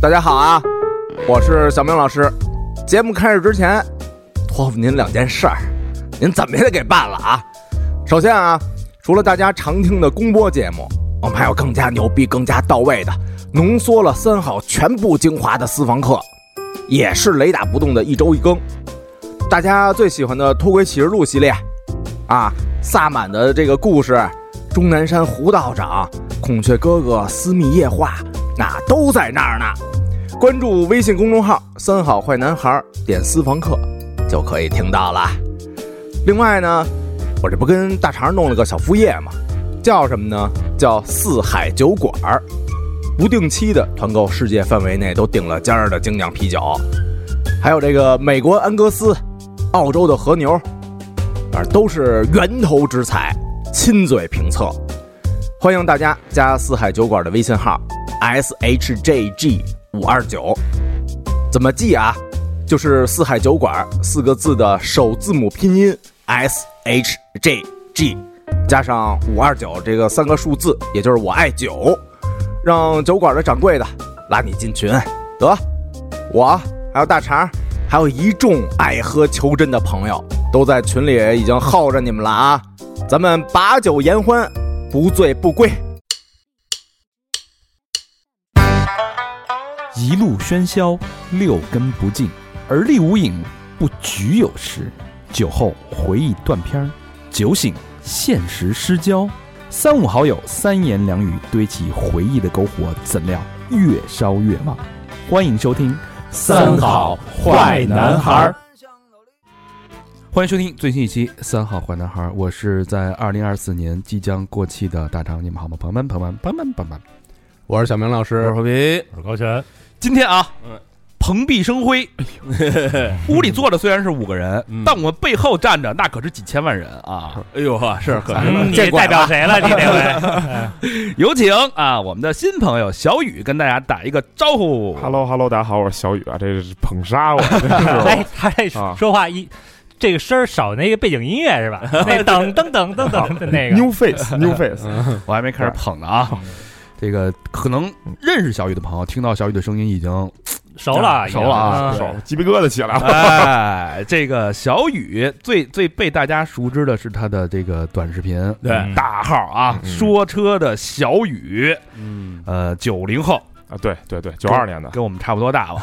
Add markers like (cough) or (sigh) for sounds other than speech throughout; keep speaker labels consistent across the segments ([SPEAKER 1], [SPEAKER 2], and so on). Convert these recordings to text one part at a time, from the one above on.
[SPEAKER 1] 大家好啊，我是小明老师。节目开始之前，托付您两件事儿，您怎么也得给办了啊。首先啊，除了大家常听的公播节目，我们还有更加牛逼、更加到位的，浓缩了三好全部精华的私房课，也是雷打不动的一周一更。大家最喜欢的《脱轨启示录》系列，啊，萨满的这个故事，钟南山胡道长、孔雀哥哥、私密夜话，那都在那儿呢。关注微信公众号“三好坏男孩”，点私房课就可以听到了。另外呢，我这不跟大肠弄了个小副业嘛，叫什么呢？叫四海酒馆儿，不定期的团购世界范围内都顶了尖儿的精酿啤酒，还有这个美国安格斯、澳洲的和牛，反正都是源头之采，亲嘴评测。欢迎大家加四海酒馆的微信号 s h j g 五二九，怎么记啊？就是四海酒馆四个字的首字母拼音 s h j g 加上五二九这个三个数字，也就是我爱酒，让酒馆的掌柜的拉你进群，得。我还有大肠，还有一众爱喝求真的朋友，都在群里已经耗着你们了啊！咱们把酒言欢，不醉不归。
[SPEAKER 2] 一路喧嚣，六根不净，而立无影，不局有时。酒后回忆断片儿，酒醒现实失焦。三五好友，三言两语堆起回忆的篝火，怎料越烧越旺。欢迎收听《
[SPEAKER 3] 三好坏男孩》。
[SPEAKER 4] 欢迎收听最新一期《三好坏男孩》，我是在二零二四年即将过期的大肠，你们好吗？朋友们，朋友们，朋友们，朋友们，
[SPEAKER 1] 我是小明老
[SPEAKER 4] 我是
[SPEAKER 1] 师，
[SPEAKER 4] 何平。
[SPEAKER 3] 我是高泉，
[SPEAKER 4] 今天啊，蓬荜生辉，屋里坐着虽然是五个人，但我们背后站着那可是几千万人啊！
[SPEAKER 5] 哎呦呵，是可
[SPEAKER 3] 嗯你
[SPEAKER 1] 这管
[SPEAKER 3] 代表谁了？你这
[SPEAKER 4] (laughs)
[SPEAKER 3] 回
[SPEAKER 4] 有请啊，我们的新朋友小雨跟大家打一个招呼。
[SPEAKER 6] Hello Hello，大家好，我是小雨啊，这是捧杀我，这是
[SPEAKER 3] 哎
[SPEAKER 6] 我，
[SPEAKER 3] 他这
[SPEAKER 6] 啊
[SPEAKER 3] 说话一这个声儿少，那个背景音乐
[SPEAKER 6] (laughs)
[SPEAKER 3] 是吧？那噔噔噔噔噔的那个，
[SPEAKER 6] New (laughs) Face New Face，
[SPEAKER 4] 我还没开始捧呢啊。这个可能认识小雨的朋友，听到小雨的声音已经
[SPEAKER 3] 熟了，
[SPEAKER 4] 熟了啊
[SPEAKER 3] 嗯
[SPEAKER 6] 手鸡皮疙瘩起来了。
[SPEAKER 4] 哎，这个小雨最最被大家熟知的是他的这个短视频
[SPEAKER 5] 对
[SPEAKER 6] 嗯
[SPEAKER 4] 大号啊，
[SPEAKER 6] 嗯
[SPEAKER 4] 说车的小雨，
[SPEAKER 5] 嗯，
[SPEAKER 4] 呃，九零后，
[SPEAKER 6] 啊，对对对，九二年的，
[SPEAKER 4] 跟我们差不多大吧？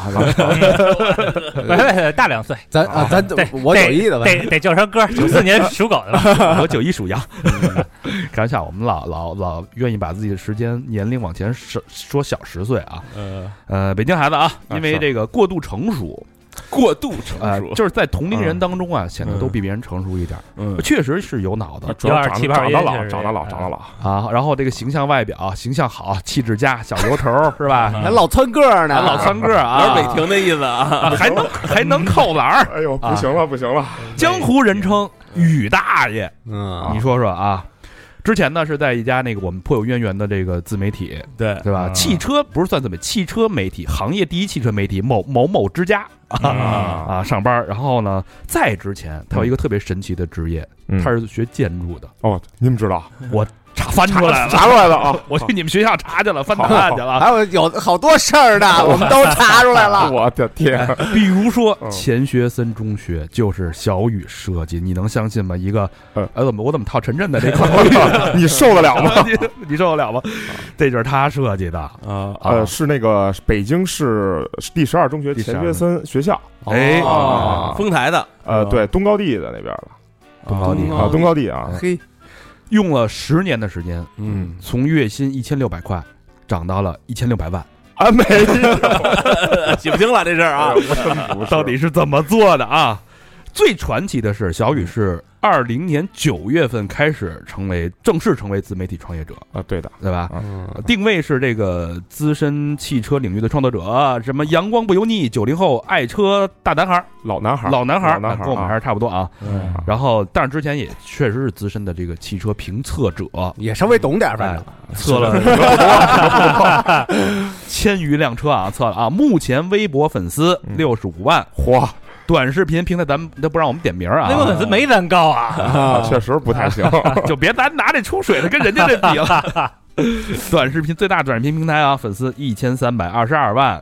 [SPEAKER 3] 不不不大两岁，
[SPEAKER 1] 咱啊，咱
[SPEAKER 5] 呃
[SPEAKER 3] 对
[SPEAKER 1] 我有意的吧？
[SPEAKER 3] 得得叫声
[SPEAKER 6] (laughs)
[SPEAKER 3] 哥，九四年属狗的吧？
[SPEAKER 4] 我九一属羊， (laughs) 开玩笑，我们老老老愿意把自己的时间年龄往前说说小十岁啊。
[SPEAKER 5] 呃，
[SPEAKER 4] 呃，北京孩子啊，
[SPEAKER 6] 啊
[SPEAKER 4] 因为
[SPEAKER 6] 是
[SPEAKER 4] 这个过度成熟，
[SPEAKER 5] 过度成
[SPEAKER 4] 呃，
[SPEAKER 6] 啊
[SPEAKER 5] 熟，
[SPEAKER 4] 就是在同龄人当中啊，显得都比别人成熟一点儿，
[SPEAKER 5] 嗯
[SPEAKER 4] 确实是有脑子
[SPEAKER 6] 啊，主要
[SPEAKER 3] 有点
[SPEAKER 6] 长
[SPEAKER 3] 气
[SPEAKER 6] 得
[SPEAKER 3] 泡
[SPEAKER 6] 长
[SPEAKER 3] 音
[SPEAKER 6] 得
[SPEAKER 3] 确
[SPEAKER 6] 老，
[SPEAKER 3] 实
[SPEAKER 6] 长得老，
[SPEAKER 3] 是
[SPEAKER 6] 长得老，
[SPEAKER 4] 啊，然后这个形象外表，形象好，气质佳，小油头
[SPEAKER 3] 啊
[SPEAKER 4] 儿是吧？
[SPEAKER 3] 嗯
[SPEAKER 1] 还老窜个儿呢，
[SPEAKER 4] 老三个儿啊，
[SPEAKER 5] 老是北亭的意思
[SPEAKER 6] (laughs)
[SPEAKER 5] 啊，
[SPEAKER 4] 啊，还能还能扣篮儿，
[SPEAKER 6] 哎呦，不行了不行了，
[SPEAKER 4] 江湖人称雨大爷，
[SPEAKER 1] 嗯，
[SPEAKER 4] 你说说啊？之前呢是在一家那个我们颇有渊源的这个自媒体，
[SPEAKER 5] (laughs) 对，
[SPEAKER 4] 对吧？
[SPEAKER 3] 嗯
[SPEAKER 4] 汽车不是算自媒，汽车媒体行业第一汽车媒体某某某之家
[SPEAKER 6] 啊，
[SPEAKER 4] (laughs) 啊上班。然后呢，再之前他有一个特别神奇的职业，
[SPEAKER 6] 嗯
[SPEAKER 4] 他是学建筑的，
[SPEAKER 6] 哦，你们知
[SPEAKER 5] 啊
[SPEAKER 6] 道
[SPEAKER 4] 查翻出来了，，
[SPEAKER 6] 查出来的啊
[SPEAKER 4] 我去你们学校查去了，翻档案去 (laughs) 了。
[SPEAKER 1] 还有有好多事儿呢， (laughs) 我们都查出来了。
[SPEAKER 6] (laughs) 我的天，
[SPEAKER 4] 比如说
[SPEAKER 6] 嗯
[SPEAKER 4] 钱学森中学就是小雨设计，你能相信吗？一个，
[SPEAKER 6] 嗯
[SPEAKER 4] 哎，怎么我怎么套陈震的
[SPEAKER 6] (laughs)
[SPEAKER 4] 这块？
[SPEAKER 6] 你受得了吗？
[SPEAKER 4] (laughs) 你你受得了吗？这就是他设计的，
[SPEAKER 5] 啊，
[SPEAKER 6] 呃，是那个北京市第十二中学
[SPEAKER 4] 第
[SPEAKER 6] 钱
[SPEAKER 4] 12
[SPEAKER 6] 学森学校，
[SPEAKER 4] 哎
[SPEAKER 5] 哦丰台的 (laughs)
[SPEAKER 6] 呃，对，东高地的那边了
[SPEAKER 4] 东高地
[SPEAKER 6] 啊，东高地啊，
[SPEAKER 1] 嘿，
[SPEAKER 4] 用了十年的时间，
[SPEAKER 5] 嗯，
[SPEAKER 4] 从月薪一千六百块涨到了一千六百万，
[SPEAKER 6] 啊，没有，
[SPEAKER 5] 洗不清了这事儿啊，
[SPEAKER 6] (laughs) 不
[SPEAKER 4] (laughs)
[SPEAKER 6] 是
[SPEAKER 4] 到底是怎么做的啊？最传奇的是，
[SPEAKER 6] 嗯
[SPEAKER 4] 小雨是二零年九月份开始成为正式成为自媒体创业者，
[SPEAKER 6] 啊，对的，
[SPEAKER 4] 对吧？
[SPEAKER 1] 嗯，
[SPEAKER 4] 啊定位是这个资深汽车领域的创作者，什么阳光不油腻，九零后爱车大男孩儿、
[SPEAKER 6] 老男孩儿，
[SPEAKER 4] 老男孩儿，
[SPEAKER 6] 老男孩儿
[SPEAKER 4] 跟我们
[SPEAKER 6] 啊
[SPEAKER 4] 还是差不多啊。
[SPEAKER 5] 嗯
[SPEAKER 4] 然后，但是之前也确实是资深的这个汽车评测者，哎
[SPEAKER 1] 也稍微懂点儿，
[SPEAKER 6] 哎
[SPEAKER 1] 反正
[SPEAKER 4] 测了千余辆车啊，测了啊，目前微博粉丝
[SPEAKER 6] 嗯
[SPEAKER 4] 六十五万，
[SPEAKER 6] 嚯，
[SPEAKER 4] 短视频平台咱们都不让我们点名
[SPEAKER 3] 那个
[SPEAKER 4] 啊，
[SPEAKER 3] 粉
[SPEAKER 6] (laughs)
[SPEAKER 3] 丝没咱高啊，
[SPEAKER 6] 确实不太行。
[SPEAKER 4] (laughs) 就别咱拿这出水的跟人家这比了。短视频最大短视频平台啊，粉丝一千三百二十二万，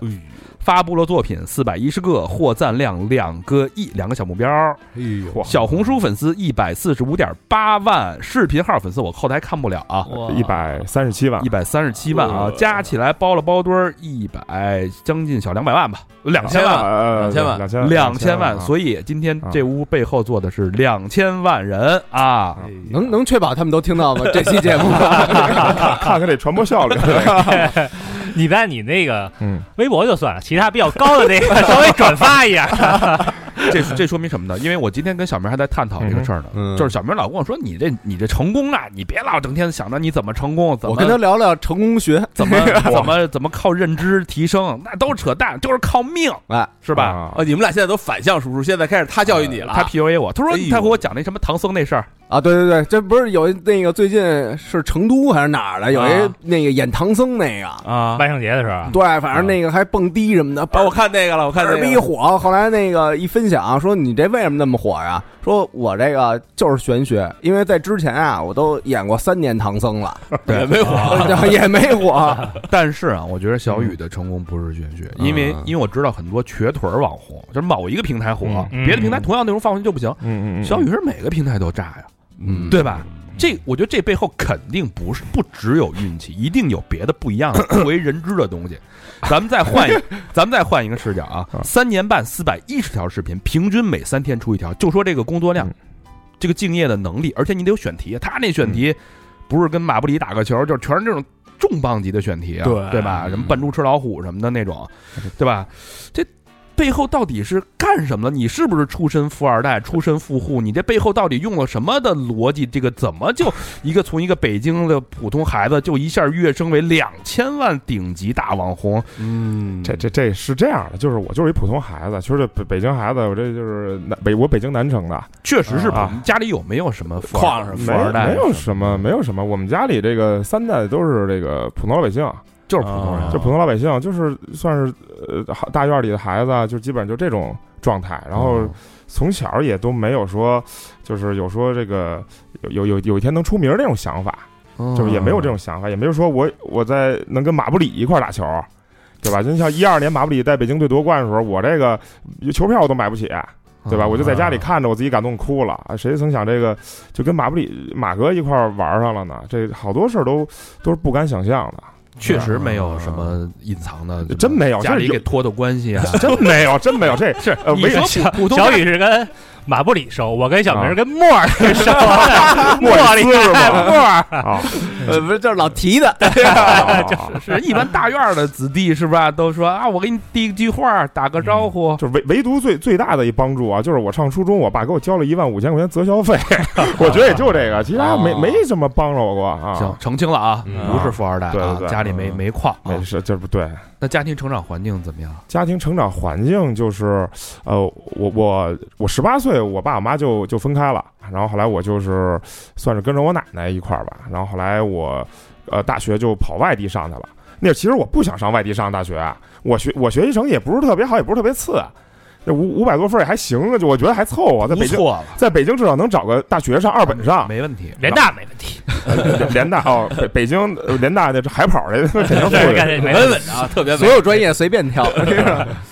[SPEAKER 4] 发布了作品四百一十个，获赞量两个亿，两个小目标。
[SPEAKER 2] 哎呦，
[SPEAKER 6] 哇
[SPEAKER 4] 小红书粉丝一百四十五点八万，视频号粉丝我后台看不了啊，
[SPEAKER 6] 一百三十七万
[SPEAKER 4] 一，百三十七万啊，加起来包了包堆儿一百，将近小两百万吧，两千万。
[SPEAKER 6] 呃，
[SPEAKER 5] 两千万
[SPEAKER 6] 两千
[SPEAKER 4] 两千
[SPEAKER 6] 万
[SPEAKER 4] 万，
[SPEAKER 6] 啊，
[SPEAKER 4] 所以今天这屋背后坐的是两千万人啊！
[SPEAKER 1] 能能确保他们都听到吗？这期节 (laughs) 目
[SPEAKER 6] (laughs)
[SPEAKER 4] (laughs)
[SPEAKER 6] 看看这传播效率。
[SPEAKER 3] 你在你那个
[SPEAKER 6] 嗯，
[SPEAKER 3] 微博就算了，其他比较高的
[SPEAKER 6] (laughs)
[SPEAKER 3] 那个稍微转发一下。
[SPEAKER 4] (laughs) 这这说明什么呢？因为我今天跟小明还在探讨这个事儿呢，
[SPEAKER 1] 嗯
[SPEAKER 4] 就是小明老跟我说你这你这成功啊，你别老整天想着你怎么成功，怎么
[SPEAKER 1] 我跟他聊聊成功学，(laughs)
[SPEAKER 4] 怎么怎么怎么靠认知提升，那都扯淡，就是靠命，
[SPEAKER 1] 哎，
[SPEAKER 4] 是吧？
[SPEAKER 6] 啊
[SPEAKER 5] 哦，你们俩现在都反向输出，现在开始他教育你了，
[SPEAKER 4] 他 PUA 我，他说
[SPEAKER 5] 哎呦
[SPEAKER 4] 他和我讲那什么唐僧那事儿，
[SPEAKER 1] 啊，对对对，这不是有一那个最近是成都还是哪儿的，有一
[SPEAKER 4] 啊
[SPEAKER 1] 那个演唐僧那个，
[SPEAKER 4] 啊，
[SPEAKER 3] 万圣节的时候，
[SPEAKER 1] 对，反正那个还蹦迪什么的，
[SPEAKER 5] 啊，
[SPEAKER 1] 把
[SPEAKER 5] 我看那个了，我看那
[SPEAKER 1] 二
[SPEAKER 5] 个
[SPEAKER 1] 逼
[SPEAKER 5] 了
[SPEAKER 1] 火。后来那个一分享说你这为什么那么火呀、说我这个就是玄学，因为在之前啊，我都演过三年唐僧了，
[SPEAKER 5] 也没火，
[SPEAKER 1] (laughs) 也没火。
[SPEAKER 4] 但是啊，我觉得小雨的成功不是玄学，因为
[SPEAKER 1] 嗯
[SPEAKER 4] 因为我知道很多瘸腿儿网红，就是某一个平台火，
[SPEAKER 3] 嗯
[SPEAKER 4] 别的平台同样内容放上去就不行。
[SPEAKER 6] 嗯嗯嗯，
[SPEAKER 4] 小雨是每个平台都炸呀，
[SPEAKER 1] 嗯，
[SPEAKER 4] 对吧？这我觉得这背后肯定不是不只有运气，一定有别的不一样的不为人知的东西。咱们再换一，咱们再换一个视角啊！三年半四百一十条视频，平均每三天出一条，就说这个工作量
[SPEAKER 6] 嗯，
[SPEAKER 4] 这个敬业的能力，而且你得有选题。啊他那选题不是跟马布里打个球，就是全是这种重磅级的选题啊，
[SPEAKER 3] 对
[SPEAKER 4] 对吧？什么扮猪吃老虎什么的那种，
[SPEAKER 6] 嗯
[SPEAKER 4] 对吧？这背后到底是干什么的？你是不是出身富二代、出身富户？你这背后到底用了什么的逻辑？这个怎么就一个从一个北京的普通孩子，就一下跃升为两千万顶级大网红？
[SPEAKER 5] 嗯，
[SPEAKER 6] 这这这是这样的，就是我就是一普通孩子，其实这北北京孩子，我这就是南北我北京南城的，
[SPEAKER 4] 确实是吧？
[SPEAKER 6] 啊
[SPEAKER 4] 你家里有没有什么富
[SPEAKER 5] 矿
[SPEAKER 4] 二
[SPEAKER 5] 上
[SPEAKER 4] 代？
[SPEAKER 5] 什
[SPEAKER 6] 没
[SPEAKER 4] 富二代
[SPEAKER 6] 没有什么没有什么，我们家里这个三代都是这个普通老百
[SPEAKER 4] 哦
[SPEAKER 6] 姓，
[SPEAKER 4] 就是普通
[SPEAKER 5] 啊
[SPEAKER 4] 人，
[SPEAKER 6] 就普通老百姓，就是算是呃大院里的孩子啊，就基本上就这种状态，然后
[SPEAKER 4] 哦
[SPEAKER 6] 从小也都没有说，就是有说这个有有有有一天能出名那种想法，
[SPEAKER 4] 嗯
[SPEAKER 6] 就是也没有这种想法，也没有说我我在能跟马布里一块儿打球，对吧？就像一二年马布里在北京队夺冠的时候，我这个球票我都买不起，对吧？
[SPEAKER 4] 嗯
[SPEAKER 6] 我就在家里看着，我自己感动哭了。啊谁曾想这个就跟马布里马哥一块儿玩上了呢？这好多事儿都都是不敢想象的，
[SPEAKER 4] 确实没有什么隐藏的，
[SPEAKER 6] 嗯真没有
[SPEAKER 4] 家里
[SPEAKER 6] 就是
[SPEAKER 4] 给
[SPEAKER 6] 有
[SPEAKER 4] 托的关系啊。
[SPEAKER 6] 真没有， (laughs) 真没有。这
[SPEAKER 4] (laughs) 是
[SPEAKER 6] 呃
[SPEAKER 4] 你
[SPEAKER 6] 唯一
[SPEAKER 4] 说普普通
[SPEAKER 3] 小
[SPEAKER 4] 家
[SPEAKER 3] 雨是跟马布里收，我跟小明
[SPEAKER 6] 啊
[SPEAKER 3] 是跟莫儿收，
[SPEAKER 6] 莫
[SPEAKER 3] 莫
[SPEAKER 6] 里
[SPEAKER 3] 里
[SPEAKER 6] 斯是吧？
[SPEAKER 3] 莫儿
[SPEAKER 6] 啊，
[SPEAKER 1] 呃，不是，就是老提的，
[SPEAKER 6] (laughs)
[SPEAKER 4] (laughs)
[SPEAKER 6] 啊
[SPEAKER 4] 是一般大院儿的子弟是吧？都说啊，我给你递一句话，打个招呼。
[SPEAKER 6] 就唯唯独最最大的一帮助啊，就是我上初中，我爸给我交了一万五千块钱择校费，我觉得也就这个，其他没没怎么帮着我过
[SPEAKER 4] 嗯行
[SPEAKER 6] 啊，。
[SPEAKER 4] 澄清了啊，
[SPEAKER 1] 嗯
[SPEAKER 4] 不是富二代
[SPEAKER 6] 对
[SPEAKER 4] 啊
[SPEAKER 6] 对，对
[SPEAKER 4] 家里没
[SPEAKER 6] 嗯
[SPEAKER 4] 没矿啊。
[SPEAKER 6] 没啊事，这不对。
[SPEAKER 4] 那家庭成长环境怎么样？
[SPEAKER 6] 家庭成长环境就是，呃，我我我十八岁，我爸我妈就就分开了，然后后来我就是算是跟着我奶奶一块儿吧，然后后来我呃大学就跑外地上去了。那其实我不想上外地上大学，啊我学我学习成绩也不是特别好，也不是特别次，啊这五五百多分儿也还行，就我觉得还凑合，在
[SPEAKER 4] 不
[SPEAKER 6] 北京
[SPEAKER 4] 错了，
[SPEAKER 6] 在北京至少能找个大学上二本上，
[SPEAKER 4] 没问题。
[SPEAKER 3] 联大没问题，
[SPEAKER 6] 联大哦，北北京呃联大那海跑
[SPEAKER 3] (laughs)
[SPEAKER 6] 那肯定富
[SPEAKER 3] 对，
[SPEAKER 6] 裕。
[SPEAKER 3] 干这没问
[SPEAKER 5] 稳
[SPEAKER 3] 题。
[SPEAKER 5] 稳
[SPEAKER 6] (laughs)
[SPEAKER 5] 的啊，特别
[SPEAKER 1] 所
[SPEAKER 5] 稳。
[SPEAKER 1] 有专业随便挑。
[SPEAKER 6] 然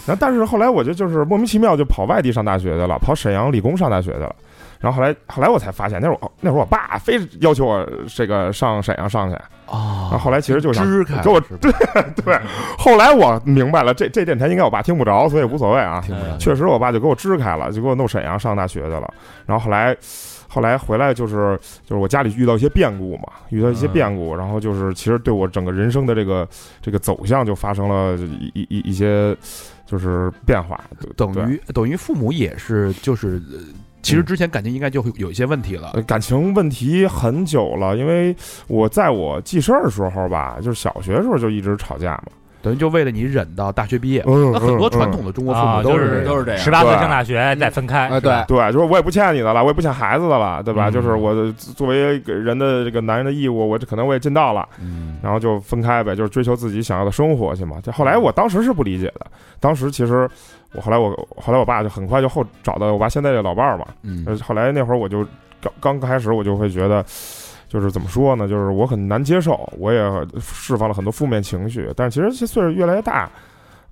[SPEAKER 6] 后但是后来我就就是莫名其妙就跑外地上大学去了，跑沈阳理工上大学去了。然后后来后来我才发现，那会儿我那会儿我爸非要求我这个上沈阳上去，然后
[SPEAKER 4] 啊，
[SPEAKER 6] 后来其实就想
[SPEAKER 4] 支开了
[SPEAKER 6] 给我
[SPEAKER 4] 是吧
[SPEAKER 6] 对对。后来我明白了，这这电台应该我爸听不着，所以无所谓啊。
[SPEAKER 4] 听不着。
[SPEAKER 6] 确实，我爸就给我支开了，就给我弄沈阳上大学去了。然后后来，后来回来就是就是我家里遇到一些变故嘛，遇到一些变
[SPEAKER 4] 嗯
[SPEAKER 6] 故，然后就是其实对我整个人生的这个这个走向就发生了一一一一些就是变化，对
[SPEAKER 4] 等
[SPEAKER 6] 对
[SPEAKER 4] 于等于父母也是就是，呃其实之前感情应该就会有一些问题了
[SPEAKER 6] 呃。感情问题很久了，因为我在我记事儿的时候吧，就是小学时候就一直吵架嘛。
[SPEAKER 4] 等于就为了你忍到大学毕业。
[SPEAKER 6] 嗯
[SPEAKER 4] 那很多
[SPEAKER 6] 嗯
[SPEAKER 4] 传
[SPEAKER 6] 嗯
[SPEAKER 4] 统的中国父
[SPEAKER 3] 啊
[SPEAKER 4] 母都
[SPEAKER 3] 就是
[SPEAKER 4] 这样
[SPEAKER 5] 都是这样
[SPEAKER 3] 十，八岁
[SPEAKER 6] 对
[SPEAKER 3] 上大学再分开，
[SPEAKER 1] 哎，对，
[SPEAKER 6] 对，就是我也不欠你的了，我也不欠孩子的了，对吧？
[SPEAKER 4] 嗯
[SPEAKER 6] 就是我的作为一个人的这个男人的义务，我这可能我也尽到了，
[SPEAKER 4] 嗯
[SPEAKER 6] 然后就分开呗，就是追求自己想要的生活去嘛。这后来我当时是不理解的，当时其实我后来我后来我爸就很快就后找到我爸现在这老伴儿嘛。呃
[SPEAKER 4] 嗯
[SPEAKER 6] 呃后来那会儿我就刚刚开始我就会觉得，就是怎么说呢，就是我很难接受，我也释放了很多负面情绪，但是其实岁数越来越大，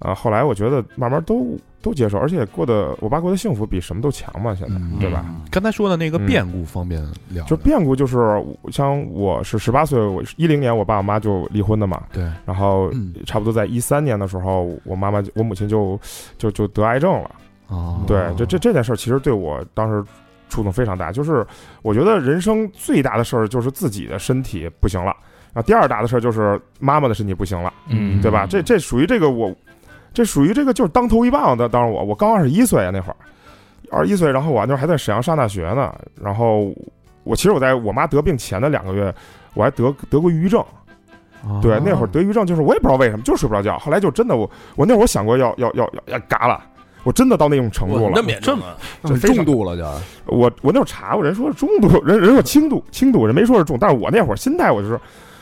[SPEAKER 6] 啊、后来我觉得慢慢都都接受，而且过得我爸过得幸福比什么都强嘛，现在、
[SPEAKER 4] 嗯
[SPEAKER 6] 对吧？
[SPEAKER 4] 刚才说的那个
[SPEAKER 6] 嗯
[SPEAKER 4] 变故方面聊聊，
[SPEAKER 6] 就变故就是我像我是十八岁，我一零年我爸我妈就离婚的嘛，
[SPEAKER 4] 对，
[SPEAKER 6] 然后
[SPEAKER 4] 嗯
[SPEAKER 6] 差不多在一三年的时候，我妈妈就我母亲就就就得癌症了。
[SPEAKER 4] 哦，
[SPEAKER 6] 对，就这这件事儿，其实对我当时触动非常大。就是我觉得人生最大的事儿就是自己的身体不行了，然后第二大的事儿就是妈妈的身体不行了，
[SPEAKER 3] 嗯
[SPEAKER 6] 对吧？这这属于这个我，这属于这个就是当头一棒的。当然我我刚二十一岁啊那会儿，二十一岁，然后我那会儿还在沈阳上大学呢。然后我其实我在我妈得病前的两个月，我还得得过抑郁症。
[SPEAKER 4] 哦
[SPEAKER 6] 对，那会儿得抑郁症就是我也不知道为什么，就是睡不着觉。后来就真的我我那会儿我想过要要要要要嘎了，我真的到那种程度
[SPEAKER 5] 我
[SPEAKER 6] 了。
[SPEAKER 5] 那么严重啊？
[SPEAKER 6] 这非
[SPEAKER 1] 重
[SPEAKER 6] 常
[SPEAKER 1] 度了就，
[SPEAKER 6] 我我那会儿查过，人说是中度，人人说轻度，轻度，人没说是重。但是我那会儿心态，我就是，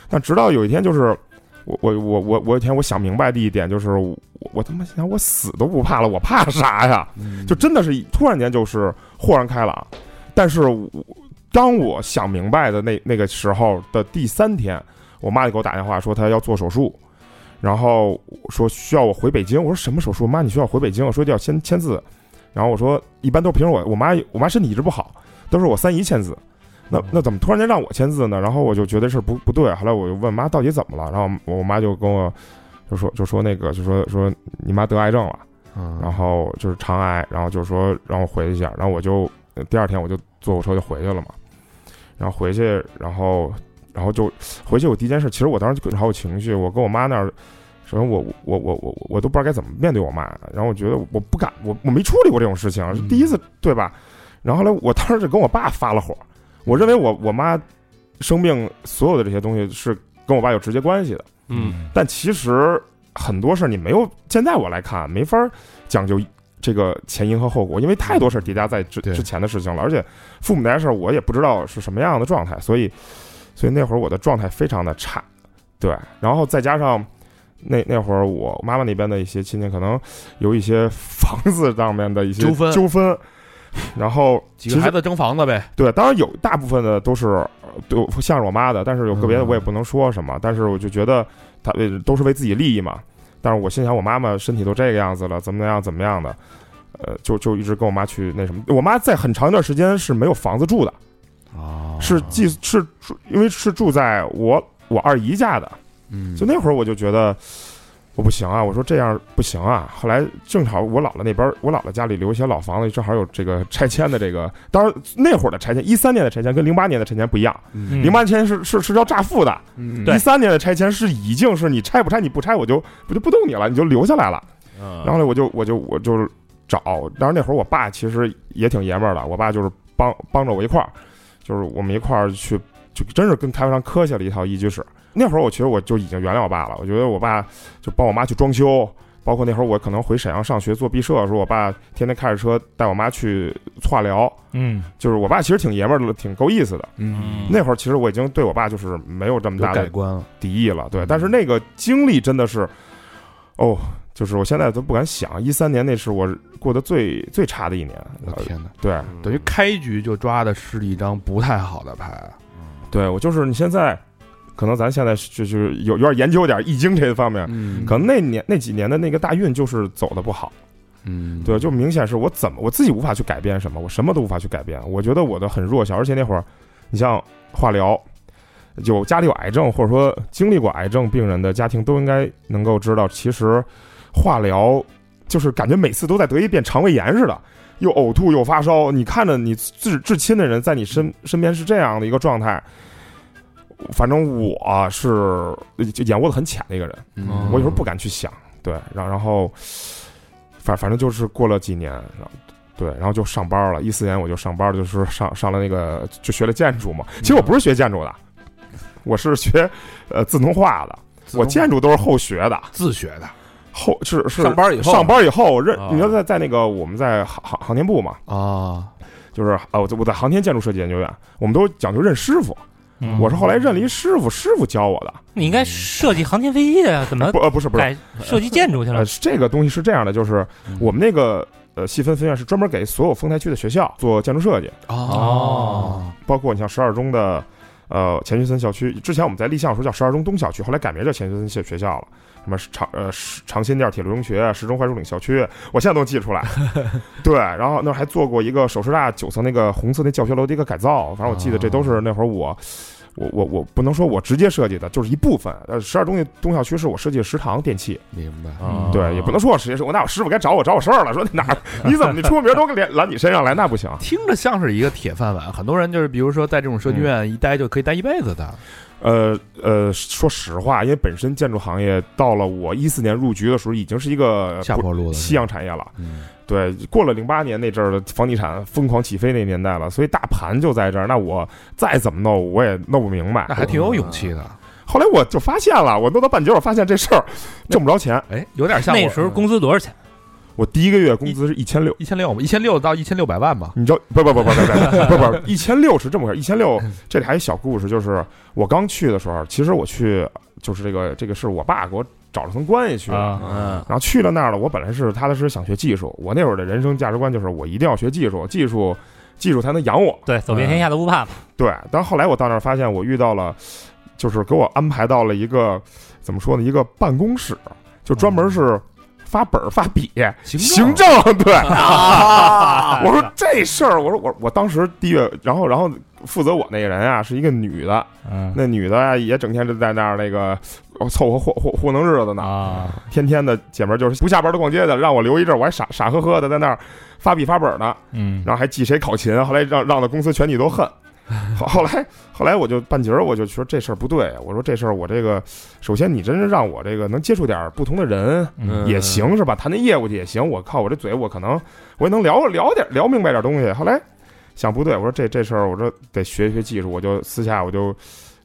[SPEAKER 6] 但直到有一天，就是我我我我我有一天我想明白的一点就是，我我他妈心想我死都不怕了，我怕啥呀？
[SPEAKER 4] 嗯
[SPEAKER 6] 就真的是突然间就是豁然开朗。但是我当我想明白的那那个时候的第三天，我妈就给我打电话说她要做手术。然后说需要我回北京，我说什么手术？妈，你需要回北京？我说要签签字，然后我说一般都平时我我妈我妈身体一直不好，都是我三姨签字，那那怎么突然间让我签字呢？然后我就觉得这事儿不不对，后来我就问妈到底怎么了，然后我我妈就跟我就说就说那个就说说你妈得癌症了，
[SPEAKER 4] 嗯，
[SPEAKER 6] 然后就是肠癌，然后就说让我回去一下，然后我就呃第二天我就坐火车就回去了嘛，然后回去，然后然后就回去，我第一件事，其实我当时就好有情绪，我跟我妈那儿，首先我我我我我都不知道该怎么面对我妈，然后我觉得我不敢，我我没处理过这种事情，是第一次对吧？然后后来我当时就跟我爸发了火，我认为我我妈生病所有的这些东西是跟我爸有直接关系的。
[SPEAKER 5] 嗯
[SPEAKER 6] 但其实很多事儿你没有，现在我来看没法儿讲究这个前因和后果，因为太多事儿叠加在之
[SPEAKER 4] 对
[SPEAKER 6] 之前的事情了，而且父母那件事儿我也不知道是什么样的状态，所以所以那会儿我的状态非常的差，对，然后再加上。那那会儿，我妈妈那边的一些亲戚可能有一些房子上面的一些
[SPEAKER 4] 纠纷
[SPEAKER 6] 纠纷，然后其
[SPEAKER 4] 几个
[SPEAKER 6] 实
[SPEAKER 4] 孩子争房子呗，
[SPEAKER 6] 对，当然有大部分的都是呃对向着我妈的，但是有个别的我也不能说什么，但是我就觉得他呃都是为自己利益嘛。但是我心想，我妈妈身体都这个样子了，怎么样怎么样的，呃，就就一直跟我妈去那什么。我妈在很长一段时间是没有房子住的，
[SPEAKER 4] 啊
[SPEAKER 6] 是寄是住，因为是住在我我二姨家的，
[SPEAKER 4] 嗯，
[SPEAKER 6] 就那会儿我就觉得我不行啊，我说这样不行啊。后来正好我姥姥那边儿，我姥姥家里留一些老房子，正好有这个拆迁的这个。当然那会儿的拆迁，一三年的拆迁跟零八年的拆迁不一样，
[SPEAKER 3] 嗯
[SPEAKER 6] 零八、年拆迁是是是要炸富的，
[SPEAKER 1] 嗯
[SPEAKER 6] 一三年的拆迁是已经是你拆不拆你不拆我就我就不动你了，你就留下来了。
[SPEAKER 5] 嗯
[SPEAKER 6] 然后呢，我就我就我就找，当然那会儿我爸其实也挺爷们儿的，我爸就是帮帮着我一块儿，就是我们一块儿去，就真是跟开发商磕下了一套一居室。那会儿我其实我就已经原谅我爸了，我觉得我爸就帮我妈去装修，包括那会儿我可能回沈阳上学做毕设的时候，我爸天天开着车带我妈去化疗，
[SPEAKER 3] 嗯
[SPEAKER 6] 就是我爸其实挺爷们儿的，挺够意思的。
[SPEAKER 1] 嗯
[SPEAKER 6] 那会儿其实我已经对我爸就是没有这么
[SPEAKER 4] 有
[SPEAKER 6] 大的
[SPEAKER 4] 改观了，
[SPEAKER 6] 敌意了，
[SPEAKER 4] 嗯
[SPEAKER 6] 对。但是那个经历真的是，哦，就是我现在都不敢想，一三年那是我过得最最差的一年，
[SPEAKER 4] 我
[SPEAKER 6] 呃
[SPEAKER 4] 天哪，嗯
[SPEAKER 6] 对
[SPEAKER 4] 等于开局就抓的是一张不太好的牌，
[SPEAKER 6] 对，我就是你现在，可能咱现在就是有有点研究点易经这方面，
[SPEAKER 4] 嗯
[SPEAKER 6] 可能那年那几年的那个大运就是走的不好，
[SPEAKER 4] 嗯，
[SPEAKER 6] 对，就明显是我怎么我自己无法去改变什么，我什么都无法去改变，我觉得我的很弱小，而且那会儿，你像化疗。有家里有癌症或者说经历过癌症病人的家庭都应该能够知道，其实化疗就是感觉每次都在得一遍肠胃炎似的，又呕吐又发烧。你看着你至至亲的人在你身身边是这样的一个状态，反正我是呃就眼窝子很浅的一个人，
[SPEAKER 4] 嗯
[SPEAKER 6] 我有时候不敢去想，对，然然后反反正就是过了几年，然后对，然后就上班了。一四年我就上班了，就是上上了那个就学了建筑嘛。其实我不是学建筑的，我是学呃自动化的，我建筑都是后学的。
[SPEAKER 4] 自学的
[SPEAKER 6] 后是是
[SPEAKER 5] 上班以后
[SPEAKER 6] 上班以后认
[SPEAKER 5] 啊，
[SPEAKER 6] 你要在在那个我们在航航航天部嘛，
[SPEAKER 4] 啊，
[SPEAKER 6] 就是啊，我在我在航天建筑设计研究院，我们都讲究认师傅，
[SPEAKER 3] 嗯，
[SPEAKER 6] 我是后来认了一师傅，师傅教我的，
[SPEAKER 3] 你应该设计航天飞机的呀，怎么
[SPEAKER 6] 不呃不是不是，
[SPEAKER 3] 改设计建筑去
[SPEAKER 6] 呃
[SPEAKER 3] 了？
[SPEAKER 6] 是这个东西是这样的，就是我们那个呃细分分院是专门给所有丰台区的学校做建筑设计，
[SPEAKER 4] 哦，
[SPEAKER 6] 包括你像十二中的。呃钱学森校区。之前我们在立项的时候叫十二中东校区，后来改名叫钱学森学学校了，什么长呃石长辛店铁路中学、石钟槐树岭校区，我现在都记出来。对，然后那儿还做过一个首师大九层那个红色那教学楼的一个改造，反正我记得这都是那会儿我。我我我不能说我直接设计的，就是一部分。呃，十二中东校区是我设计的食堂电器，
[SPEAKER 5] 明白
[SPEAKER 4] 嗯
[SPEAKER 6] 对，也不能说我实习生，我那我师傅该找我找我事儿了，说你哪儿你怎么你出名都给揽揽你身上来，那不行。
[SPEAKER 4] 听着像是一个铁饭碗，很多人就是比如说在这种社区
[SPEAKER 6] 嗯
[SPEAKER 4] 院一待就可以待一辈子的，
[SPEAKER 6] (laughs) 呃呃，说实话，因为本身建筑行业到了我一四年入局的时候，已经是一个
[SPEAKER 4] 下坡路的
[SPEAKER 6] 夕阳产业了。
[SPEAKER 4] 嗯
[SPEAKER 6] 对，过了零八年那阵儿的房地产疯狂起飞那年代了，所以大盘就在这儿，那我再怎么弄我也弄不明白
[SPEAKER 4] 那。还挺有勇气的。
[SPEAKER 6] 后来我就发现了，我弄到半截儿，我发现这事儿挣不着钱。
[SPEAKER 4] 哎，有点像我
[SPEAKER 3] 那时候工资多少钱？
[SPEAKER 6] 我第一个月工资是一千六，
[SPEAKER 4] 一千六，一千六到一千六百万吧。
[SPEAKER 6] 你知道不不不不不不不不，一千六是这么回事。一千六，这里还有一小故事，就是我刚去的时候，其实我去就是这个这个是我爸给我找了层关系去的。
[SPEAKER 3] 啊，
[SPEAKER 5] 嗯，
[SPEAKER 6] 然后去了那儿了，我本来是踏踏实实想学技术，我那会儿的人生价值观就是我一定要学技术，技术技术才能养我。
[SPEAKER 3] 对，走遍天下都不怕嘛。
[SPEAKER 6] 对，但是后来我到那儿发现，我遇到了，就是给我安排到了一个怎么说呢，一个办公室，就专门是发本儿发笔
[SPEAKER 4] 行
[SPEAKER 6] 行
[SPEAKER 4] 政
[SPEAKER 6] 政，对，
[SPEAKER 3] 啊
[SPEAKER 6] 啊 (laughs)
[SPEAKER 3] (laughs)
[SPEAKER 6] 我说这事儿，我说我我当时第一个，然后然后负责我那个人啊是一个女的，
[SPEAKER 3] 嗯
[SPEAKER 6] 那女的啊也整天就在那儿那个哦凑合 (laughs) 糊糊糊弄日子呢，
[SPEAKER 3] 啊，
[SPEAKER 6] 天天的姐们儿就是不下班都逛街的，让我留一阵儿，我还傻傻呵呵的在那儿发笔发本呢，
[SPEAKER 3] 嗯，
[SPEAKER 6] 然后还记谁考勤，后来让让的公司全体都
[SPEAKER 3] (laughs)
[SPEAKER 6] 恨。后后来后来我就半截儿，我就说这事儿不对，我说这事儿我这个，首先你真是让我这个能接触点儿不同的人，
[SPEAKER 3] 嗯
[SPEAKER 6] 也行是吧？谈谈业务去也行。我靠，我这嘴我可能我也能聊聊点聊明白点东西。后来想不对，我说这这事儿，我说得学一学技术，我就私下我就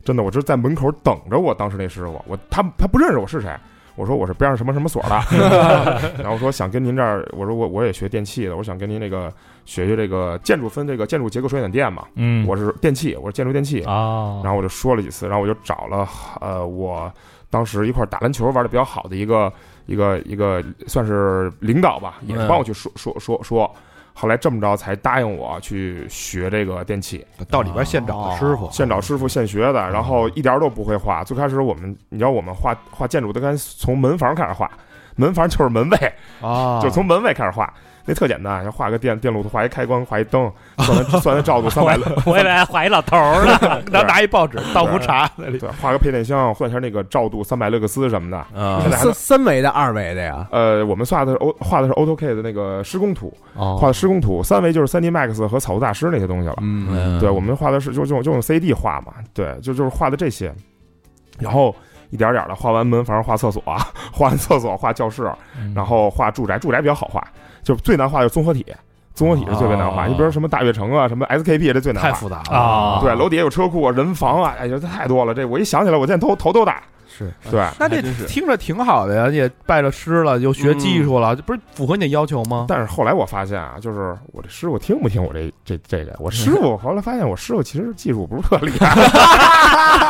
[SPEAKER 6] 真的我就在门口等着我当时那师傅，我他他不认识我是谁。我说我是边上什么什么所
[SPEAKER 3] (laughs)
[SPEAKER 6] 的，然后说想跟您这儿，我说我我也学电器的，我想跟您那个学学这个建筑分这个建筑结构水暖电嘛，
[SPEAKER 3] 嗯，
[SPEAKER 6] 我是电器，我是建筑电器，
[SPEAKER 3] 哦，
[SPEAKER 6] 然后我就说了几次，然后我就找了呃，我当时一块儿打篮球玩的比较好的一个一个一个算是领导吧，也帮我去说说说说，后来这么着才答应我去学这个电器，
[SPEAKER 4] 到里边现找的师傅，
[SPEAKER 6] 现找师傅现学的，然后一点儿都不会画。最开始我们，你知道我们画画建筑都该从门房开始画，门房就是门卫，
[SPEAKER 4] 啊，
[SPEAKER 6] 就从门卫开始画。那特简单，画个电电路图，画一开关，画一灯，算完算完照度三百
[SPEAKER 3] 我以为还画一老头儿呢。
[SPEAKER 4] 拿拿一报纸倒壶茶那里，
[SPEAKER 6] 对，画个配电箱，算一下那个照度三百勒克斯什么的，
[SPEAKER 5] 啊
[SPEAKER 6] 现在还
[SPEAKER 1] 嗯
[SPEAKER 6] 能
[SPEAKER 1] 三三维的、二维的呀，
[SPEAKER 6] 呃，我们画的是 O 画的是 AutoK 的那个施工图，
[SPEAKER 1] 哦，
[SPEAKER 6] 画的施工图，三维就是 3D Max 和草图大师那些东西了。
[SPEAKER 1] 嗯，
[SPEAKER 6] 对，我们画的是就就用就用 CD 画嘛，对，就就是画的这些，然后一点点的画完门房，画厕所，啊 (laughs) 画完厕所画教室，
[SPEAKER 4] 嗯
[SPEAKER 6] 然后画住宅，住宅比较好画，就最难画就是综合体，综合体是最为难画。
[SPEAKER 4] 哦
[SPEAKER 6] 你比如什么大悦城啊，什么 SKP 这最难
[SPEAKER 4] 太
[SPEAKER 6] 画。
[SPEAKER 4] 复杂了
[SPEAKER 3] 啊
[SPEAKER 6] 对，楼底下有车库啊，人防啊，哎呀，这太多了。这我一想起来，我现在头头都大。
[SPEAKER 4] 是。
[SPEAKER 6] 对，
[SPEAKER 4] 那这
[SPEAKER 5] 还真是
[SPEAKER 4] 听着挺好的呀，也拜了师了，又学技术了，这不是符合你的要求吗？
[SPEAKER 6] 但是后来我发现啊，就是我这师傅听不听我这这这个，我师
[SPEAKER 4] (laughs)
[SPEAKER 6] 傅后来发现我师傅其实技术不是特厉害，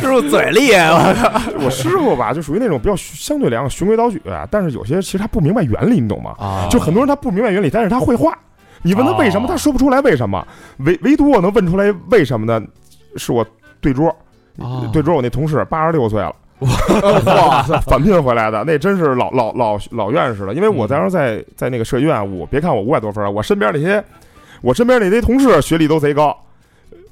[SPEAKER 1] 师傅嘴厉害，我靠
[SPEAKER 6] 我师傅吧就属于那种比较相对良循规蹈矩，啊但是有些其实他不明白原理，你懂吗？
[SPEAKER 4] 啊
[SPEAKER 6] 嗯就很多人他不明白原理，但是他会画。你问他为什么，
[SPEAKER 3] 哦
[SPEAKER 6] 他说不出来为什么，唯唯独我能问出来为什么呢？是我对桌，
[SPEAKER 4] 哦
[SPEAKER 6] 对桌我那同事八十六岁了。
[SPEAKER 1] 哇，
[SPEAKER 6] 返聘回来的，那真是老老老老院士了。因为我当时在在那个社医院，我别看我五百多分啊儿，我身边那些我身边那些同事学历都贼高，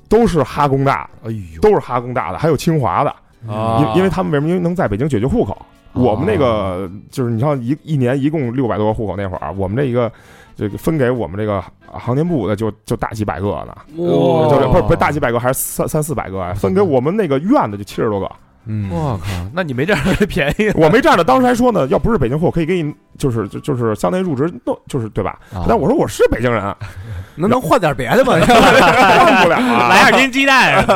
[SPEAKER 6] 都是哈工大，
[SPEAKER 4] 哎呦，
[SPEAKER 6] 都是哈工大的，还有清华的。啊
[SPEAKER 4] 啊
[SPEAKER 6] 因因为他们为什么能在北京解决户口？我们那个就是你像一一年一共六百多个户口那会儿，啊我们这一个这个分给我们这个航天部的就就大几百个呢，
[SPEAKER 4] 哇
[SPEAKER 6] 就是不是不是大几百个，还是三三四百个啊？分给我们那个院的就七十多个。
[SPEAKER 1] 嗯，
[SPEAKER 4] 我靠，那你没占着这便
[SPEAKER 6] (laughs)
[SPEAKER 4] 宜
[SPEAKER 6] 我没站着，当时还说呢，要不是北京户，我可以给你，就是就就是相当于入职，弄就是对吧？
[SPEAKER 4] 啊
[SPEAKER 6] 但我说我是北京人，啊
[SPEAKER 1] 能能换点别的吗？ (laughs)
[SPEAKER 6] 干不了啊。
[SPEAKER 3] 来二斤鸡蛋，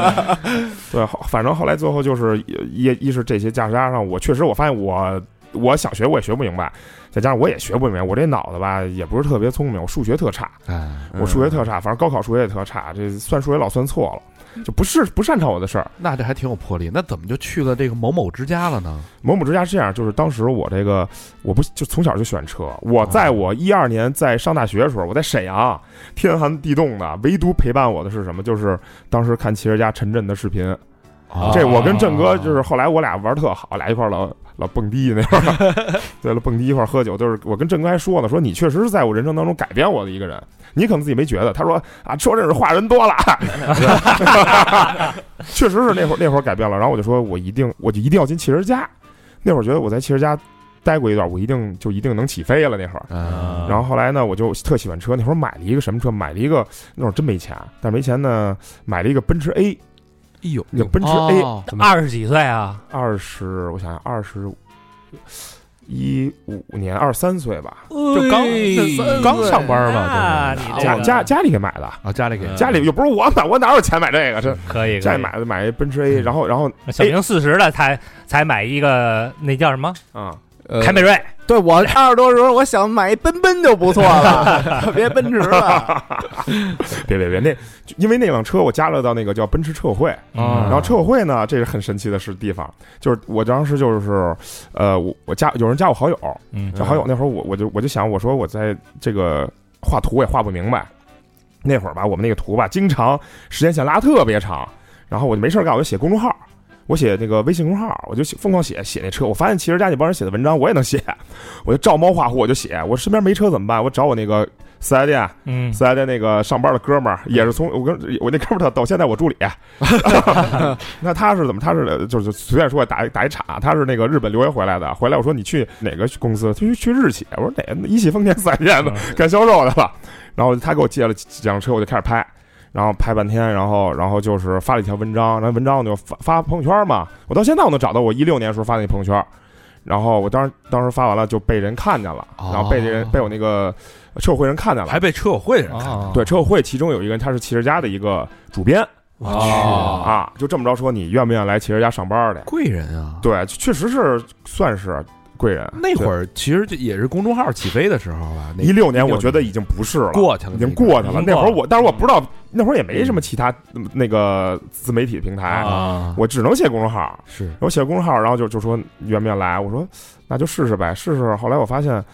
[SPEAKER 6] 对，后反正后来最后就是也一是这些加加上我确实我发现我我想学我也学不明白，再加上我也学不明白，我这脑子吧也不是特别聪明，我数学特差，
[SPEAKER 4] 哎
[SPEAKER 6] 我数学特差，反正高考数学也特差，这算数学老算错了。就不是不擅长我的事儿。
[SPEAKER 4] 那这还挺有魄力。那怎么就去了这个某某之家了呢？
[SPEAKER 6] 某某之家是这样，就是当时我这个我不就从小就选车，我在我一二年在上大学的时候，我在沈阳天寒地冻的，唯独陪伴我的是什么？就是当时看汽车家陈震的视频，
[SPEAKER 4] 啊
[SPEAKER 6] 这我跟郑哥就是后来我俩玩特好，俩一块儿老老蹦迪那会儿，
[SPEAKER 4] (laughs)
[SPEAKER 6] 对了，蹦迪一块儿喝酒，就是我跟郑哥还说呢，说你确实是在我人生当中改变我的一个人，你可能自己没觉得。他说啊，说这是话
[SPEAKER 4] (laughs)
[SPEAKER 6] 人多了，确实是那会儿那会儿改变了。然后我就说我一定我就一定要进汽车家，那会儿觉得我在汽车家待过一段，我一定就一定能起飞了那会儿。
[SPEAKER 4] 啊
[SPEAKER 6] 然后后来呢，我就特喜欢车，那会儿买了一个什么车？买了一个那会儿真没钱，但没钱呢，买了一个奔驰 A，
[SPEAKER 4] 哎呦，
[SPEAKER 6] 那奔驰 A
[SPEAKER 4] 哦
[SPEAKER 3] 二十几岁啊，
[SPEAKER 6] 二十，我想想，二十一五年，二三岁吧，
[SPEAKER 3] 就
[SPEAKER 4] 刚呃刚上班嘛，
[SPEAKER 3] 啊，你
[SPEAKER 4] 就是
[SPEAKER 3] 这
[SPEAKER 6] 家
[SPEAKER 3] 个
[SPEAKER 6] 家家里给买的，
[SPEAKER 4] 啊，家里给
[SPEAKER 5] 嗯
[SPEAKER 6] 家里又不是我买，我哪有钱买这个？这
[SPEAKER 3] 可以，
[SPEAKER 6] 家
[SPEAKER 3] 嗯可以
[SPEAKER 6] 里买的买一奔驰
[SPEAKER 3] (laughs)
[SPEAKER 6] A，然后然后
[SPEAKER 3] 小明四十了才才买一个那叫什么
[SPEAKER 6] 啊，
[SPEAKER 1] 呃
[SPEAKER 3] 凯美瑞，
[SPEAKER 1] 对我二十多时候，我想买一奔奔就不错了，别奔驰了。
[SPEAKER 6] (laughs) 别别别，那就因为那辆车我加入到那个叫奔驰车友会，
[SPEAKER 4] 啊
[SPEAKER 6] 然后车友会呢，这是很神奇的是地方，就是我当时就是，呃，我我加有人加我好友，
[SPEAKER 3] 嗯
[SPEAKER 6] 小好友那会儿我我就我就想我说我在这个画图我也画不明白，那会儿吧我们那个图吧经常时间线拉特别长，然后我就没事儿干我就写公众号，我写那个微信公众号，我就写疯狂写写那车，我发现汽车家那帮人写的文章我也能写，我就照猫画虎我就写，我身边没车怎么办？我找我那个四 S 店
[SPEAKER 3] 嗯
[SPEAKER 6] 四 S 店那个上班的哥们儿，也是从我跟我那哥们儿到到现在我助理，那他是怎么？他是就是随便说打打一岔，他是那个日本留学回来的。回来我说你去哪个公司？他去去日企。我说哪一汽丰田四 S 店的干销售的吧。然后他给我借了几几辆车，我就开始拍，然后拍半天，然后然后就是发了一条文章，然后文章我就发发朋友圈嘛。我到现在我能找到我一六年时候发那朋友圈。然后我当时当时发完了就被人看见了，然后被这人被我那个社会人看见了，
[SPEAKER 4] 还被车友会的人看
[SPEAKER 3] 啊，
[SPEAKER 6] 对，车友会其中有一个人，他是汽车家的一个主编。
[SPEAKER 4] 我
[SPEAKER 5] 哦
[SPEAKER 6] 啊，就这么着说，你愿不愿意来汽车家上班的？
[SPEAKER 4] 贵人啊！
[SPEAKER 6] 对，确实是算是贵人。
[SPEAKER 4] 那会儿其实就也是公众号起飞的时候吧，那
[SPEAKER 6] 一六年，
[SPEAKER 4] 16
[SPEAKER 6] 我觉得已经不是了，
[SPEAKER 4] 过去了，
[SPEAKER 6] 已经过去了。那会儿我，但是我不知道，那会儿也没什么
[SPEAKER 4] 嗯
[SPEAKER 6] 其他嗯那个自媒体平台，
[SPEAKER 4] 啊，
[SPEAKER 6] 我只能写公众号。
[SPEAKER 4] 是
[SPEAKER 6] 我写公众号，然后就就说你愿不愿意来？我说那就试试呗，试试。后来我发现。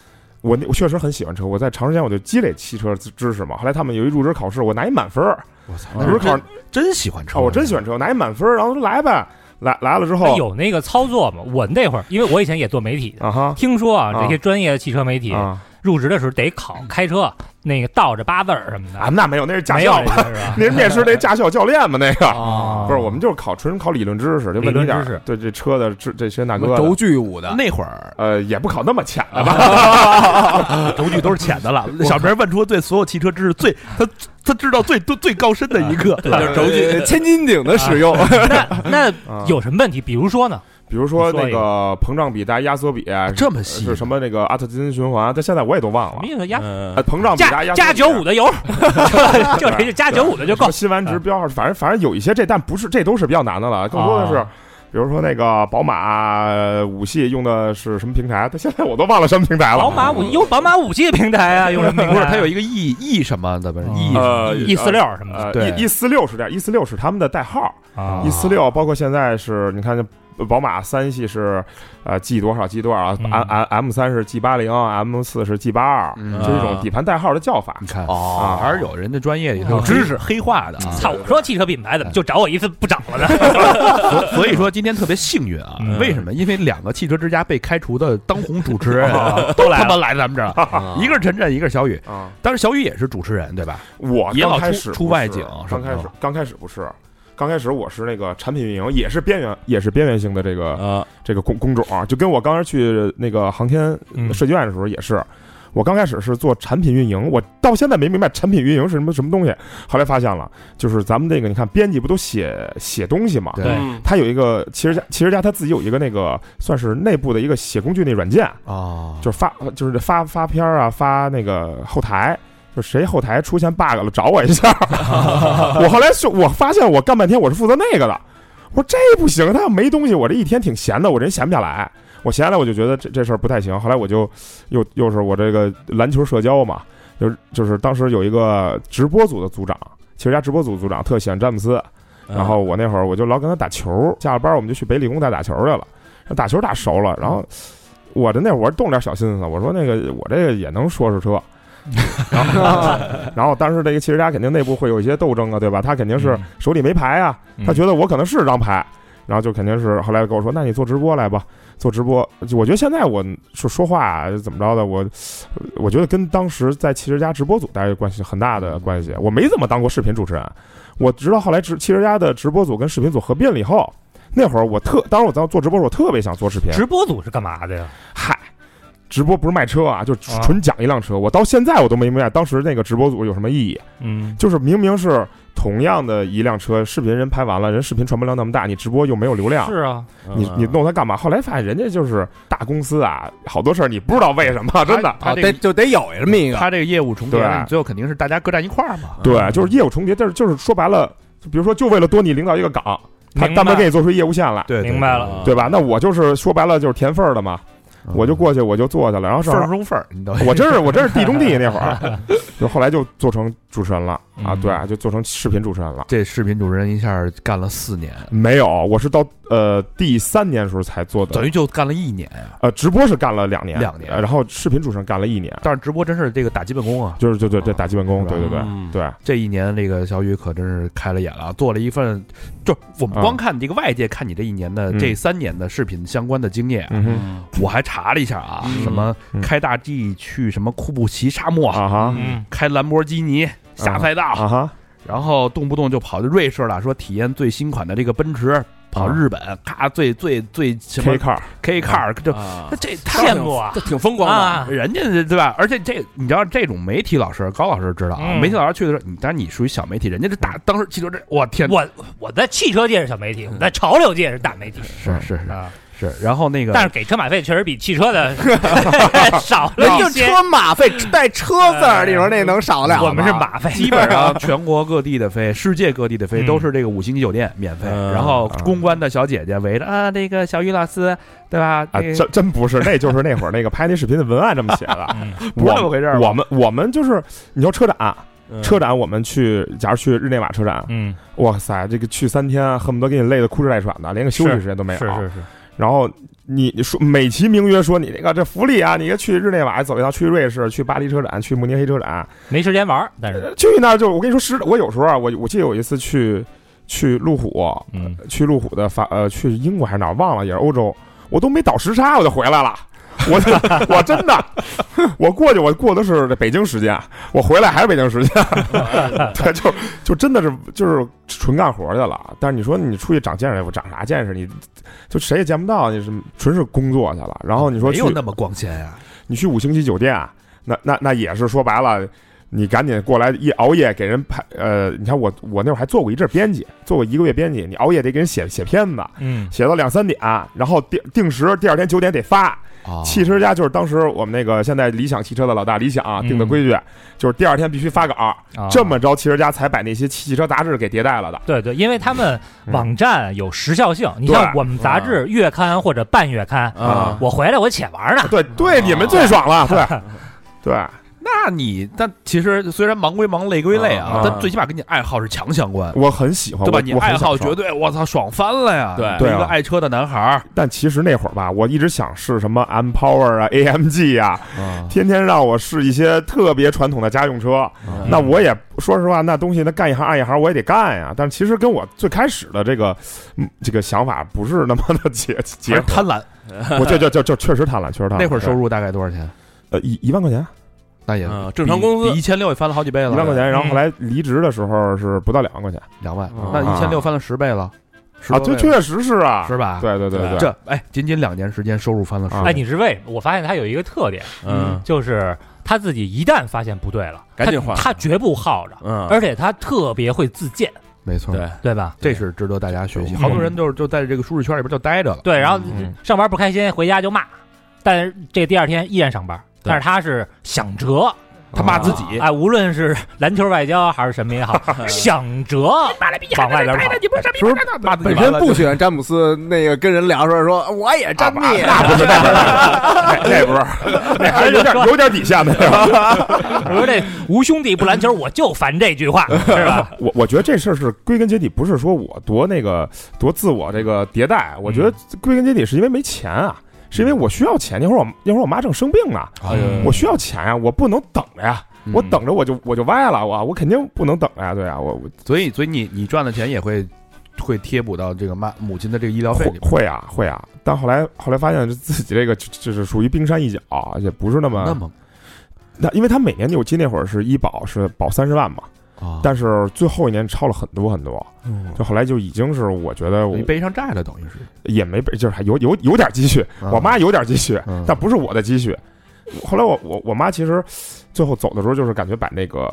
[SPEAKER 6] 我那我确实很喜欢车，我在长时间我就积累汽车知知识嘛。后来他们有一入职考试，我拿一满分儿，
[SPEAKER 4] 我操，
[SPEAKER 6] 入职 (laughs) 考
[SPEAKER 4] 真喜欢车，
[SPEAKER 6] 哦，我真喜欢车，我拿一满分儿，然后说来呗，来来了之后，
[SPEAKER 3] 有那个操作吗？我那会儿，因为我以前也做媒体的，
[SPEAKER 6] 啊哈，
[SPEAKER 3] 听说啊，
[SPEAKER 6] 啊
[SPEAKER 3] 这些专业的汽车媒体
[SPEAKER 6] 啊，
[SPEAKER 3] 入职的时候得考开车那个倒着八字儿什么
[SPEAKER 6] 啊
[SPEAKER 3] 的，
[SPEAKER 6] 那没有，那是驾
[SPEAKER 3] 没有
[SPEAKER 6] 校
[SPEAKER 3] 这
[SPEAKER 6] 吧？
[SPEAKER 3] 个是吧？哦
[SPEAKER 6] 那是面试那驾校教练嘛，那个、
[SPEAKER 1] 啊
[SPEAKER 6] 不是，我们就是考纯考理论知识，就问
[SPEAKER 3] 理
[SPEAKER 6] 你
[SPEAKER 3] 论
[SPEAKER 6] 点
[SPEAKER 3] 知识
[SPEAKER 6] 儿对这车的这这些那个
[SPEAKER 1] 轴
[SPEAKER 6] 的，
[SPEAKER 1] 距舞的，
[SPEAKER 4] 那会儿
[SPEAKER 6] 呃，也不考那么浅的吧？
[SPEAKER 3] 啊 (laughs)
[SPEAKER 4] 轴距都是浅的了。小明问出对所有汽车知识最他他知道最多最高深的一个， (laughs) 哎
[SPEAKER 5] 就是轴距
[SPEAKER 1] 呃千斤顶的使用，
[SPEAKER 6] (laughs)
[SPEAKER 3] 那那
[SPEAKER 6] 啊
[SPEAKER 3] 有什么问题？比如说呢？
[SPEAKER 6] 比如说
[SPEAKER 3] 你说
[SPEAKER 6] 那
[SPEAKER 3] 一
[SPEAKER 6] 个膨胀比带压缩比
[SPEAKER 4] 哎
[SPEAKER 6] 呃
[SPEAKER 4] 这么细
[SPEAKER 6] 是什么那个阿特金森循环，但现在我也都忘
[SPEAKER 3] 什
[SPEAKER 6] 了
[SPEAKER 3] 么。意思？压
[SPEAKER 6] 呃，膨胀比
[SPEAKER 3] 加
[SPEAKER 6] 带压缩
[SPEAKER 3] 加
[SPEAKER 6] 比
[SPEAKER 3] 九五的油，
[SPEAKER 6] (laughs)
[SPEAKER 3] (laughs) 就这就加九五的就
[SPEAKER 6] 什
[SPEAKER 3] 够
[SPEAKER 6] (laughs)
[SPEAKER 3] 嗯
[SPEAKER 6] 么。辛烷值标号，反正反正有一些这，但不是这都是比较难的了，更多的是。
[SPEAKER 3] 啊
[SPEAKER 6] 比如说那个宝马呃五系用的是什么平台？但现在我都忘了什么平台了。
[SPEAKER 3] 宝马五用宝马五 G 平台啊，用什么
[SPEAKER 6] (laughs)
[SPEAKER 3] 平
[SPEAKER 4] 不是
[SPEAKER 3] 台？
[SPEAKER 4] 它有一个 E E 什么的，不是 E
[SPEAKER 6] 呃
[SPEAKER 3] E 四六什么的
[SPEAKER 6] 呃
[SPEAKER 4] 对
[SPEAKER 6] 一一四六是这样，一四六是他们的代号，
[SPEAKER 3] 啊
[SPEAKER 6] 一四六包括现在是你看这宝马三系是呃 G 多少 G 多少
[SPEAKER 3] 嗯
[SPEAKER 6] ，M M M 三是 G 八零，M 四是 G 八二，
[SPEAKER 4] 嗯
[SPEAKER 6] 就这种底盘代号的叫法
[SPEAKER 4] 你。看
[SPEAKER 6] 哦
[SPEAKER 4] 还是有人家专业里头
[SPEAKER 3] 有知识
[SPEAKER 4] 黑化的啊。
[SPEAKER 3] 操！我说汽车品牌怎么就找我一次不找了呢？
[SPEAKER 4] 所所以说今天特别幸运啊，
[SPEAKER 3] 嗯
[SPEAKER 4] 为什么？因为两个汽车之家被开除的当红主持人
[SPEAKER 6] 哦 (laughs)
[SPEAKER 4] 啊
[SPEAKER 3] 都来了
[SPEAKER 4] 他妈来咱们这儿，一个是陈震，一个是小雨。
[SPEAKER 6] 啊，
[SPEAKER 4] 当时小雨也是主持人对吧？
[SPEAKER 6] 我
[SPEAKER 4] 也老
[SPEAKER 6] 刚开
[SPEAKER 4] 出
[SPEAKER 6] 始
[SPEAKER 4] 出
[SPEAKER 6] 不
[SPEAKER 4] 外
[SPEAKER 6] 是
[SPEAKER 4] 景什
[SPEAKER 6] 刚
[SPEAKER 4] 么
[SPEAKER 6] 开
[SPEAKER 4] 的
[SPEAKER 6] 始刚开始不是，刚开始我是那个产品运营，也是边缘也是边缘性的这个
[SPEAKER 5] 啊
[SPEAKER 6] 这个工工种啊，就跟我刚才去那个航天
[SPEAKER 3] 嗯
[SPEAKER 6] 设计院的时候也是，我刚开始是做产品运营，我到现在没明白产品运营是什么什么东西，后来发现了，就是咱们那个你看编辑不都写写东西嘛，
[SPEAKER 4] 对
[SPEAKER 1] (laughs)
[SPEAKER 6] 他有一个其实家其实家他自己有一个那个算是内部的一个写工具那软件，
[SPEAKER 4] 啊，
[SPEAKER 6] 就是发就是发发片儿啊，发那个后台。就谁后台出现 bug 了，找我一下。我后来就我发现我干半天我是负责那个的，我说这不行，他要没东西，我这一天挺闲的，我人闲不下来。我闲下来我就觉得这这事儿不太行，后来我就又又是我这个篮球社交嘛，就是就是当时有一个直播组的组长，其实人家直播组组长特喜欢詹姆斯，然后我那会儿我就老跟他打球，下了班我们就去北理工大打球去了，打球打熟了，然后我的那会儿动点小心思，我说那个我这个也能说是车。然后，然后当时这个汽车家肯定内部会有一些斗争啊，对吧？他肯定是手里没牌啊，他觉得我可能是张牌，然后就肯定是后来跟我说，那你做直播来吧，做直播。就我觉得现在我说说话、啊、怎么着的，我我觉得跟当时在汽车家直播组大家有关系很大的关系。我没怎么当过视频主持人，我直到后来直汽车家的直播组跟视频组合并了以后，那会儿我特，当时我在做直播的时候，我特别想做视频。
[SPEAKER 3] 直播组是干嘛的呀？
[SPEAKER 6] 嗨，直播不是卖车啊，就
[SPEAKER 3] 啊
[SPEAKER 6] 纯讲一辆车。我到现在我都没明白当时那个直播组有什么意义。
[SPEAKER 3] 嗯，
[SPEAKER 6] 就是明明是同样的一辆车，视频人拍完了，人视频传播量那么大，你直播又没有流量，
[SPEAKER 3] 是啊，
[SPEAKER 6] 你你弄它干嘛？后来发现人家就是大公司啊，好多事儿你不知道为什么，真
[SPEAKER 3] 哎
[SPEAKER 6] 的。
[SPEAKER 4] 他
[SPEAKER 1] 啊，
[SPEAKER 4] 这
[SPEAKER 1] 得
[SPEAKER 4] 个
[SPEAKER 1] 就得有这么一个，
[SPEAKER 4] 他这个业务重叠
[SPEAKER 6] 对
[SPEAKER 4] 了，你最后肯定是大家各站一块儿嘛。啊
[SPEAKER 6] 对，就是业务重叠，但是就是说白了，就比如说就为了多你领导一个岗，他
[SPEAKER 3] 明白
[SPEAKER 6] 单门给你做出业务线来，
[SPEAKER 4] 对
[SPEAKER 3] 明白了，
[SPEAKER 5] 啊
[SPEAKER 6] 对吧？那我就是说白了就是填缝儿的嘛，
[SPEAKER 4] 嗯
[SPEAKER 6] 我就过去我就做去了，然后正
[SPEAKER 4] 份
[SPEAKER 6] 好
[SPEAKER 4] 儿中份儿，你都
[SPEAKER 6] (laughs) 我真是我真是地中地那会儿，就后来就做成主持人了啊，
[SPEAKER 3] 嗯
[SPEAKER 6] 对，就做成视频主持人了。
[SPEAKER 4] 这视频主持人一下干了四年，
[SPEAKER 6] 没有，我是到呃第三年时候才做
[SPEAKER 4] 等
[SPEAKER 6] 的，
[SPEAKER 4] 于就干了一年啊。
[SPEAKER 6] 呃，直播是干了两年，
[SPEAKER 4] 两年
[SPEAKER 6] 呃然后视频主持人干了一年，
[SPEAKER 4] 但是直播真是这个打基本功啊，
[SPEAKER 6] 就是就对对
[SPEAKER 4] 啊
[SPEAKER 6] 打基本功，
[SPEAKER 4] 是吧
[SPEAKER 6] 对对对
[SPEAKER 5] 嗯
[SPEAKER 6] 对，啊
[SPEAKER 4] 这一年，这个小雨可真是开了眼了，做了一份，就我们光看你这个外界看你这一年的、
[SPEAKER 6] 嗯
[SPEAKER 4] 这三年的视频相关的经验，啊
[SPEAKER 6] 嗯哼
[SPEAKER 4] 我还查了一下啊，
[SPEAKER 5] 嗯
[SPEAKER 4] 什么
[SPEAKER 6] 嗯
[SPEAKER 4] 开大 G 去什么库布齐沙漠，
[SPEAKER 6] 啊哈
[SPEAKER 3] 嗯，
[SPEAKER 4] 开兰博基尼下赛道，
[SPEAKER 6] 啊哈，
[SPEAKER 4] 然后动不动就跑到瑞士了，说体验最新款的这个奔驰，跑
[SPEAKER 6] 啊
[SPEAKER 4] 日本，咔、最最最什么
[SPEAKER 6] K car
[SPEAKER 4] K car，就、
[SPEAKER 5] 啊
[SPEAKER 4] 那这太
[SPEAKER 3] 羡慕啊，
[SPEAKER 5] 这挺风光
[SPEAKER 4] 啊，
[SPEAKER 5] 的，
[SPEAKER 4] 人家这对吧？而且这你知道，这种媒体老师高老师知道啊，
[SPEAKER 3] 嗯
[SPEAKER 4] 媒体老师去的时候，你但是你属于小媒体，人家这大当时汽车这，我天，
[SPEAKER 3] 我我在汽车界是小媒体，我在潮流界是大媒体
[SPEAKER 4] 是是
[SPEAKER 3] 啊，
[SPEAKER 4] 是是，然后那个，
[SPEAKER 3] 但是给车马费确实比汽车的少
[SPEAKER 1] 人
[SPEAKER 3] 了
[SPEAKER 1] 就
[SPEAKER 3] 一些。哎
[SPEAKER 1] 车马费带车字儿，你说那能少了吗？
[SPEAKER 3] 我们是马费，
[SPEAKER 4] (laughs) 基本 (laughs) 上全国各地的飞，世界各地的飞
[SPEAKER 3] 嗯，
[SPEAKER 4] 都是这个五星级酒店免费，
[SPEAKER 5] 嗯
[SPEAKER 4] 然后公关的小姐姐围着啊，那个小雨老师，对吧？
[SPEAKER 6] 啊，
[SPEAKER 4] 这
[SPEAKER 6] 真真不是，那就是那会儿那个拍那视频的文案这么写的
[SPEAKER 4] (laughs) 不是这么
[SPEAKER 6] 我
[SPEAKER 4] 回事儿吧，
[SPEAKER 6] 我们我们就是你说车展
[SPEAKER 5] 嗯
[SPEAKER 6] 车展，我们去，假如去日内瓦车展，
[SPEAKER 3] 嗯，
[SPEAKER 6] 哇塞，这个去三天，啊恨不得给你累得哭哧带喘的，连个休息时间都没有。
[SPEAKER 3] 是，
[SPEAKER 6] 然后你你说美其名曰说你那个这福利啊，你这去日内瓦走一趟，去瑞士，去巴黎车展，去慕尼黑车展，
[SPEAKER 3] 没时间玩儿，但是
[SPEAKER 6] 去那儿就我跟你说实，我有时候啊，我我记得有一次去去路虎，
[SPEAKER 3] 嗯，
[SPEAKER 6] 去路虎的法呃去英国还是哪儿忘了，也是欧洲，我都没倒时差我就回来了。我我真的，我过去我过的是北京时间，我回来还是北京时间，对，就就真的是就是纯干活去了。但是你说你出去长见识，我长啥见识？你就谁也见不到，你是纯是工作去了。然后你说
[SPEAKER 4] 没
[SPEAKER 6] 去
[SPEAKER 4] 有那么光鲜呀，
[SPEAKER 6] 你去五星级酒店，啊那那那也是说白了，你赶紧过来一熬夜给人拍，呃，你看我我那会儿还做过一阵编辑，做过一个月编辑，你熬夜得给人写写片子，
[SPEAKER 3] 嗯，
[SPEAKER 6] 写到两三点，然后定定时第二天九点得发。
[SPEAKER 3] 哦
[SPEAKER 4] 啊
[SPEAKER 6] 汽车家就是当时我们那个现在理想汽车的老大理想、啊、
[SPEAKER 3] 嗯
[SPEAKER 6] 定的规矩，就是第二天必须发稿，
[SPEAKER 3] 啊
[SPEAKER 6] 这么着汽车家才把那些汽车杂志给迭代了的。
[SPEAKER 3] 对对，因为他们
[SPEAKER 6] 嗯
[SPEAKER 3] 网站有时效性，你
[SPEAKER 6] 对
[SPEAKER 3] 像我们杂志月刊或者半月刊，
[SPEAKER 5] 啊，
[SPEAKER 3] 我回来我且玩呢，
[SPEAKER 6] 对对，你们
[SPEAKER 3] 哦
[SPEAKER 6] 最爽了，对
[SPEAKER 3] (laughs)
[SPEAKER 6] 对。
[SPEAKER 4] 那你但其实虽然忙归忙，累归累啊
[SPEAKER 6] 啊，
[SPEAKER 4] 但最起码跟你爱好是强相关，
[SPEAKER 6] 我很喜欢，
[SPEAKER 4] 对吧？
[SPEAKER 6] 我
[SPEAKER 4] 你
[SPEAKER 6] 我很
[SPEAKER 4] 爱
[SPEAKER 6] 享
[SPEAKER 4] 好
[SPEAKER 6] 受
[SPEAKER 4] 绝对，我操，爽翻了呀！
[SPEAKER 5] 对
[SPEAKER 4] 对
[SPEAKER 6] 对
[SPEAKER 4] 一
[SPEAKER 6] 啊
[SPEAKER 4] 个爱车的男孩儿，
[SPEAKER 6] 但其实那会儿吧，我一直想试什么 M Power 啊、AMG 啊，天天让我试一些特别传统的家用车。
[SPEAKER 5] 嗯
[SPEAKER 6] 那我也说实话，那东西那干一行爱一行，我也得干呀。但其实跟我最开始的这个嗯这个想法不是那么的结
[SPEAKER 4] 还
[SPEAKER 6] 结
[SPEAKER 4] 是
[SPEAKER 6] 合。
[SPEAKER 4] 贪婪。
[SPEAKER 6] 我就就就就确实贪婪，确实贪婪。
[SPEAKER 4] 那会儿收
[SPEAKER 6] 对
[SPEAKER 4] 入大概多少钱？
[SPEAKER 6] 呃一一万块钱，
[SPEAKER 4] 那也
[SPEAKER 5] 嗯正常工
[SPEAKER 4] 比
[SPEAKER 5] 资
[SPEAKER 4] 一千六也翻了好几倍
[SPEAKER 6] 一
[SPEAKER 4] 了，
[SPEAKER 6] 万块钱。然后
[SPEAKER 3] 嗯
[SPEAKER 6] 后来离职的时候是不到两万块钱
[SPEAKER 4] 两万
[SPEAKER 5] 嗯，
[SPEAKER 4] 那一
[SPEAKER 6] 啊
[SPEAKER 4] 千六翻了十倍了，
[SPEAKER 6] 啊，就确实是啊，
[SPEAKER 4] 是吧？
[SPEAKER 6] 对对对对，
[SPEAKER 4] 这哎，仅仅两年时间，收入翻了十
[SPEAKER 6] 啊
[SPEAKER 4] 倍。
[SPEAKER 3] 哎，你是为我发现他有一个特点，
[SPEAKER 1] 啊
[SPEAKER 5] 嗯
[SPEAKER 3] 就是他自己一旦发现不对了，
[SPEAKER 5] 赶紧换
[SPEAKER 3] 他他绝不
[SPEAKER 4] 啊
[SPEAKER 3] 耗着，
[SPEAKER 5] 嗯，
[SPEAKER 3] 而且他特别会自荐，
[SPEAKER 4] 没错，
[SPEAKER 5] 对，
[SPEAKER 3] 对吧？
[SPEAKER 4] 这是值得大家学习。
[SPEAKER 5] 嗯
[SPEAKER 4] 好多人就是就在这个舒适圈里边就待着了，
[SPEAKER 3] 对，然后
[SPEAKER 6] 嗯
[SPEAKER 3] 上班不开心，回家就骂，但是这第二天依然上班，
[SPEAKER 5] 对
[SPEAKER 3] 但是他是想辙，
[SPEAKER 4] 他骂自己，
[SPEAKER 3] 哎，无论是篮球外交还是什么也好，想辙往外边跑。
[SPEAKER 4] 是不是骂自己
[SPEAKER 1] 本
[SPEAKER 4] 完
[SPEAKER 1] 身
[SPEAKER 4] 了
[SPEAKER 1] 不喜欢詹姆斯，那个跟人聊时候说我也詹密，
[SPEAKER 6] 啊 (laughs) 那不是，那还是有点有点底线的。
[SPEAKER 3] 我说这吴兄弟不篮球，我就烦这句话，是吧？
[SPEAKER 6] (laughs) 我我觉得这事儿是归根结底不是说我多那个多自我这个迭代，我觉得
[SPEAKER 4] 嗯
[SPEAKER 6] 归根结底是因为没钱啊，是因为我需要钱。那会儿我那会儿我妈正生病呢，
[SPEAKER 4] 哎呦
[SPEAKER 6] 我需要钱呀、我不能等着呀、
[SPEAKER 4] 嗯
[SPEAKER 6] 我等着我就我就歪了，我我肯定不能等着呀，对啊，我我
[SPEAKER 4] 所以所以你你赚的钱也会会贴补到这个妈母亲的这个医疗费
[SPEAKER 6] 会
[SPEAKER 4] 里边，
[SPEAKER 6] 会啊会啊，但后来后来发现自己这个就就是属于冰山一角，也不是那么
[SPEAKER 4] 那么
[SPEAKER 6] 那因为他每年我记得那会儿是医保是保三十万嘛，
[SPEAKER 4] 啊，
[SPEAKER 6] 但是最后一年超了很多很多，就后来就已经是我觉得我
[SPEAKER 4] 你背上债了，等于是
[SPEAKER 6] 也没被，就是还有有有点积蓄，
[SPEAKER 4] 啊
[SPEAKER 6] 我妈有点积蓄，
[SPEAKER 4] 嗯
[SPEAKER 6] 但不是我的积蓄。后来我我我妈其实最后走的时候，就是感觉把那个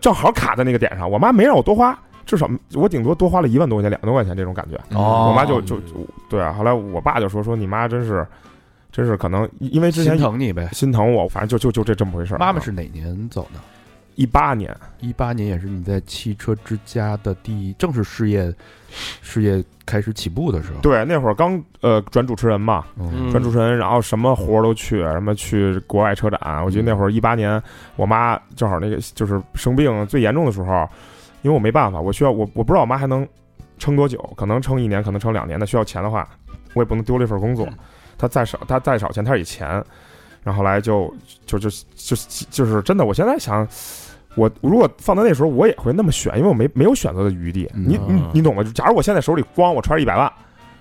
[SPEAKER 6] 正好卡在那个点上，我妈没让我多花，至少我顶多多花了一万多块钱、两万多块钱这种感觉。
[SPEAKER 4] 哦
[SPEAKER 6] 嗯我妈就就就对啊，后来我爸就说说你妈真是真是可能因为之前啊
[SPEAKER 4] 心疼你呗。
[SPEAKER 6] 心疼我，反正就就就这这么回事儿。
[SPEAKER 4] 妈妈是哪年走的？
[SPEAKER 6] 一八年，
[SPEAKER 4] 一八年也是你在汽车之家的第正式事业事业开始起步的时候。
[SPEAKER 6] 对那会儿刚呃转主持人嘛，
[SPEAKER 4] 嗯，
[SPEAKER 6] 转主持人，然后什么活儿都去，什么去国外车展。我记得那会儿一八年，我妈正好那个就是生病最严重的时候，因为我没办法，我需要我我不知道我妈还能撑多久，可能撑一年，可能撑两年。那需要钱的话，我也不能丢了一份工作。她再少，她再少钱，她也钱。然后后来就就就就就是真的，我现在想。我如果放到那时候，我也会那么选，因为我没没有选择的余地。你你你懂吗？就假如我现在手里光我揣着一百万，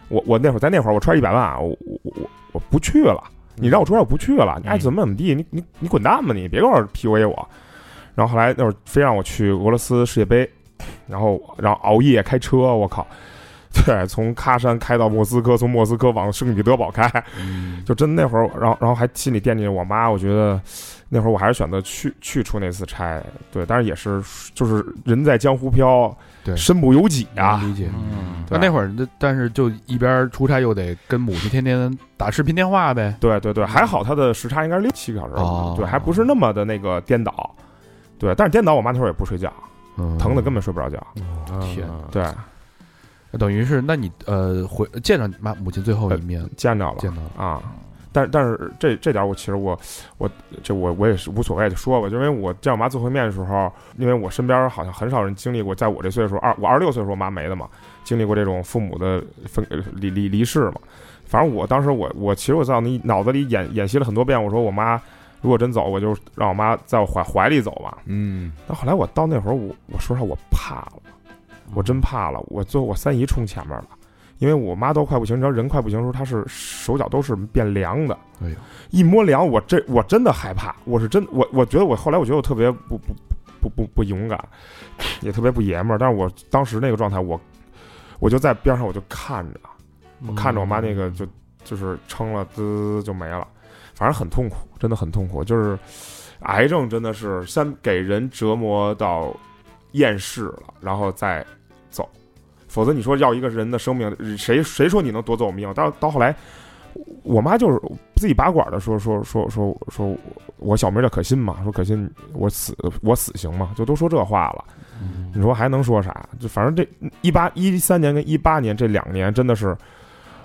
[SPEAKER 6] 我我那会儿在那会儿我揣着一百万啊，我我我我我不去了，
[SPEAKER 5] 嗯
[SPEAKER 6] 你让我出来我不去了，你爱怎么怎么地，你你你滚蛋吧你，别跟我 PUA 我。然后后来那会儿非让我去俄罗斯世界杯，然后然后熬夜开车，我靠， (laughs) 对，从喀山开到莫斯科，从莫斯科往圣彼得堡开， (laughs)
[SPEAKER 4] 嗯
[SPEAKER 6] 就真那会儿，然后然后还心里惦记着我妈，我觉得那会儿我还是选择去去出那次差，对，但是也是就是人在江湖飘，
[SPEAKER 4] 对
[SPEAKER 6] 身不由己
[SPEAKER 4] 啊，
[SPEAKER 6] 啊，
[SPEAKER 4] 理解。
[SPEAKER 5] 嗯
[SPEAKER 6] 对
[SPEAKER 4] 那那会儿，那但是就一边出差又得跟母亲天天打视频电话呗。
[SPEAKER 6] 对对对，还好它的时差应该是六七个小时，
[SPEAKER 4] 嗯哦
[SPEAKER 6] 对，还不是那么的那个颠倒。对，但是颠倒，我妈那会儿也不睡觉，
[SPEAKER 4] 嗯，哦
[SPEAKER 6] 疼的根本睡不着觉。
[SPEAKER 4] 天
[SPEAKER 6] 对，
[SPEAKER 4] 本等于是，那你呃回见着你妈母亲最后一面，
[SPEAKER 6] 见着了
[SPEAKER 4] 见到了。
[SPEAKER 6] 啊。但但是这这点我其实我我这我我也是无所谓就说吧，就因为我见我妈最后一面的时候，因为我身边好像很少人经历过，在我这岁数二我二十六岁的时候我妈没的嘛，经历过这种父母的分呃离离离世嘛。反正我当时我我其实我在你脑子里演演习了很多遍，我说我妈如果真走，我就让我妈在我怀怀里走吧。
[SPEAKER 1] 嗯，
[SPEAKER 6] 但后来我到那会儿，我我说实话，我怕了，我真怕了。我最后我三姨冲前面了，因为我妈都快不行，你知道人快不行的时候，她是手脚都是变凉的。
[SPEAKER 4] 哎呦，
[SPEAKER 6] 一摸凉，我这我真的害怕，我是真我我觉得我后来我觉得我特别不不不不不勇敢，也特别不爷们儿。但是我当时那个状态，我我就在边上我就看着，我看着我妈那个
[SPEAKER 4] 嗯
[SPEAKER 6] 就就是撑了滋就没了，反正很痛苦，真的很痛苦。就是癌症真的是先给人折磨到厌世了，然后再走，否则你说要一个人的生命，谁谁说你能夺走我命？到到后来。我妈就是自己拔管的说说说说说我我小名叫可心嘛，说可心我死我死刑嘛，就都说这话了。
[SPEAKER 4] 嗯
[SPEAKER 6] 你说还能说啥？就反正这一八一三年跟一八年这两年真的是，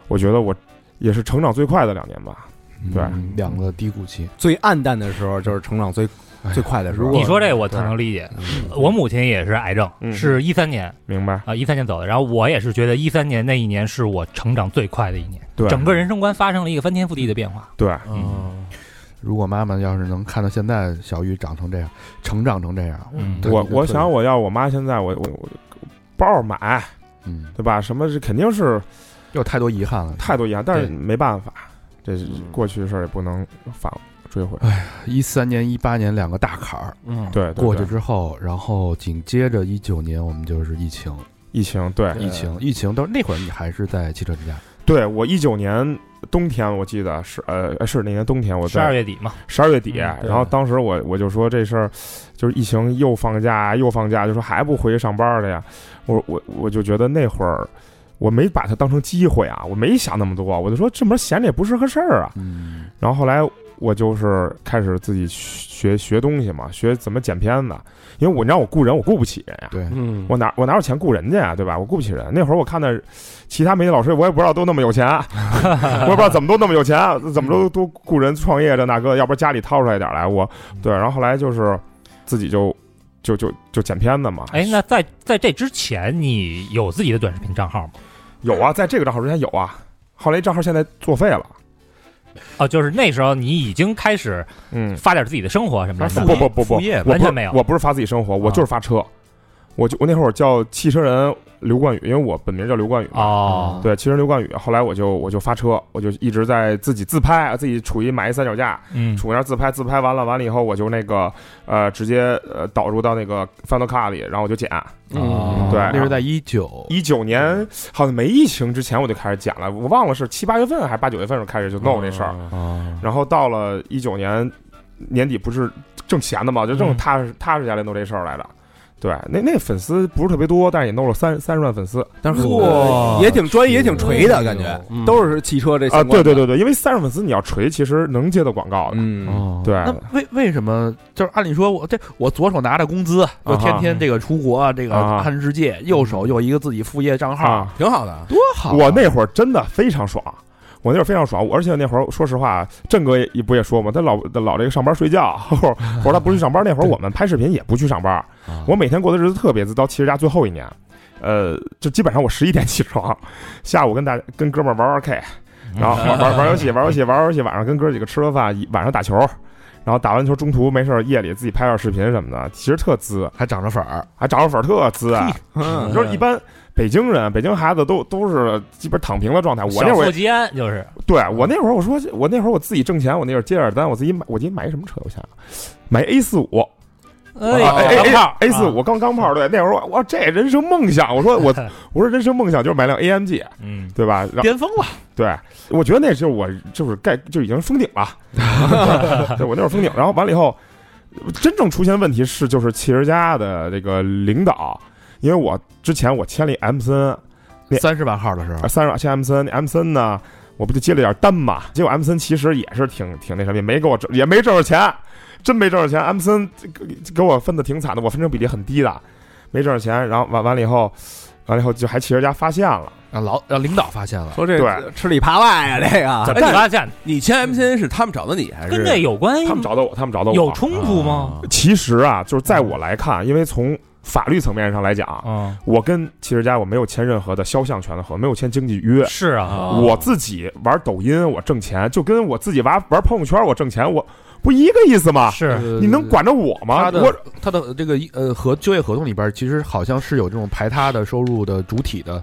[SPEAKER 6] 我觉得我也是成长最快的两年吧。对
[SPEAKER 4] 嗯两个低谷期，
[SPEAKER 1] 最暗淡的时候就是成长最
[SPEAKER 4] 哎呀
[SPEAKER 1] 最快的时候。
[SPEAKER 3] 你说这我特能理解，我母亲也是癌症，
[SPEAKER 6] 嗯
[SPEAKER 3] 是一三年
[SPEAKER 6] 明白？
[SPEAKER 3] 啊，一三年走的。然后我也是觉得一三年那一年是我成长最快的一年，
[SPEAKER 6] 对，
[SPEAKER 3] 整个人生观发生了一个翻天覆地的变化。
[SPEAKER 6] 对，
[SPEAKER 3] 嗯
[SPEAKER 4] 如果妈妈要是能看到现在小玉长成这样，成长成这样，
[SPEAKER 3] 嗯
[SPEAKER 4] 对
[SPEAKER 6] 我
[SPEAKER 4] 这个
[SPEAKER 6] 我
[SPEAKER 4] 特
[SPEAKER 6] 想
[SPEAKER 4] 别
[SPEAKER 6] 我要我妈现在我我我包买
[SPEAKER 4] 嗯，
[SPEAKER 6] 对吧？什么是肯定是
[SPEAKER 4] 有太多遗憾了。
[SPEAKER 6] 太多遗憾，但是
[SPEAKER 4] 对嗯
[SPEAKER 6] 没办法，这是过去的事儿也不能反追回。
[SPEAKER 4] 一三年、一八年两个大坎儿
[SPEAKER 5] 嗯，
[SPEAKER 6] 对，对
[SPEAKER 4] 过去
[SPEAKER 6] 对
[SPEAKER 4] 之后，然后紧接着一九年我们就是疫情，
[SPEAKER 6] 疫情，对
[SPEAKER 4] 啊疫情，疫情都那会儿你还是在汽车之家，
[SPEAKER 6] 对，我一九年冬天我记得是呃是那年冬天我
[SPEAKER 3] 十
[SPEAKER 6] 在
[SPEAKER 3] 二月底嘛，
[SPEAKER 6] 十二月底，
[SPEAKER 3] 嗯
[SPEAKER 4] 对
[SPEAKER 6] 然后当时我我就说这事儿，就是疫情又放假又放假，就说还不回去上班的呀。我我我就觉得那会儿我没把它当成机会啊，我没想那么多，我就说这门闲着也不是个事儿啊。
[SPEAKER 4] 嗯，
[SPEAKER 6] 然后后来我就是开始自己学学东西嘛，学怎么剪片子，因为我你让我雇人，我雇不起人呀、
[SPEAKER 2] 对
[SPEAKER 1] 哎
[SPEAKER 5] 嗯
[SPEAKER 6] 我哪我哪有钱雇人家呀，对吧？我雇不起人。那会儿我看的其他媒体老师，我也不知道都那么有钱，啊 (laughs) 我也不知道怎么都那么有钱，啊怎么都都雇人创业这那个，要不然家里掏出来点儿来，我对。然后后来就是自己就就就就剪片子嘛。
[SPEAKER 3] 哎，那在在这之前，你有自己的短视频账号吗？
[SPEAKER 6] 有啊，在这个账号之前有啊，后来账号现在作废了。
[SPEAKER 3] 哦，就是那时候你已经开始
[SPEAKER 6] 嗯，
[SPEAKER 3] 发点自己的生活什么
[SPEAKER 6] 不
[SPEAKER 3] 的，
[SPEAKER 6] 不不不不，
[SPEAKER 5] 副业
[SPEAKER 6] 我不
[SPEAKER 3] 完全
[SPEAKER 6] 是
[SPEAKER 3] 没有啊
[SPEAKER 6] 我不是发自己生活，我就是发车。我就我那会儿叫汽车人刘冠宇，因为我本名叫刘冠宇嘛。
[SPEAKER 3] 哦，
[SPEAKER 6] 对，汽车人刘冠宇。后来我就我就发车，我就一直在自己自拍，啊自己杵一买一三脚架，
[SPEAKER 3] 嗯，
[SPEAKER 6] 杵那儿自拍，自拍完了完了以后，我就那个呃直接呃导入到那个 Final Cut 里，然后我就剪。
[SPEAKER 4] 嗯，
[SPEAKER 6] 对
[SPEAKER 4] 那是在一九
[SPEAKER 6] 啊一九年好像没疫情之前我就开始剪了，我忘了是七八月份还是八九月份时候开始就弄这事儿，
[SPEAKER 3] 哦
[SPEAKER 4] 啊，
[SPEAKER 6] 然后到了一九年年底不是挣钱的嘛，就正
[SPEAKER 3] 嗯
[SPEAKER 6] 踏实、踏实下来弄这事儿来了。对，那那粉丝不是特别多，但是也弄了三三十万粉丝
[SPEAKER 1] 但是
[SPEAKER 5] 哇
[SPEAKER 1] 哦也挺专业，也挺锤的感觉，
[SPEAKER 5] 嗯
[SPEAKER 1] 都是汽车这
[SPEAKER 6] 啊！
[SPEAKER 1] 相
[SPEAKER 6] 对
[SPEAKER 1] 关的
[SPEAKER 6] 对，对对，因为三十粉丝你要锤，其实能接到广告的。
[SPEAKER 1] 嗯，
[SPEAKER 4] 哦
[SPEAKER 6] 对
[SPEAKER 4] 那为为什么就是按理说我这我左手拿着工资，我天天这个出国，这个
[SPEAKER 6] 啊
[SPEAKER 4] 看世界，右手又一个自己副业账号，
[SPEAKER 6] 啊，
[SPEAKER 5] 挺好的，
[SPEAKER 4] 多好啊！
[SPEAKER 6] 我那会儿真的非常爽，我那会儿非常爽，我而且那会儿说实话，郑哥也也不也说嘛，他老老这个上班睡觉， (laughs) 或者他不去上班。那会儿我们拍视频也不去上班，
[SPEAKER 4] 啊
[SPEAKER 6] 我每天过的日子特别滋，到其实家最后一年，呃，就基本上我十一点起床， (laughs) 下午跟大跟哥们儿玩玩 K，然
[SPEAKER 4] 嗯
[SPEAKER 6] 后玩玩玩游戏，玩游戏，玩游戏，晚上跟哥几个吃个饭，晚上打球。然后打完球中途没事儿，夜里自己拍点视频什么的，其实特滋，
[SPEAKER 4] 还长着粉儿，
[SPEAKER 6] 还找着粉儿特滋。啊
[SPEAKER 4] (laughs)
[SPEAKER 1] 嗯
[SPEAKER 6] 你
[SPEAKER 3] 嗯
[SPEAKER 6] 说一般北京人，北京孩子都都是基本躺平的状态。我那会
[SPEAKER 3] 小
[SPEAKER 6] 儿
[SPEAKER 3] 富即安就是
[SPEAKER 6] 对我那会儿，我说我那会儿我自己挣钱，我那会儿接点单，我自己买，我自己买一什么车？我想买 A 四五，
[SPEAKER 3] 哎
[SPEAKER 6] 啊
[SPEAKER 3] 呀，
[SPEAKER 6] ，A
[SPEAKER 3] 钢炮
[SPEAKER 6] A 四五钢钢炮，对，那会儿我我这人生梦想，我说
[SPEAKER 3] (laughs)
[SPEAKER 6] 我我说人生梦想就是买辆 AMG，
[SPEAKER 3] 嗯，
[SPEAKER 6] 对吧？然后
[SPEAKER 4] 巅峰了，
[SPEAKER 6] 对，我觉得那就是我就是盖就已经封顶了，
[SPEAKER 3] (laughs)
[SPEAKER 6] (laughs) 对我那会儿封顶，然后完了以后，真正出现问题是就是企业家的这个领导，因为我之前我签了一 M 森，那
[SPEAKER 4] 三十万号的时候
[SPEAKER 6] 啊，三十万签 M 森，那 M 森呢，我不就接了点单嘛？结果 M 森其实也是挺挺那什么，也没给我挣，也没挣着钱，真没挣着钱。M 森给给我分的挺惨的，我分成比例很低的，没挣着钱。然后完完了以后，完了以后就还企业家发现了，
[SPEAKER 4] 让啊老让领导发现了，
[SPEAKER 1] 说这
[SPEAKER 6] 对
[SPEAKER 1] 吃里扒外啊，这
[SPEAKER 3] 哎，
[SPEAKER 1] 个
[SPEAKER 3] 你发现
[SPEAKER 5] 你签 MCN 是他们找的你还是
[SPEAKER 3] 跟这有关
[SPEAKER 6] 他们找到我，他们找到我。
[SPEAKER 3] 有冲突吗？？
[SPEAKER 6] 其实啊，就是在我来看，因为从法律层面上来讲，
[SPEAKER 3] 嗯，
[SPEAKER 6] 我跟企业家我没有签任何的肖像权的合同，没有签经济约。
[SPEAKER 3] 是啊，
[SPEAKER 5] 啊
[SPEAKER 6] 我自己玩抖音，我挣钱，就跟我自己玩玩朋友圈，我挣钱，我不一个意思吗？
[SPEAKER 3] 是
[SPEAKER 4] 呃
[SPEAKER 6] 你能管着我吗
[SPEAKER 4] 他？的
[SPEAKER 6] 我
[SPEAKER 4] 他的这个呃合就业合同里边，其实好像是有这种排他的收入的主体的，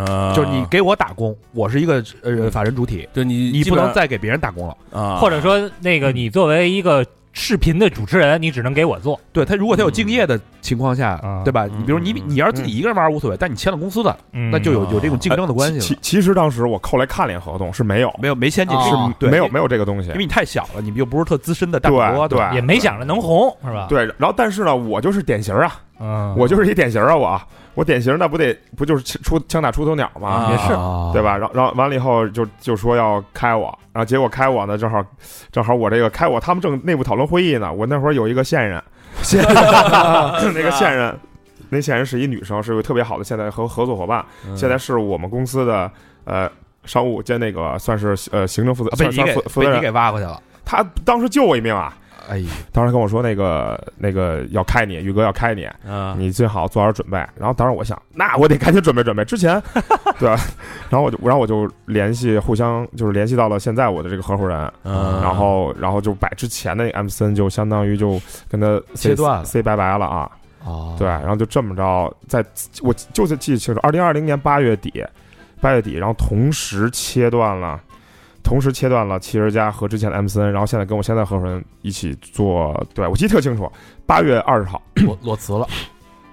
[SPEAKER 5] 啊，
[SPEAKER 4] 就是你给我打工，我是一个呃
[SPEAKER 5] 嗯
[SPEAKER 4] 法人主体，
[SPEAKER 5] 就你
[SPEAKER 4] 你
[SPEAKER 5] 基
[SPEAKER 4] 不
[SPEAKER 5] 本
[SPEAKER 4] 能再给别人打工了。
[SPEAKER 5] 啊，
[SPEAKER 3] 或者说那个你作为一个视频的主持人，你只能给我做，
[SPEAKER 4] 对他，如果他有敬业的情况下，
[SPEAKER 3] 嗯
[SPEAKER 4] 对吧？
[SPEAKER 5] 嗯
[SPEAKER 4] 你比如你
[SPEAKER 5] 嗯
[SPEAKER 4] 你要是自己一个人玩无所谓，但你签了公司的，
[SPEAKER 3] 嗯
[SPEAKER 4] 那就有
[SPEAKER 5] 嗯
[SPEAKER 4] 有这种竞争的关系
[SPEAKER 6] 啊其
[SPEAKER 4] 了。
[SPEAKER 6] 其实当时我后来看了一眼合同是没有，嗯
[SPEAKER 4] 没有没签进去
[SPEAKER 1] 哦，
[SPEAKER 4] 对，
[SPEAKER 6] 没有
[SPEAKER 4] 因为
[SPEAKER 6] 没有这个东西
[SPEAKER 4] 因。为你太小了，你又不是特资深的大主播，对
[SPEAKER 6] 对
[SPEAKER 4] 吧？
[SPEAKER 3] 也没想着能红是吧？，
[SPEAKER 6] 对，然后但是呢，我就是典型啊，
[SPEAKER 3] 嗯，
[SPEAKER 6] 我就是一典型啊，我我典型那不得不就是出枪打出头鸟吗？
[SPEAKER 5] 啊
[SPEAKER 3] 也是
[SPEAKER 4] 啊
[SPEAKER 6] 对？吧？然后然后完了以后就就说要开我，然后结果开我呢，正好正好我这个开我他们正内部讨论会议呢，我那会儿有一个
[SPEAKER 4] (laughs)
[SPEAKER 6] 线人，线那个线人，那线人是一女生，是个特别好的现在合合作伙伴，
[SPEAKER 4] 嗯
[SPEAKER 6] 现在是我们公司的呃商务兼那个算是呃行政负责
[SPEAKER 4] 啊被
[SPEAKER 6] 算
[SPEAKER 4] 你
[SPEAKER 6] 算
[SPEAKER 4] 给
[SPEAKER 6] 负负
[SPEAKER 4] 被
[SPEAKER 6] 责
[SPEAKER 4] 你
[SPEAKER 6] 人，
[SPEAKER 4] 给挖过去了，
[SPEAKER 6] 他当时救我一命啊，
[SPEAKER 4] 哎呀，
[SPEAKER 6] 当时跟我说那个那个要开你，宇哥要开你，
[SPEAKER 4] 嗯
[SPEAKER 5] 啊，
[SPEAKER 6] 你最好做好准备。然后当时我想，那我得赶紧准备准备。之
[SPEAKER 4] (laughs)
[SPEAKER 6] 前，对，然后我就然后我就联系互相就是联系到了现在我的这个合伙人，
[SPEAKER 4] 啊
[SPEAKER 5] 嗯
[SPEAKER 6] 然后然后就把之前的 M 森就相当于就跟他 say-
[SPEAKER 4] 切断了
[SPEAKER 6] say 拜拜了啊。
[SPEAKER 4] 哦
[SPEAKER 6] 对，，然后就这么着，在我就是记得清楚，二零二零年八月底，八月底，然后同时切断了，同时切断了汽车家和之前的 M 森，然后现在跟我现在合伙人一起做，对我记得特清楚，八月二十号
[SPEAKER 4] 裸裸辞了，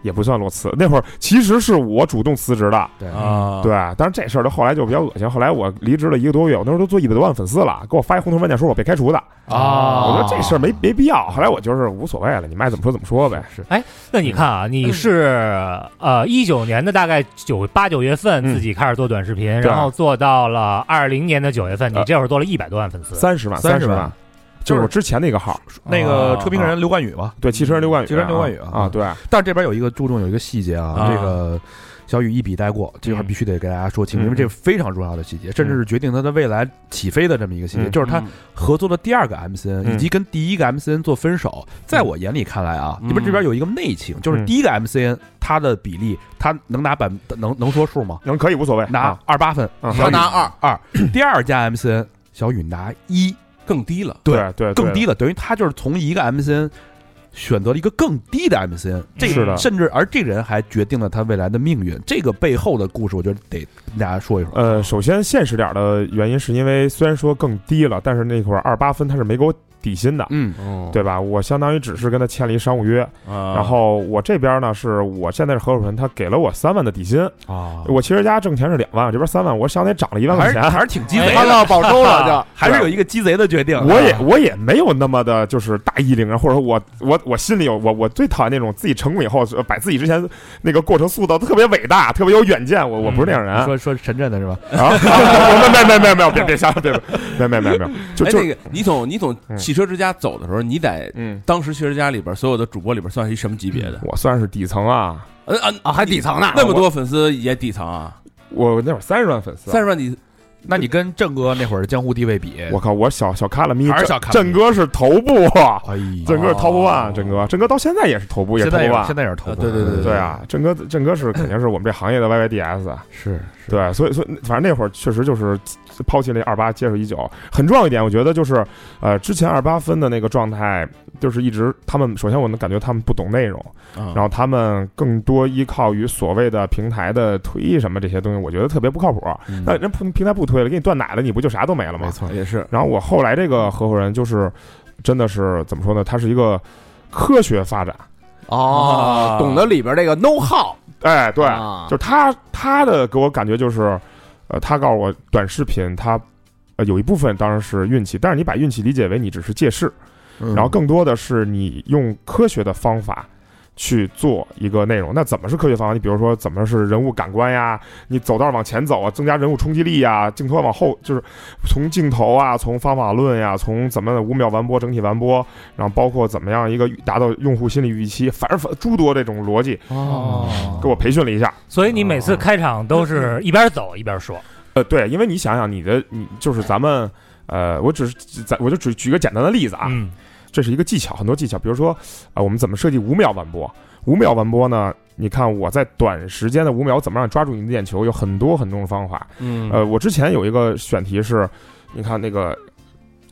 [SPEAKER 6] 也不算裸辞，那会儿其实是我主动辞职的，
[SPEAKER 4] 对，
[SPEAKER 5] 啊，
[SPEAKER 6] 对，但是这事儿就后来就比较恶心，后来我离职了一个多月，我那时候都做一百多万粉丝了，给我发一红头文件说我被开除的，
[SPEAKER 4] 啊
[SPEAKER 6] 我说这事儿没没必要，后来我就是无所谓了，你们爱怎么说怎么说呗，
[SPEAKER 4] 是
[SPEAKER 3] 那你看啊，你是呃一九年的大概九八九月份
[SPEAKER 6] 嗯
[SPEAKER 3] 自己开始做短视频，
[SPEAKER 6] 对
[SPEAKER 3] 然后做到了二零年的九月份，
[SPEAKER 6] 呃
[SPEAKER 3] 你这会儿做了一百多万粉丝，
[SPEAKER 6] 三十万，
[SPEAKER 4] 30
[SPEAKER 6] 十
[SPEAKER 4] 万
[SPEAKER 6] 万。就是我之前的一个号，
[SPEAKER 4] 那
[SPEAKER 3] 哦
[SPEAKER 4] 个车评人刘冠宇吧，
[SPEAKER 6] 对，汽车人刘冠宇啊，
[SPEAKER 4] 汽车人刘冠宇啊
[SPEAKER 6] 啊，对，
[SPEAKER 4] 但这边有一个注重有一个细节啊，
[SPEAKER 5] 啊
[SPEAKER 4] 这个小雨一笔带过，这块必须得给大家说清楚，
[SPEAKER 6] 嗯
[SPEAKER 4] 因为这是非常重要的细节，甚至是决定他的未来起飞的这么一个细节，
[SPEAKER 6] 嗯
[SPEAKER 4] 就是他合作的第二个 MCN
[SPEAKER 6] 嗯
[SPEAKER 4] 以及跟第一个 MCN 做分手，在我眼里看来啊，
[SPEAKER 5] 嗯
[SPEAKER 4] 你们这边有一个内情，
[SPEAKER 6] 嗯
[SPEAKER 4] 就是第一个 MCN 他的比例，他能拿百分能能说数吗？
[SPEAKER 6] 能可以无所谓，
[SPEAKER 4] 拿
[SPEAKER 6] 啊
[SPEAKER 4] 二八分，
[SPEAKER 6] 嗯
[SPEAKER 5] 他拿二
[SPEAKER 4] 二，第二家 MCN 小雨拿一，
[SPEAKER 5] 更低了，
[SPEAKER 6] 对啊对
[SPEAKER 4] 更低，了，等于他就是从一个 MCN 选择了一个更低的 MCN，这
[SPEAKER 6] 是
[SPEAKER 4] 个
[SPEAKER 6] 的
[SPEAKER 4] 甚至而这人还决定了他未来的命运。这个背后的故事，我觉得得跟大家说一说。
[SPEAKER 6] 呃，首先现实点儿的原因是因为虽然说更低了，但是那会儿二八分他是没给我底薪的，
[SPEAKER 4] 嗯，
[SPEAKER 5] 哦，
[SPEAKER 6] 对吧？我相当于只是跟他签了一商务约，
[SPEAKER 5] 啊，
[SPEAKER 6] 然后我这边呢是我现在是合伙人，他给了我三万的底薪，
[SPEAKER 4] 啊，
[SPEAKER 6] 我其实家挣钱是两万，我这边三万，我相当于涨了一万
[SPEAKER 4] 还是
[SPEAKER 6] 块钱，
[SPEAKER 4] 还是挺鸡贼
[SPEAKER 6] 哎
[SPEAKER 1] 他
[SPEAKER 4] 的，
[SPEAKER 1] 到保州 (laughs) 了就。
[SPEAKER 4] 还是有一个鸡贼的决定。
[SPEAKER 6] 啊
[SPEAKER 4] 啊
[SPEAKER 6] 我也我也没有那么的，就是大义凛然，或者说我我我心里有我我最讨厌那种自己成功以后呃把自己之前那个过程塑造得特别伟大，特别有远见。我我不是那样人
[SPEAKER 4] 嗯你
[SPEAKER 6] 啊，
[SPEAKER 4] 说说深圳的是吧？
[SPEAKER 6] 啊 (laughs) 没没没没没有，别别瞎别别没没没没有，就
[SPEAKER 5] 哎，
[SPEAKER 6] 就
[SPEAKER 5] 那个你从你从
[SPEAKER 6] 嗯
[SPEAKER 5] 汽车之家走的时候，你在
[SPEAKER 6] 嗯，
[SPEAKER 5] 当时汽车之家里边所有的主播里边算是一什么级别的？
[SPEAKER 6] 我算是底层啊，
[SPEAKER 5] 嗯啊，
[SPEAKER 1] 啊，还底层呢，
[SPEAKER 5] 那么多粉丝也底层啊，
[SPEAKER 6] 我那会儿三十万粉丝，啊
[SPEAKER 5] 三十万底
[SPEAKER 4] 那你跟郑哥那会儿的江湖地位比，
[SPEAKER 6] 我靠，我小小卡拉咪，
[SPEAKER 4] 还是
[SPEAKER 6] 郑
[SPEAKER 4] 小卡拉咪
[SPEAKER 6] 郑哥是头部，啊
[SPEAKER 4] 哎呀，
[SPEAKER 6] 郑哥是 top
[SPEAKER 5] 哦
[SPEAKER 6] one，郑哥郑哥到现在也是头部，也
[SPEAKER 4] 现
[SPEAKER 6] 是 top
[SPEAKER 4] 在也是
[SPEAKER 6] one，
[SPEAKER 4] 现在也是头部，
[SPEAKER 5] 啊对对对
[SPEAKER 6] 对啊，郑哥郑哥是肯定是我们这行业的 YYDS 啊。
[SPEAKER 4] 是是，
[SPEAKER 6] 对，所以所以反正那会儿确实就是抛弃那二八，接受一九。很重要一点，我觉得就是呃，之前二八分的那个状态，就是一直他们首先我能感觉他们不懂内容，
[SPEAKER 4] 嗯
[SPEAKER 5] 啊，
[SPEAKER 6] 然后他们更多依靠于所谓的平台的推什么这些东西，我觉得特别不靠谱。
[SPEAKER 4] 嗯
[SPEAKER 6] 那人平平台不推了，给你断奶了，你不就啥都没了吗？
[SPEAKER 4] 错
[SPEAKER 5] 也是
[SPEAKER 6] 然后我后来这个合伙人就是真的是怎么说呢？他是一个科学发展，
[SPEAKER 1] 哦，懂得里边这个 know how，
[SPEAKER 6] 哎，对，
[SPEAKER 1] 啊
[SPEAKER 6] 就是他他的给我感觉就是，呃，他告诉我短视频他，呃，有一部分当然是运气，但是你把运气理解为你只是借势，
[SPEAKER 4] 然
[SPEAKER 6] 然后更多的是你用科学的方法。去做一个内容，那怎么是科学方法？你比如说，怎么是人物感官呀？你走道往前走啊，增加人物冲击力呀，镜头往后就是从镜头啊，从方法论呀，从怎么五秒完播、整体完播，然后包括怎么样一个达到用户心理预期，反正反诸多这种逻辑，
[SPEAKER 4] 哦
[SPEAKER 6] 给我培训了一下。
[SPEAKER 3] 所以你每次开场都是一边走一边说，
[SPEAKER 6] 呃，对，因为你想想，你的你就是咱们，呃，我只是咱我就举举个简单的例子啊，
[SPEAKER 3] 嗯，
[SPEAKER 6] 这是一个技巧，很多技巧，比如说啊、我们怎么设计五秒完播，五秒完播呢？你看我在短时间的五秒怎么让抓住你的眼球，有很多很多种方法。
[SPEAKER 5] 嗯
[SPEAKER 6] 呃，我之前有一个选题是，你看那个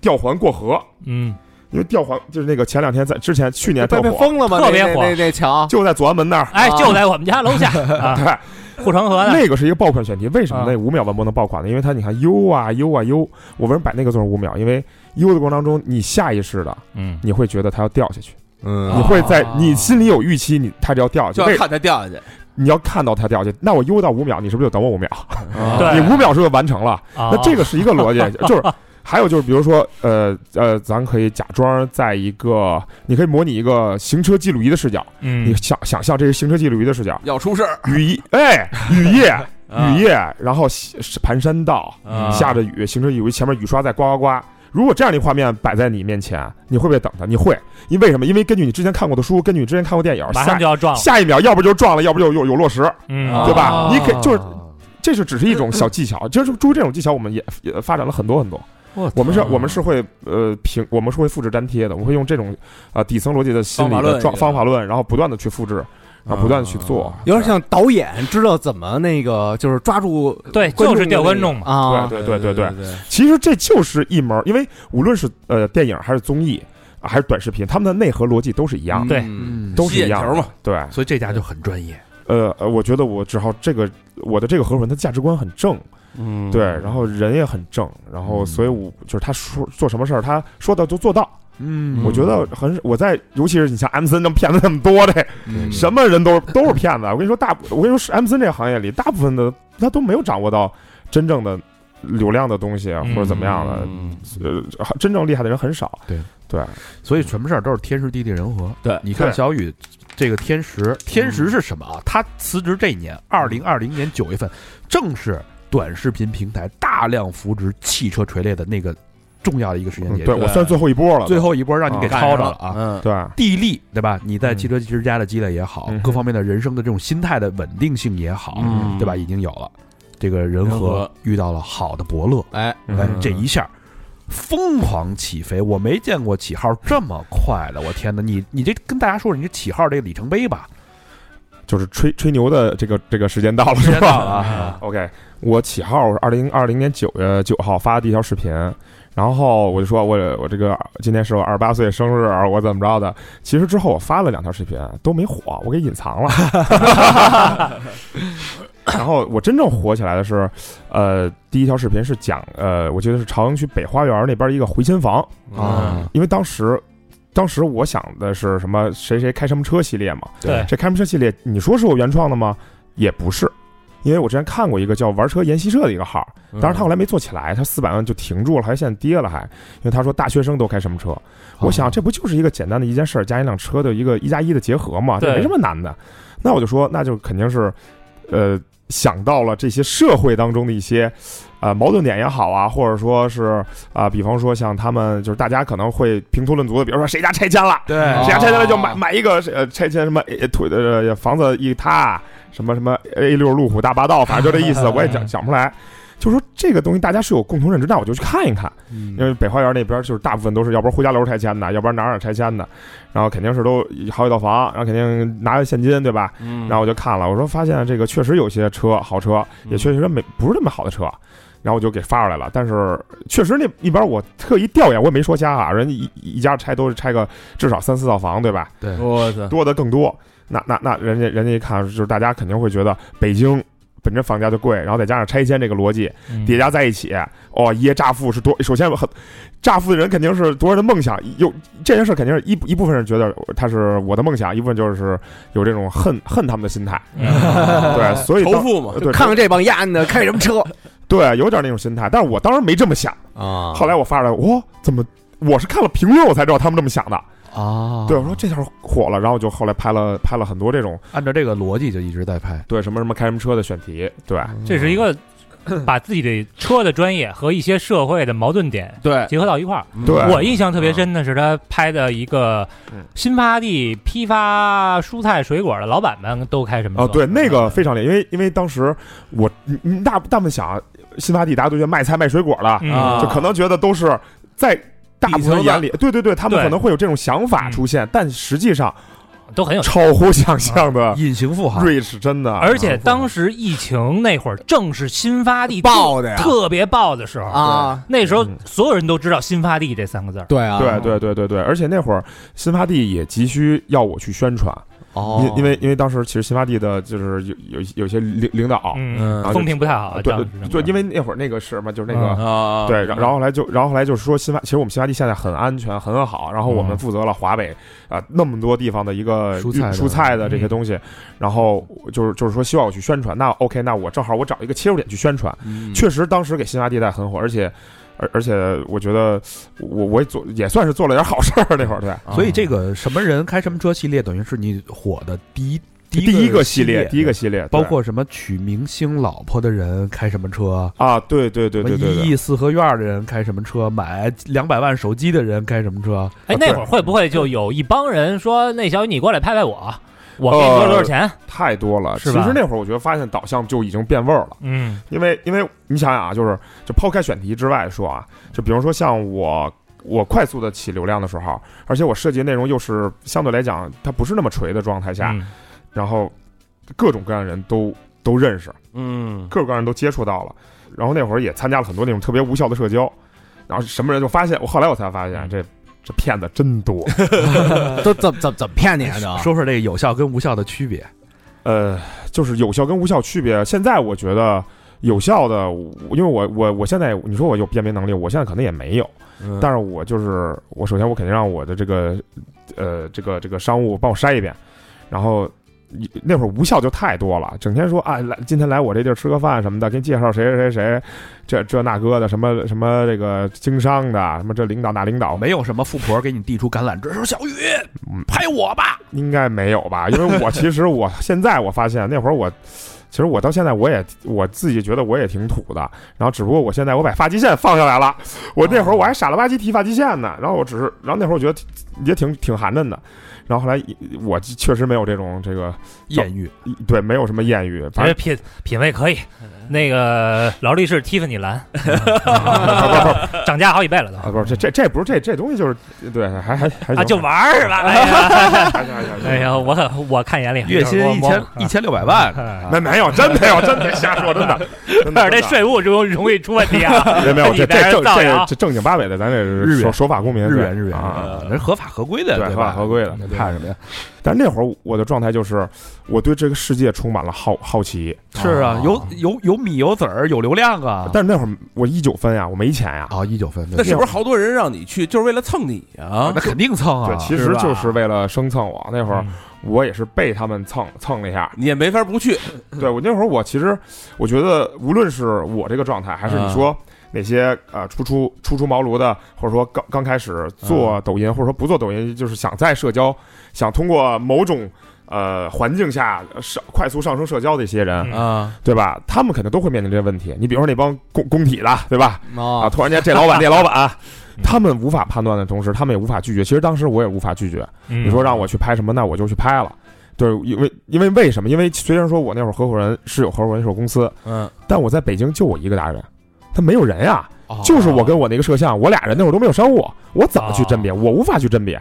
[SPEAKER 6] 吊环过河，
[SPEAKER 3] 嗯，
[SPEAKER 6] 因为吊环就是那个前两天在之前去年
[SPEAKER 1] 被
[SPEAKER 6] 特
[SPEAKER 1] 被
[SPEAKER 6] 火，
[SPEAKER 1] 封了吗？
[SPEAKER 3] 特别
[SPEAKER 1] 那
[SPEAKER 3] 火
[SPEAKER 1] 那那那墙
[SPEAKER 6] 就在左安门那儿，
[SPEAKER 3] 哎，
[SPEAKER 1] 啊
[SPEAKER 3] 就在我们家楼下啊，
[SPEAKER 6] 对，
[SPEAKER 3] 护城河的，
[SPEAKER 6] 那个是一个爆款选题，为什么
[SPEAKER 3] 啊
[SPEAKER 6] 那五秒完播能爆款呢？因为它你看优啊优啊优，我为什么摆那个字五秒？因为优的过程当中，你下意识的
[SPEAKER 3] 嗯，啊
[SPEAKER 6] 你会觉得它要掉下去，
[SPEAKER 1] 嗯
[SPEAKER 6] 你会在你心里有预期，你它就要掉下去。
[SPEAKER 5] 就要
[SPEAKER 6] 为
[SPEAKER 5] 看它掉下去，
[SPEAKER 6] 你要看到它掉下去，那我优到五秒，你是不是就等我五秒？
[SPEAKER 3] (laughs) 对
[SPEAKER 5] 啊
[SPEAKER 3] 啊
[SPEAKER 6] 你五秒是不是完成了？
[SPEAKER 3] 那
[SPEAKER 6] 那这个是一个逻辑，
[SPEAKER 3] (laughs)
[SPEAKER 6] 就是。还有就是，比如说，呃呃，咱可以假装在一个，你可以模拟一个行车记录仪的视角，你
[SPEAKER 3] 嗯
[SPEAKER 6] 想想象这是行车记录仪的视角，
[SPEAKER 5] 要出事儿，
[SPEAKER 6] 雨衣，哎，雨夜，
[SPEAKER 5] 啊
[SPEAKER 3] 嗯
[SPEAKER 6] 雨夜，然后西盘山道，
[SPEAKER 5] 啊
[SPEAKER 6] 下着雨，行车记录仪前面雨刷在呱呱呱。如果这样的一个画面摆在你面前，你会不会等它？你会，因为什么？因为根据你之前看过的书，根据你之前看过电影，
[SPEAKER 3] 马上
[SPEAKER 6] 下
[SPEAKER 3] 就要撞了，
[SPEAKER 6] 下一秒，要不就撞了，要不就有有落石，
[SPEAKER 3] 嗯，
[SPEAKER 5] 啊
[SPEAKER 6] 对吧？
[SPEAKER 4] 啊
[SPEAKER 6] 你可就是这是只是一种小技巧，就是诸这种技巧，我们也也发展了很多很多。我们是，我们是会呃平，我们是会复制粘贴的，我们会用这种啊底层逻辑的心理
[SPEAKER 5] 方法论
[SPEAKER 6] 的状
[SPEAKER 5] 也是
[SPEAKER 6] 方法论，然后不断的去复制，然后不断地去
[SPEAKER 3] 哦
[SPEAKER 6] 做。
[SPEAKER 1] 有点像导演知道怎么那个，就是抓住
[SPEAKER 3] 对，
[SPEAKER 1] 观众
[SPEAKER 3] 就是吊观众
[SPEAKER 1] 的
[SPEAKER 3] 嘛，
[SPEAKER 1] 那个啊，
[SPEAKER 6] 对对对对
[SPEAKER 5] 对对，
[SPEAKER 6] 其实这就是一门儿，因为无论是呃电影还是综艺、啊还是短视频，他们的内核逻辑都是一样的，
[SPEAKER 3] 对
[SPEAKER 1] 嗯
[SPEAKER 4] 嗯，
[SPEAKER 6] 都是
[SPEAKER 5] 吸
[SPEAKER 6] 一
[SPEAKER 5] 眼
[SPEAKER 6] 样
[SPEAKER 5] 球
[SPEAKER 6] 的
[SPEAKER 5] 嘛。
[SPEAKER 6] 对，
[SPEAKER 4] 所以这家就很专业。
[SPEAKER 6] 呃呃，我觉得我只好这个我的这个合伙人，他价值观很正，
[SPEAKER 5] 嗯
[SPEAKER 6] 对，然后人也很正，然后
[SPEAKER 4] 嗯
[SPEAKER 6] 所以我就是他说做什么事儿，他说到就做到。
[SPEAKER 4] 嗯
[SPEAKER 6] 我觉得很，我在尤其是你像 M 森这么骗子那么多的，
[SPEAKER 4] 嗯
[SPEAKER 6] 什么人都都是骗子。啊我跟你说大，我跟你说是 M 森这个行业里，大部分的他都没有掌握到真正的流量的东西啊或者怎么样的，
[SPEAKER 5] 嗯
[SPEAKER 6] 呃，真正厉害的人很少。
[SPEAKER 4] 对
[SPEAKER 6] 对，
[SPEAKER 4] 嗯所以什么事儿都是天时地利人和。
[SPEAKER 5] 对
[SPEAKER 4] 你看
[SPEAKER 6] 对嗯
[SPEAKER 4] 小雨这个天时，天时是什么啊？他辞职这一年，二零二零年九月份，正是短视频平台大量扶植汽车垂类的那个重要的一个时间
[SPEAKER 6] 嗯
[SPEAKER 4] 节
[SPEAKER 6] 对
[SPEAKER 4] 点，
[SPEAKER 6] 我算最后一波了，哦
[SPEAKER 4] 最后一波让你给
[SPEAKER 5] 赶
[SPEAKER 4] 抄
[SPEAKER 5] 上
[SPEAKER 4] 着
[SPEAKER 5] 了
[SPEAKER 4] 了啊！
[SPEAKER 5] 嗯，
[SPEAKER 6] 对，
[SPEAKER 4] 地利对吧？你在汽车之家的积累也好，
[SPEAKER 6] 嗯
[SPEAKER 4] 各方面的人生的这种心态的稳定性也好，
[SPEAKER 5] 嗯
[SPEAKER 4] 对吧？已经有了。这个人
[SPEAKER 5] 人
[SPEAKER 4] 和
[SPEAKER 5] 和
[SPEAKER 4] 遇到了好的伯乐，
[SPEAKER 1] 哎，
[SPEAKER 4] 哎
[SPEAKER 6] 嗯，
[SPEAKER 4] 这一下疯狂起飞，我没见过起号这么快的，我天哪！你你这跟大家说说你这起号这个里程碑吧，
[SPEAKER 6] 就是吹吹牛的这个这个时间到了，
[SPEAKER 4] 时
[SPEAKER 6] 是
[SPEAKER 4] 间
[SPEAKER 6] 吧？
[SPEAKER 4] 到了啊！
[SPEAKER 6] OK，我起号我是二零二零年九月九号发的第一条视频，然后我就说我我这个今天是我二十八岁生日，我怎么着的？其实之后我发了两条视频都没火，我给隐藏了。
[SPEAKER 4] (laughs)
[SPEAKER 6] (laughs) 然后我真正火起来的是，呃，第一条视频是讲，呃，我记得是朝阳区北花园那边一个回迁房，
[SPEAKER 1] 嗯
[SPEAKER 4] 啊，
[SPEAKER 6] 因为当时，当时我想的是什么谁谁开什么车系列嘛，
[SPEAKER 3] 对
[SPEAKER 6] 这开什么车系列，你说是我原创的吗？也不是，因为我之前看过一个叫“玩车研习社”的一个号，
[SPEAKER 3] 嗯
[SPEAKER 6] 但是他后来没做起来，他四百万就停住了，还现在跌了还，因为他说大学生都开什么
[SPEAKER 3] 哦
[SPEAKER 6] 车，我想这不就是一个简单的一件事儿加一辆车的一个一加一的结合嘛，这
[SPEAKER 3] 对
[SPEAKER 6] 没什么难的。那我就说，那就肯定是，呃，想到了这些社会当中的一些，呃，矛盾点也好啊，或者说是啊、比方说像他们就是大家可能会评头论足的，比如说谁家拆迁了，
[SPEAKER 4] 对
[SPEAKER 6] 谁家拆迁了就买
[SPEAKER 1] 哦
[SPEAKER 6] 买一个呃拆迁什么呃土呃房子一塌，什么什么 A 六路虎大霸道，反正就这意思，我也讲讲不出来。就是说这个东西大家是有共同认知，那我就去看一看，因为北花园那边就是大部分都是要不然呼家楼拆迁的，要不然哪儿哪儿拆迁的，然后肯定是都好几套房，然后肯定拿着现金，对吧？
[SPEAKER 5] 嗯，
[SPEAKER 6] 然后我就看了，我说发现这个确实有些车好车，也确实没不是那么好的车。然后我就给发出来了，但是确实那一边我特意调研，我也没说瞎啊，人家一一一家拆都是拆个至少三四套房，对吧？
[SPEAKER 5] 我操，
[SPEAKER 6] 多的更多。那那那人家人家一看，就是大家肯定会觉得北京本身房价就贵，然后再加上拆迁这个逻辑
[SPEAKER 3] 嗯
[SPEAKER 6] 叠加在一起，哦，一夜乍富是多。首先很，乍富的人肯定是多人的梦想，有这件事肯定是一一部分人觉得他是我的梦想，一部分就是有这种恨恨他们的心态。
[SPEAKER 3] 嗯
[SPEAKER 6] (laughs)
[SPEAKER 5] (laughs)
[SPEAKER 6] 对，所以
[SPEAKER 5] 仇
[SPEAKER 6] 当呃
[SPEAKER 5] 富嘛，
[SPEAKER 6] 对
[SPEAKER 1] 看看这帮丫的开什么车 (laughs)
[SPEAKER 6] 对有点那种心态，但是我当时没这么想。
[SPEAKER 1] 啊
[SPEAKER 6] 后来我发出来，哇、怎么？我是看了评论我才知道他们这么想的。
[SPEAKER 4] 啊，
[SPEAKER 6] 对，我说这下火了，然后我就后来拍了拍了很多这种
[SPEAKER 4] 按照这个逻辑就一直在拍，
[SPEAKER 6] 对什么什么开什么车的选题，对，
[SPEAKER 3] 这是一个把自己的车的专业和一些社会的矛盾点
[SPEAKER 5] 对
[SPEAKER 3] 结合到一块儿。
[SPEAKER 6] 对
[SPEAKER 3] 嗯我印象特别深的是他拍的一个
[SPEAKER 6] 嗯
[SPEAKER 3] 新发地批发蔬菜水果的老板们都开什么
[SPEAKER 6] 哦，
[SPEAKER 3] 车
[SPEAKER 6] 对，那个非常厉害，因为因为当时我你你大大部分想新发地，大家都觉得卖菜卖水果的，
[SPEAKER 3] 嗯
[SPEAKER 5] 啊
[SPEAKER 6] 就可能觉得都是在大部分人眼里，对对对，他们
[SPEAKER 3] 对
[SPEAKER 6] 可能会有这种想法出现，但实际上
[SPEAKER 3] 都很有。
[SPEAKER 6] 超乎想象的
[SPEAKER 4] 隐形富豪，
[SPEAKER 6] 瑞士真的，
[SPEAKER 3] 而且当时疫情那会儿，正是新发地
[SPEAKER 1] 爆的呀
[SPEAKER 3] 特别爆的时候。
[SPEAKER 1] 啊，
[SPEAKER 3] 那时候
[SPEAKER 6] 嗯
[SPEAKER 3] 所有人都知道“新发地”这三个字儿，
[SPEAKER 1] 对啊，
[SPEAKER 6] 对对对对对，而且那会儿新发地也急需要我去宣传，
[SPEAKER 1] 哦
[SPEAKER 6] 因因为因为当时其实新发地的就是有有有些领领导，
[SPEAKER 5] 嗯
[SPEAKER 3] 嗯
[SPEAKER 6] 然，后就啊
[SPEAKER 3] 风评不太好。
[SPEAKER 6] 对
[SPEAKER 3] 当时
[SPEAKER 6] 对对，因为那会儿那个是嘛，就是那个。
[SPEAKER 4] 嗯
[SPEAKER 5] 啊，
[SPEAKER 6] 对，然然后后来就，然后后来就说新发，其实我们新发地现在很安全，很好。然后
[SPEAKER 4] 嗯
[SPEAKER 6] 我们负责了华北啊、那么多地方的一个
[SPEAKER 4] 蔬菜的嗯
[SPEAKER 6] 运蔬菜的这些东西，然后就是就是说希望我去宣传。那 OK，那我正好我找一个切入点去宣传。
[SPEAKER 5] 嗯
[SPEAKER 6] 确实当时给新发地带很火，而且而而且我觉得我我也做也算是做了点好事儿那会儿对。
[SPEAKER 5] 啊
[SPEAKER 4] 所以这个什么人开什么车系列，等于是你火的第一 (laughs) 第
[SPEAKER 6] 第一
[SPEAKER 4] 个
[SPEAKER 6] 个系列，第一个系列，
[SPEAKER 4] 包
[SPEAKER 6] 对
[SPEAKER 4] 括什么娶明星老婆的人开什么车，
[SPEAKER 6] 啊，对对对
[SPEAKER 4] 什么
[SPEAKER 6] 对对
[SPEAKER 4] 一
[SPEAKER 6] 对，
[SPEAKER 4] 亿四合院的人开什么车，买两百万手机的人开什么车，
[SPEAKER 3] 哎，那
[SPEAKER 6] 啊
[SPEAKER 3] 会儿会不
[SPEAKER 6] 嗯
[SPEAKER 3] 会就有一帮人说：“那小雨，你过来拍拍我，我给你
[SPEAKER 6] 呃
[SPEAKER 3] 多少多少钱
[SPEAKER 6] 太多了。其
[SPEAKER 3] 是
[SPEAKER 6] 实
[SPEAKER 3] 吧
[SPEAKER 6] 那会儿我觉得发现导向就已经变味儿了。？”
[SPEAKER 3] 嗯，
[SPEAKER 6] 因为因为你想想啊，就是就抛开选题之外说啊，就比如说像我我快速的起流量的时候，而且我涉及的内容又是相对来讲它不是那么锤的状态下，
[SPEAKER 3] 嗯
[SPEAKER 6] 然后各种各样的人都都认识，
[SPEAKER 5] 嗯，
[SPEAKER 6] 各种各样的人都接触到了，然后那会儿也参加了很多那种特别无效的社交，然后什么人就发现，我后来我才发现这这骗子真多，
[SPEAKER 1] 都怎怎怎么骗你啊？都
[SPEAKER 4] 说说这个有效跟无效的区别。
[SPEAKER 6] 呃，就是有效跟无效区别。现在我觉得有效的，我因为我我我现在你说我有辨别能力，我现在可能也没有，
[SPEAKER 5] 嗯
[SPEAKER 6] 但是我就是我首先我肯定让我的这个呃这个这个商务帮我筛一遍，然后。一那会儿无效就太多了，整天说啊，来今天来我这地儿吃个饭什么的，给你介绍谁谁谁谁，这这那哥的，什么什么这个经商的，什么这领导那领导，
[SPEAKER 4] 没有什么富婆给你递出橄榄枝，说小雨
[SPEAKER 6] 嗯
[SPEAKER 4] 拍我吧，
[SPEAKER 6] 应该没有吧？因为我其实我现在我发现那会儿我其实我到现在我也我自己觉得我也挺土的，然后只不过我现在我把发际线放下来了，我那会儿我还傻了吧唧提发际线呢，然后我只是，然后那会儿我觉得挺也挺挺寒碜的，然后后来一我确实没有这种这个
[SPEAKER 4] 艳遇，
[SPEAKER 6] 对没有什么艳遇，反正
[SPEAKER 3] 这品品味可以。
[SPEAKER 6] 嗯
[SPEAKER 3] 那个劳力士蒂芙尼蓝，涨价好几倍了
[SPEAKER 6] 啊
[SPEAKER 3] 都
[SPEAKER 6] 不是这这这不是这这东西就是对还还还
[SPEAKER 3] 啊，
[SPEAKER 6] 行
[SPEAKER 3] 就玩儿吧。哎呀，
[SPEAKER 6] 还行还行还行 (laughs)
[SPEAKER 3] 哎呀，我很我看眼里
[SPEAKER 4] 月薪一
[SPEAKER 3] 啊
[SPEAKER 4] 千
[SPEAKER 6] 啊
[SPEAKER 4] 一
[SPEAKER 3] (laughs)
[SPEAKER 4] 千六百万，
[SPEAKER 6] 没没有，真没有，真别瞎说，真的。真
[SPEAKER 3] (laughs)
[SPEAKER 6] 的
[SPEAKER 3] 但是这税务容容易出问题啊。
[SPEAKER 6] (laughs) 没没有，这
[SPEAKER 3] 你
[SPEAKER 6] 这
[SPEAKER 3] 在这
[SPEAKER 6] 正
[SPEAKER 3] 造
[SPEAKER 6] 这
[SPEAKER 3] 谣
[SPEAKER 6] 这正经八百的，咱这
[SPEAKER 4] 日
[SPEAKER 6] 是守
[SPEAKER 4] 元
[SPEAKER 6] 守法公民，
[SPEAKER 4] 日
[SPEAKER 6] 对
[SPEAKER 4] 元日元
[SPEAKER 6] 啊，
[SPEAKER 4] 啊，那是嗯合法合规的，
[SPEAKER 6] 对
[SPEAKER 4] 对
[SPEAKER 6] 合
[SPEAKER 4] 吧？
[SPEAKER 6] 法合规的
[SPEAKER 4] 那怕什么呀？
[SPEAKER 6] 但那会儿我的状态就是，我对这个世界充满了好好奇。
[SPEAKER 4] 是啊，有有有米有籽儿，有流量啊。
[SPEAKER 6] 但是那会儿我一九分呀，我没钱呀，
[SPEAKER 4] 啊，一九分，
[SPEAKER 5] 那
[SPEAKER 4] 那
[SPEAKER 5] 是不是好多人让你去，就是为了蹭你啊
[SPEAKER 4] 那？肯定蹭啊。
[SPEAKER 6] 对，其实
[SPEAKER 4] 吧
[SPEAKER 6] 就是为了生蹭我。那会儿
[SPEAKER 3] 嗯
[SPEAKER 6] 我也是被他们蹭蹭了一下。
[SPEAKER 5] 你也没法不去，
[SPEAKER 6] (laughs) 对我那会儿我其实我觉得，无论是我这个状态，还是你说。那些呃初出初出茅庐的，或者说刚刚开始做抖音，或者说不做抖音，就是想在社交，想通过某种呃环境下呃上快速上升社交的一些人，
[SPEAKER 3] 嗯
[SPEAKER 5] 啊，
[SPEAKER 6] 对吧？他们肯定都会面临这些问题。你比如说那帮工工体的，对吧？啊，
[SPEAKER 1] 啊，
[SPEAKER 6] 突然间这老板那老板，啊他们无法判断的同时，他们也无法拒绝。其实当时我也无法拒绝。
[SPEAKER 3] 你
[SPEAKER 6] 你
[SPEAKER 4] 嗯
[SPEAKER 6] 说让我去拍什么，那我就去拍了。对，因为因为为什么？因为虽然说我那会儿合伙人是有合伙人是有公司，
[SPEAKER 5] 嗯，
[SPEAKER 6] 但我在北京就我一个达人，他没有人呀、
[SPEAKER 4] 哦
[SPEAKER 6] 就是我跟我那个摄像，我俩人那会儿都没有商务，我怎么去甄
[SPEAKER 4] 哦
[SPEAKER 6] 别？我无法去甄别，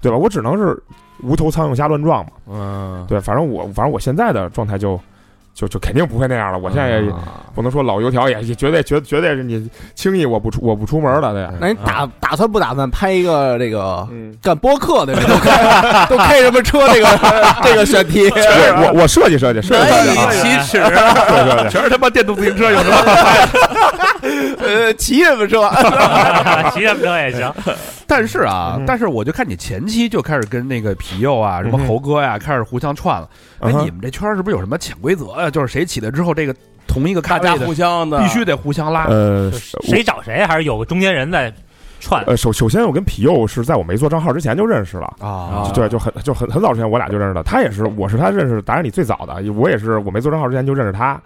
[SPEAKER 6] 对吧？我只能是无头苍蝇瞎乱撞嘛。
[SPEAKER 5] 嗯，
[SPEAKER 6] 对，反正我反正我现在的状态就就就肯定不会那样了。我现
[SPEAKER 4] 啊
[SPEAKER 6] 在
[SPEAKER 4] 嗯
[SPEAKER 6] 也啊不能说老油条也也绝对绝绝对是你轻易我不出我不出门了的。
[SPEAKER 1] 那你打打算不打算拍一个这个
[SPEAKER 6] 嗯，
[SPEAKER 1] 干播客的？都开都开什么车？这个这个选题，
[SPEAKER 6] 我我我设计设计设计设计啊，
[SPEAKER 5] 其实
[SPEAKER 6] 设计设计。
[SPEAKER 4] 全是他妈电动自行车，有什么？
[SPEAKER 6] (laughs)
[SPEAKER 1] 呃，骑什么车？
[SPEAKER 3] (laughs) 骑什么车也行，
[SPEAKER 4] 但是啊
[SPEAKER 6] 嗯，
[SPEAKER 4] 但是我就看你前期就开始跟那个皮佑啊，什么
[SPEAKER 6] 嗯哼
[SPEAKER 4] 猴哥呀，开始互相串了。哎，
[SPEAKER 6] 嗯哼
[SPEAKER 4] 你们这圈儿是不是有什么潜规则呀？就是谁起来之后，这个同一个咖
[SPEAKER 5] 大家
[SPEAKER 4] 位的
[SPEAKER 5] 互相的
[SPEAKER 4] 必须得互相拉。
[SPEAKER 6] 呃，
[SPEAKER 3] 谁找谁还是有个中间人在串
[SPEAKER 6] 我。呃首首先我跟皮佑是在我没做账号之前就认识了。
[SPEAKER 4] 啊
[SPEAKER 6] 对，就很就很很早之前我俩就认识了，他也是，我是他认识达人里最早的，我也是我没做账号之前就认识他，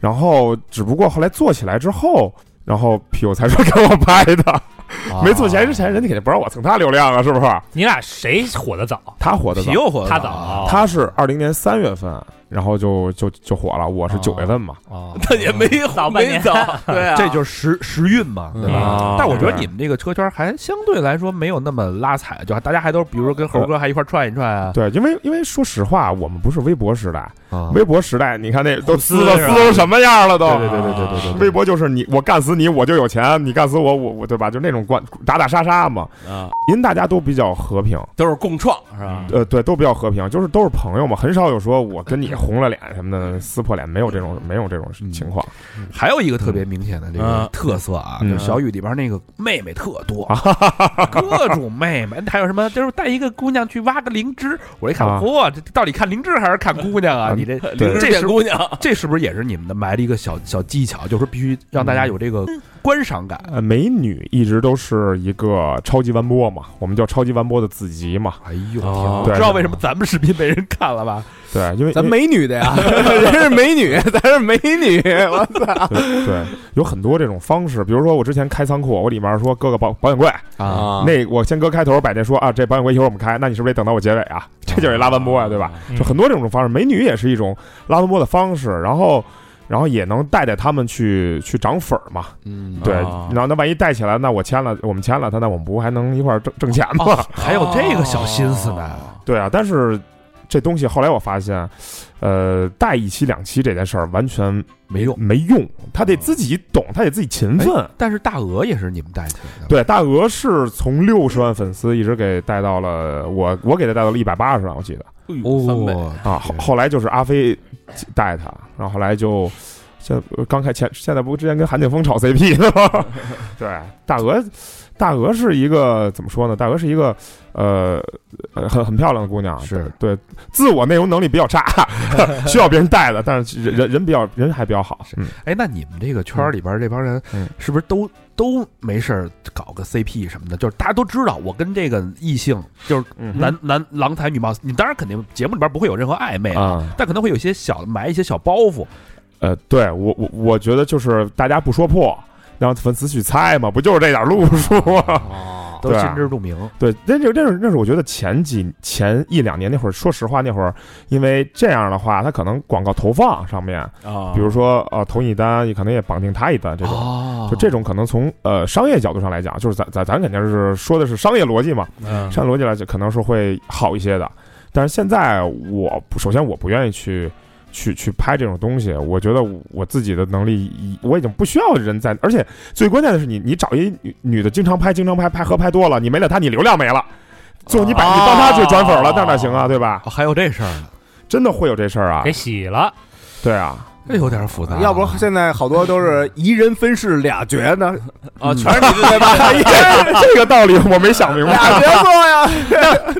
[SPEAKER 6] 然后只不过后来做起来之后，然后皮友才说给我拍
[SPEAKER 4] 啊
[SPEAKER 6] 的，没做起来之前人家肯定不让我蹭他流量啊，是不是？
[SPEAKER 3] 你俩谁火的早？
[SPEAKER 6] 他火的
[SPEAKER 4] 皮
[SPEAKER 6] 早，
[SPEAKER 4] 佑火的
[SPEAKER 3] 他
[SPEAKER 4] 啊
[SPEAKER 3] 早，
[SPEAKER 6] 嗯他是二零年三月份，然后就就就火了，我是九月份嘛，
[SPEAKER 4] 啊，
[SPEAKER 5] 他 (laughs) 也没
[SPEAKER 3] 早半
[SPEAKER 5] 没
[SPEAKER 3] 年
[SPEAKER 5] 走，对啊，
[SPEAKER 4] 这就是时时运嘛，
[SPEAKER 3] 嗯
[SPEAKER 4] 对吧？
[SPEAKER 5] 啊
[SPEAKER 4] 但我觉得你们这个车圈还相对来说没有那么拉踩，就大家还都比如说跟猴哥还一块儿串一串啊，
[SPEAKER 6] 对，因为因为说实话，我们不是微博时代，
[SPEAKER 4] 啊
[SPEAKER 6] 微博时代你看那都撕了
[SPEAKER 3] 是
[SPEAKER 6] 撕
[SPEAKER 3] 吧
[SPEAKER 6] 成什么样了都，
[SPEAKER 4] 对对对
[SPEAKER 6] 啊
[SPEAKER 4] 对对对对对，
[SPEAKER 6] 微博就是你我干死你我就有钱，你干死我我我对吧？就那种关打打杀杀嘛。
[SPEAKER 5] 啊，
[SPEAKER 6] 因大家都比较和平，
[SPEAKER 5] 都是共创是吧？
[SPEAKER 6] 呃，对，都比较和平，就是都是朋友嘛，很少有说我跟你红了脸什么的，撕破脸，没有这种没有这种情况。
[SPEAKER 4] 还有一个特别明显的这个
[SPEAKER 5] 嗯
[SPEAKER 4] 特色啊，
[SPEAKER 6] 嗯
[SPEAKER 4] 就是小雨里边那个妹妹特多， (laughs) 各种妹妹，还有什么就是带一个姑娘去挖个灵芝，我一看，
[SPEAKER 6] 啊
[SPEAKER 4] 嚯，这到底看灵芝还是看姑娘啊？
[SPEAKER 6] 嗯
[SPEAKER 4] 你这
[SPEAKER 6] 对
[SPEAKER 5] 这
[SPEAKER 4] 这
[SPEAKER 5] 变
[SPEAKER 4] 是
[SPEAKER 5] 姑娘，
[SPEAKER 4] 这是不是也是你们的埋的一个小小技巧？就是说必须让大家有这个观赏感
[SPEAKER 6] 呃，美女一直都是一个超级完播嘛，我们叫超级完播的子集嘛。
[SPEAKER 4] 哎呦，
[SPEAKER 5] 哦
[SPEAKER 4] 天哪知道为什么咱们视频被人看了吧？
[SPEAKER 6] 对，因为
[SPEAKER 1] 咱美女的呀，人是美女，咱是美女，我操！
[SPEAKER 6] 对对有很多这种方式，比如说我之前开仓库，我里面说搁个保保险柜，
[SPEAKER 4] 啊，
[SPEAKER 6] 那我先搁开头，把这说啊，这保险柜一会儿我们开，那你是不是得等到我结尾啊？这就是拉完播呀、对吧？
[SPEAKER 4] 嗯
[SPEAKER 6] 就很多这种方式，美女也是一种拉文波的方式，然后，然后也能带带他们去去涨粉儿嘛，
[SPEAKER 4] 嗯
[SPEAKER 6] 对。
[SPEAKER 5] 哦
[SPEAKER 6] 然后那万一带起来，那我签了，我们签了他，那我们不还能一块儿挣挣钱吗？
[SPEAKER 4] (laughs) 哦，还有这个小心思呢。
[SPEAKER 5] 哦，
[SPEAKER 6] 对啊，但是这东西后来我发现，呃，带一期两期这件事儿完全
[SPEAKER 4] 没用，哎
[SPEAKER 6] 没用，他得自己懂，他得自己勤奋。
[SPEAKER 4] 但是大鹅也是你们带起来的，，
[SPEAKER 6] 对，大鹅是从六十万粉丝一直给带到了我，我给他带到了一百八十万，我记得。
[SPEAKER 5] 哎呦三倍
[SPEAKER 4] 哦，
[SPEAKER 6] 啊，后后来就是阿飞带他，然后后来就 (laughs) 现在刚开前现在不之前跟韩景峰炒 CP 呢吗？对，大鹅大鹅是一个怎么说呢？大鹅是一个呃呃很很漂亮的姑娘，
[SPEAKER 2] 是
[SPEAKER 6] 对对自我内容能力比较差， (laughs) 需要别人带的，但是人人人比较人还比较好，嗯
[SPEAKER 2] 哎，那你们这个圈儿里边儿这帮人
[SPEAKER 6] 嗯，
[SPEAKER 2] 是不是都、都没事儿搞个 CP 什么的？就是大家都知道我跟这个异性，就是
[SPEAKER 6] 嗯
[SPEAKER 2] 男、男郎才女貌，你当然肯定节目里边儿不会有任何暧
[SPEAKER 4] 嗯
[SPEAKER 2] 昧啊，
[SPEAKER 6] 啊
[SPEAKER 2] 但可能会有一些小埋一些小包袱。
[SPEAKER 6] 呃，对我我我觉得就是大家不说破。让粉丝去猜嘛，不就是这点路数吗？
[SPEAKER 1] 哦，
[SPEAKER 2] 都
[SPEAKER 6] 对啊
[SPEAKER 2] 心知肚明，
[SPEAKER 6] 对，那这那是那是我觉得前几前一两年那会儿，说实话那会儿，因为这样的话，他可能广告投放上面
[SPEAKER 5] 啊
[SPEAKER 6] 比如说呃投你一单，也可能也绑定他一单这种。
[SPEAKER 2] 哦
[SPEAKER 6] 就这种可能从呃商业角度上来讲，就是咱咱咱肯定是说的是商业逻辑嘛，
[SPEAKER 5] 嗯
[SPEAKER 6] 商业逻辑来讲可能是会好一些的。但是现在我不首先我不愿意去去去拍这种东西，我觉得我自己的能力已我已经不需要人在，而且最关键的是你你找一女女的经常拍经常拍拍合拍多了，你没了她你流量没了，最后你把你帮她去转粉了，那哪行啊，对吧？
[SPEAKER 5] 还有这事儿呢，
[SPEAKER 6] 真的会有这事儿啊
[SPEAKER 3] 给，洗了，
[SPEAKER 6] 对啊， (laughs)
[SPEAKER 2] 哎
[SPEAKER 5] 这有点复杂
[SPEAKER 1] 要不现在好多都是一人分饰俩角呢，
[SPEAKER 6] 嗯
[SPEAKER 5] 啊，全是你的对吧？
[SPEAKER 6] 哎
[SPEAKER 5] (laughs)
[SPEAKER 6] 这个道理我没想明白。
[SPEAKER 1] 俩角做呀，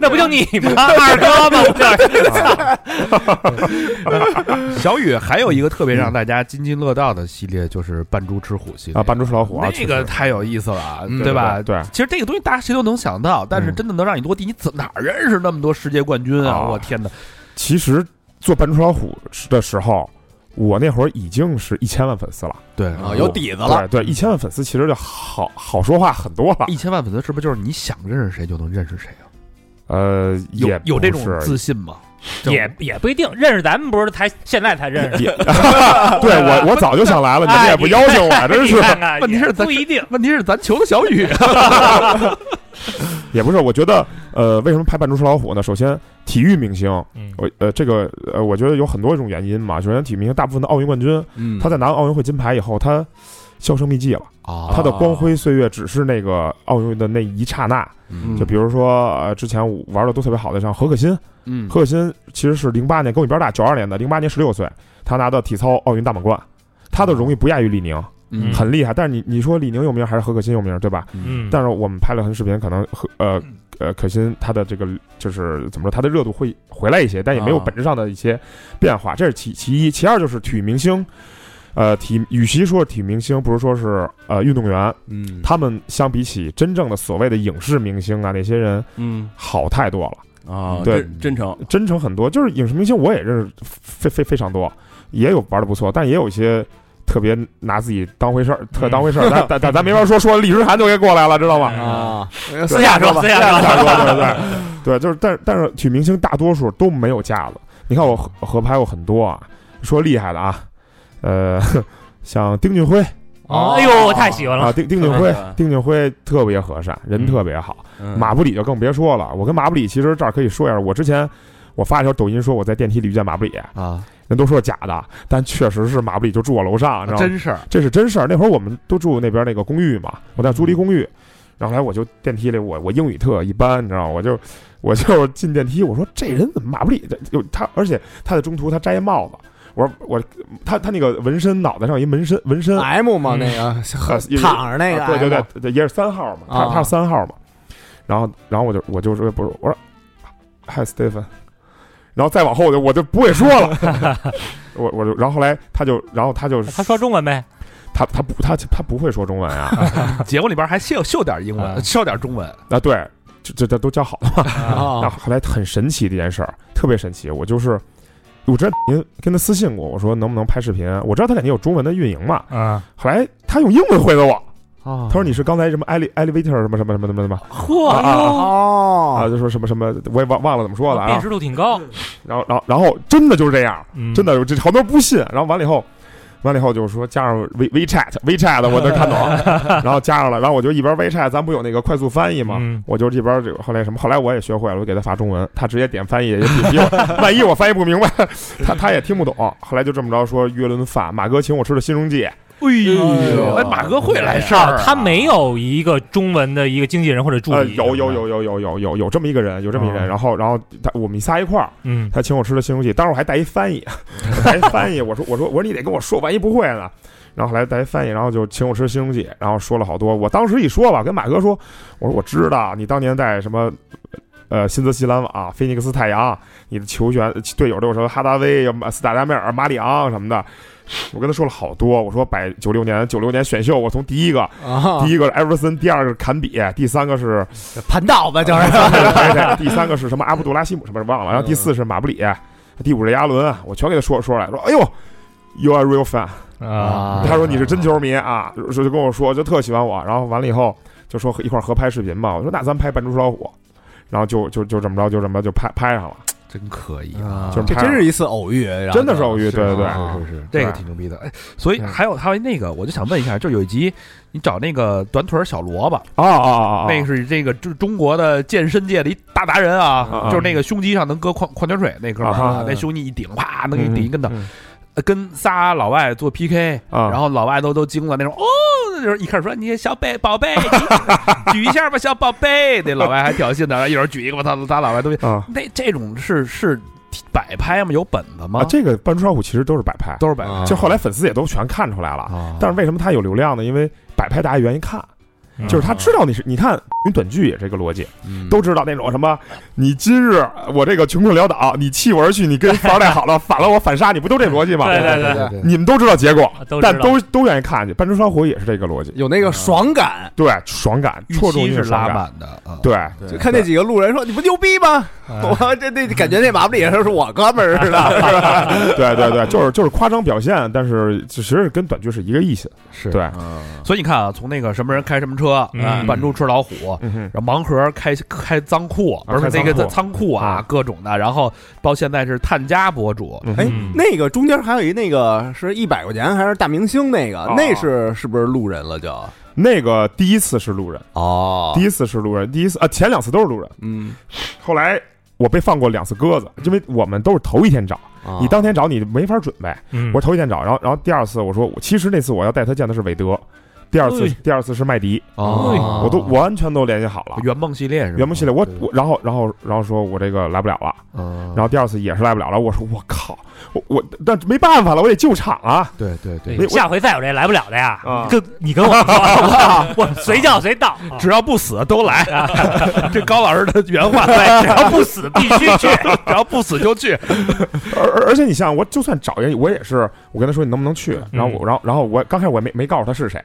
[SPEAKER 3] 那不就你吗？二哥吗？不就是
[SPEAKER 2] 小雨还有一个特别让大家津津乐道的系列，就是扮猪吃虎系列
[SPEAKER 6] 嗯啊，扮猪吃老虎啊，
[SPEAKER 2] 那个
[SPEAKER 6] 确实
[SPEAKER 2] 太有意思了啊，
[SPEAKER 1] 嗯
[SPEAKER 2] 对吧？
[SPEAKER 6] 对，
[SPEAKER 2] 其实这个东西大家谁都能想到，但是
[SPEAKER 6] 嗯
[SPEAKER 2] 真的能让你落地，你怎哪儿认识那么多世界冠军啊？
[SPEAKER 6] 啊
[SPEAKER 2] 我天哪！
[SPEAKER 6] 其实做扮猪老虎的时候，我那会儿已经是一千万粉丝了，
[SPEAKER 2] 对
[SPEAKER 1] 啊有底子了，
[SPEAKER 6] 对对，一千万粉丝其实就好好说话很多了。
[SPEAKER 2] 一千万粉丝是不是就是你想认识谁就能认识谁啊？
[SPEAKER 6] 呃，
[SPEAKER 2] 有
[SPEAKER 6] 也
[SPEAKER 2] 有这种
[SPEAKER 6] 不是
[SPEAKER 2] 自信吗？
[SPEAKER 3] 也也不一定认识咱们，不是才现在才认识。
[SPEAKER 6] 也，对我我早就
[SPEAKER 2] (laughs)
[SPEAKER 6] 想来了，你们
[SPEAKER 3] 哎
[SPEAKER 6] 也不邀请 (laughs) 我，真
[SPEAKER 3] (laughs) 你
[SPEAKER 6] 是
[SPEAKER 3] 看看，
[SPEAKER 2] 问题是
[SPEAKER 3] 也
[SPEAKER 2] 咱
[SPEAKER 3] 不一定。
[SPEAKER 2] 问题是咱求的小雨啊，
[SPEAKER 6] (laughs) 也不是。我觉得呃，为什么拍扮猪吃老虎呢？首先，体育明星，
[SPEAKER 3] 嗯
[SPEAKER 6] 我呃这个呃，我觉得有很多种原因嘛。首先，体育明星大部分的奥运冠军，
[SPEAKER 4] (laughs)
[SPEAKER 1] 嗯
[SPEAKER 6] 他在拿奥运会金牌以后，他销声匿迹了。
[SPEAKER 2] 他
[SPEAKER 6] 它的
[SPEAKER 4] 哦
[SPEAKER 6] 光辉岁月只是那个奥运的那一刹那。就比如说，呃，之前我玩的都特别好的，像何可欣，
[SPEAKER 2] 嗯
[SPEAKER 6] 何可欣其实是零八年跟我一边大，九二年的，零八年十六岁，她拿到体操奥运大满贯，她的荣誉不亚于李宁，
[SPEAKER 2] 嗯
[SPEAKER 6] 很厉害。但是你你说李宁有名还是何可欣有名，对吧？
[SPEAKER 3] 嗯，
[SPEAKER 6] 但是我们拍了很视频，可能和呃呃可欣她的这个就是怎么说，她的热度会回来一些，但也没有
[SPEAKER 5] 啊
[SPEAKER 6] 本质上的一些变化，这是其其一。其二就是体育明星，呃，体与其说是体育明星，不如说是呃运动员，
[SPEAKER 1] 嗯，
[SPEAKER 6] 他们相比起真正的所谓的影视明星啊，那些人
[SPEAKER 5] 嗯
[SPEAKER 6] 好太多了，
[SPEAKER 5] 啊，
[SPEAKER 6] 对
[SPEAKER 5] 真真诚
[SPEAKER 6] 真诚很多。就是影视明星，我也认识非非非常多，也有玩的不错，但也有一些特别拿自己当回事儿，特当回事儿。咱 (laughs) 咱咱咱没法说，说李诗涵就给过来了，知道吗？
[SPEAKER 1] 啊，
[SPEAKER 3] 私下说，私下说，
[SPEAKER 6] 大哥，对对对，就是，但但是体育明星大多数都没有架子。你看我合合拍过很多啊，说厉害的啊，呃， (laughs) 像丁俊晖
[SPEAKER 3] 哦哎呦，我太喜欢了
[SPEAKER 6] 啊，。丁丁俊晖
[SPEAKER 5] 嗯，
[SPEAKER 6] 丁俊晖特别和善，人特别好。
[SPEAKER 5] 嗯
[SPEAKER 6] 马布里就更别说了，我跟马布里其实这儿可以说一下，我之前我发一条抖音说我在电梯里遇见马布里，
[SPEAKER 2] 啊，
[SPEAKER 6] 人都说假的，但确实是马布里就住我楼上，
[SPEAKER 4] 啊
[SPEAKER 6] 你知道吗？
[SPEAKER 2] 真
[SPEAKER 6] (laughs)
[SPEAKER 2] 事儿
[SPEAKER 6] 这是真事儿。那会儿我们都住那边那个公寓嘛，我在租了一公寓，然后来我就电梯里我我英语特一般，你知道吗？我就 (laughs) 我就进电梯，我说这人怎么马布里这有他，而且他在中途他摘一帽子，我说我他他那个纹身脑袋上有一纹身纹身，
[SPEAKER 1] M 嘛，那个
[SPEAKER 6] 呃也
[SPEAKER 1] 躺着那个
[SPEAKER 6] 啊
[SPEAKER 1] M，
[SPEAKER 6] 对对对对，也是三号嘛，他、
[SPEAKER 1] 啊
[SPEAKER 6] 他是三号嘛，然后然后我就我就说不是我说嗨 Stephen，然后再往后我就我就不会说了，
[SPEAKER 1] (laughs)
[SPEAKER 6] 我我就然后后来他就然后他就
[SPEAKER 3] 哎他说中文呗，
[SPEAKER 6] 他他不他他不会说中文啊
[SPEAKER 2] 节目里边还秀秀点英
[SPEAKER 3] 啊
[SPEAKER 2] 文，秀点中文，
[SPEAKER 6] 啊对，这这这都教好了嘛，然
[SPEAKER 1] 啊，
[SPEAKER 6] 后后来很神奇的一件事儿，特别神奇，我就是。我之前您跟他私信过，我说能不能拍视频？啊我知道他肯定有中文的运营嘛。
[SPEAKER 3] 嗯，
[SPEAKER 6] 后来他用英文回的我，
[SPEAKER 2] 他
[SPEAKER 6] 他说你是刚才什么 ele- elevator 什么什么什么什么什么，啊啊
[SPEAKER 3] 嚯，
[SPEAKER 6] 啊，
[SPEAKER 1] 哦，
[SPEAKER 6] 就说什么什么，我也忘忘了怎么说了
[SPEAKER 3] 辨
[SPEAKER 6] 啊。
[SPEAKER 3] 识度挺高，
[SPEAKER 6] 然后，然后，然后真的就是这样，
[SPEAKER 3] 嗯
[SPEAKER 6] 真的有这好多人不信。然后完了以后，完了以后就是说加上 We WeChat，WeChat 我能
[SPEAKER 3] (laughs)
[SPEAKER 6] 看懂，然后加上了，然后我就一边 WeChat，咱不有那个快速翻译吗？
[SPEAKER 3] 嗯
[SPEAKER 6] 我就这边这个后来什么，后来我也学会了，我给他发中文，他直接点翻译，也比比
[SPEAKER 3] (laughs)
[SPEAKER 6] 我万一我翻译不明白，他他也听不懂。后来就这么着说约伦饭，马哥请我吃的新荣记，
[SPEAKER 4] 哎呦，哎，马哥会来事儿啊，
[SPEAKER 3] 他没有一个中文的一个经纪人或者助
[SPEAKER 6] 呃，
[SPEAKER 3] 理，
[SPEAKER 6] 有有，有有有有有有这么一个人，有这么一个
[SPEAKER 3] 哦
[SPEAKER 6] 人，然后然后他我们仨一块儿，
[SPEAKER 3] 嗯，
[SPEAKER 6] 他请我吃的新东西，当时我还带一翻译， (laughs) 我带一翻译，我说我说我说你得跟我说，万一不会呢。然后后来带一翻译，然后就请我吃新东西，然后说了好多。我当时一说吧，跟马哥说，我说我知道你当年在什么，呃，新泽西兰网、菲尼克斯太阳，你的球员队友都有什么哈达威、有马斯塔达梅尔、马里昂什么的。我跟他说了好多，我说百九六年九六年选秀，我从第一个
[SPEAKER 1] 啊
[SPEAKER 6] 第一个是艾弗森，第二个是坎比，第三个是
[SPEAKER 2] 啊
[SPEAKER 1] 盘道吧，就是
[SPEAKER 6] 对对第三个是什么阿布杜拉西姆什么忘了，然后第四是马布里，第五是亚伦，啊我全给他说说来说，哎呦。You are real fan，
[SPEAKER 3] 啊，
[SPEAKER 6] 他说你是真球迷啊，说就跟我说就特喜欢我，然后完了以后就说一块儿合拍视频嘛，我说那咱拍扮猪老虎，然后就就就这么着就这么着就拍拍上了，
[SPEAKER 5] 真可以，
[SPEAKER 2] 啊
[SPEAKER 4] 啊
[SPEAKER 6] 就是
[SPEAKER 1] 这
[SPEAKER 6] 拍
[SPEAKER 1] 真是一次偶遇，然后
[SPEAKER 6] 真的是偶遇，对对对，
[SPEAKER 5] 是是是，
[SPEAKER 4] 这
[SPEAKER 5] 这
[SPEAKER 4] 个
[SPEAKER 5] 个挺牛逼的。哎，
[SPEAKER 4] 所以
[SPEAKER 6] 嗯
[SPEAKER 4] 还有还有那个，我就想问一下，就有一集你找那个短腿儿小萝卜，
[SPEAKER 6] 哦哦哦哦，
[SPEAKER 4] 那个是这个中中国的健身界的一大达人
[SPEAKER 6] 啊
[SPEAKER 4] 啊，
[SPEAKER 6] 啊
[SPEAKER 4] 就是那个胸肌上能搁矿矿泉水那哥们儿
[SPEAKER 1] 啊
[SPEAKER 4] 啊，那胸肌一顶，啪能给你顶一跟头，
[SPEAKER 6] 嗯，
[SPEAKER 4] 呃跟仨老外做 PK，
[SPEAKER 6] 啊，
[SPEAKER 4] 然后老外都都惊了，那种哦，就是一开始说你小贝宝贝，你举一下吧，小宝贝，那老外还挑衅呢，然后一人举一个，我操，仨老外都 (laughs)
[SPEAKER 6] 啊
[SPEAKER 4] 那这种是是摆拍吗？有本子吗
[SPEAKER 6] 啊，？这个扮猪老虎其实都是摆拍，
[SPEAKER 4] 都是摆拍。
[SPEAKER 5] 啊
[SPEAKER 6] 就后来粉丝也都全看出来了，
[SPEAKER 5] 啊，
[SPEAKER 6] 但是为什么他有流量呢？因为摆拍大家愿意看，
[SPEAKER 3] 嗯
[SPEAKER 6] 就是他知道你是，你看云短剧也这个逻辑，
[SPEAKER 5] 嗯
[SPEAKER 6] 都知道那种什么，你今日我这个穷困潦倒，你弃我而去，你跟富二代好了，反了我反杀你，不都这逻辑吗？
[SPEAKER 3] 对
[SPEAKER 5] 对
[SPEAKER 3] 对，
[SPEAKER 5] 对，
[SPEAKER 6] 你们都知道结果，
[SPEAKER 3] 都知道
[SPEAKER 6] 但都都愿意看去。半只烧火也是这个逻辑，
[SPEAKER 1] 有那个爽感，
[SPEAKER 6] 对，爽感，
[SPEAKER 4] 预
[SPEAKER 6] 戳中
[SPEAKER 4] 期
[SPEAKER 6] 你
[SPEAKER 4] 是
[SPEAKER 6] 的爽
[SPEAKER 4] 拉
[SPEAKER 6] 感，
[SPEAKER 4] 满的啊，
[SPEAKER 6] 对，
[SPEAKER 5] 对
[SPEAKER 1] 就看那几个路人说：“你不牛逼吗？”我这那感觉那马布里是我哥们儿似的， (laughs) 哎是吧？
[SPEAKER 6] 对对对，就是就是夸张表现，但是其实跟短剧是一个意思，
[SPEAKER 5] 是
[SPEAKER 6] 对
[SPEAKER 5] 嗯
[SPEAKER 4] 所以你看啊，从那个什么人开什么车，
[SPEAKER 3] 嗯
[SPEAKER 4] 啊扮猪吃老虎，
[SPEAKER 6] 嗯哼，
[SPEAKER 4] 然后盲盒开开脏库，
[SPEAKER 6] 啊
[SPEAKER 4] 不是
[SPEAKER 6] 开
[SPEAKER 4] 那
[SPEAKER 6] 仓
[SPEAKER 4] 个
[SPEAKER 6] 库
[SPEAKER 4] 仓库啊
[SPEAKER 6] 啊，
[SPEAKER 4] 各种的，然后到现在是探家博主，
[SPEAKER 6] 嗯
[SPEAKER 1] 哎
[SPEAKER 6] 哼，
[SPEAKER 3] 嗯
[SPEAKER 1] 那个中间还有一那个是一百块钱还是大明星那个
[SPEAKER 6] 哦，
[SPEAKER 1] 那是是不是路人了就？
[SPEAKER 6] 那个第一次是路人，
[SPEAKER 1] 哦
[SPEAKER 6] 第一次是路人，第一次啊，前两次都是路人，
[SPEAKER 1] 嗯，
[SPEAKER 6] 后来。我被放过两次鸽子，因为我们都是头一天找，
[SPEAKER 1] 啊
[SPEAKER 6] 你当天找你没法准备，
[SPEAKER 3] 嗯
[SPEAKER 6] 我是头一天找，然后然后第二次我说我其实那次我要带他见的是韦德，第二次、
[SPEAKER 3] 哎
[SPEAKER 6] 第二次是麦迪，
[SPEAKER 5] 哦
[SPEAKER 6] 哎我都我完全都联系好了。
[SPEAKER 4] 啊圆梦系列是吧？
[SPEAKER 6] 原木系列，我
[SPEAKER 5] 对
[SPEAKER 6] 我然后然后然后说我这个来不了了，
[SPEAKER 5] 嗯，
[SPEAKER 6] 然后第二次也是来不了了。我说我靠，我我但没办法了，我得救场啊
[SPEAKER 5] 对对对
[SPEAKER 3] 对，下回再有这来不了的呀，
[SPEAKER 6] 啊
[SPEAKER 3] 跟你跟我
[SPEAKER 6] (laughs)
[SPEAKER 3] 说，我随叫随到，啊
[SPEAKER 4] 只要不死都来，这高老师的原话，对，只
[SPEAKER 6] (laughs)
[SPEAKER 4] 要不死必须去，只要不死就去。
[SPEAKER 6] 而而而且你像我就算找人，我也是我跟他说你能不能去，然后我然后然后我刚开始我也没没告诉他是谁，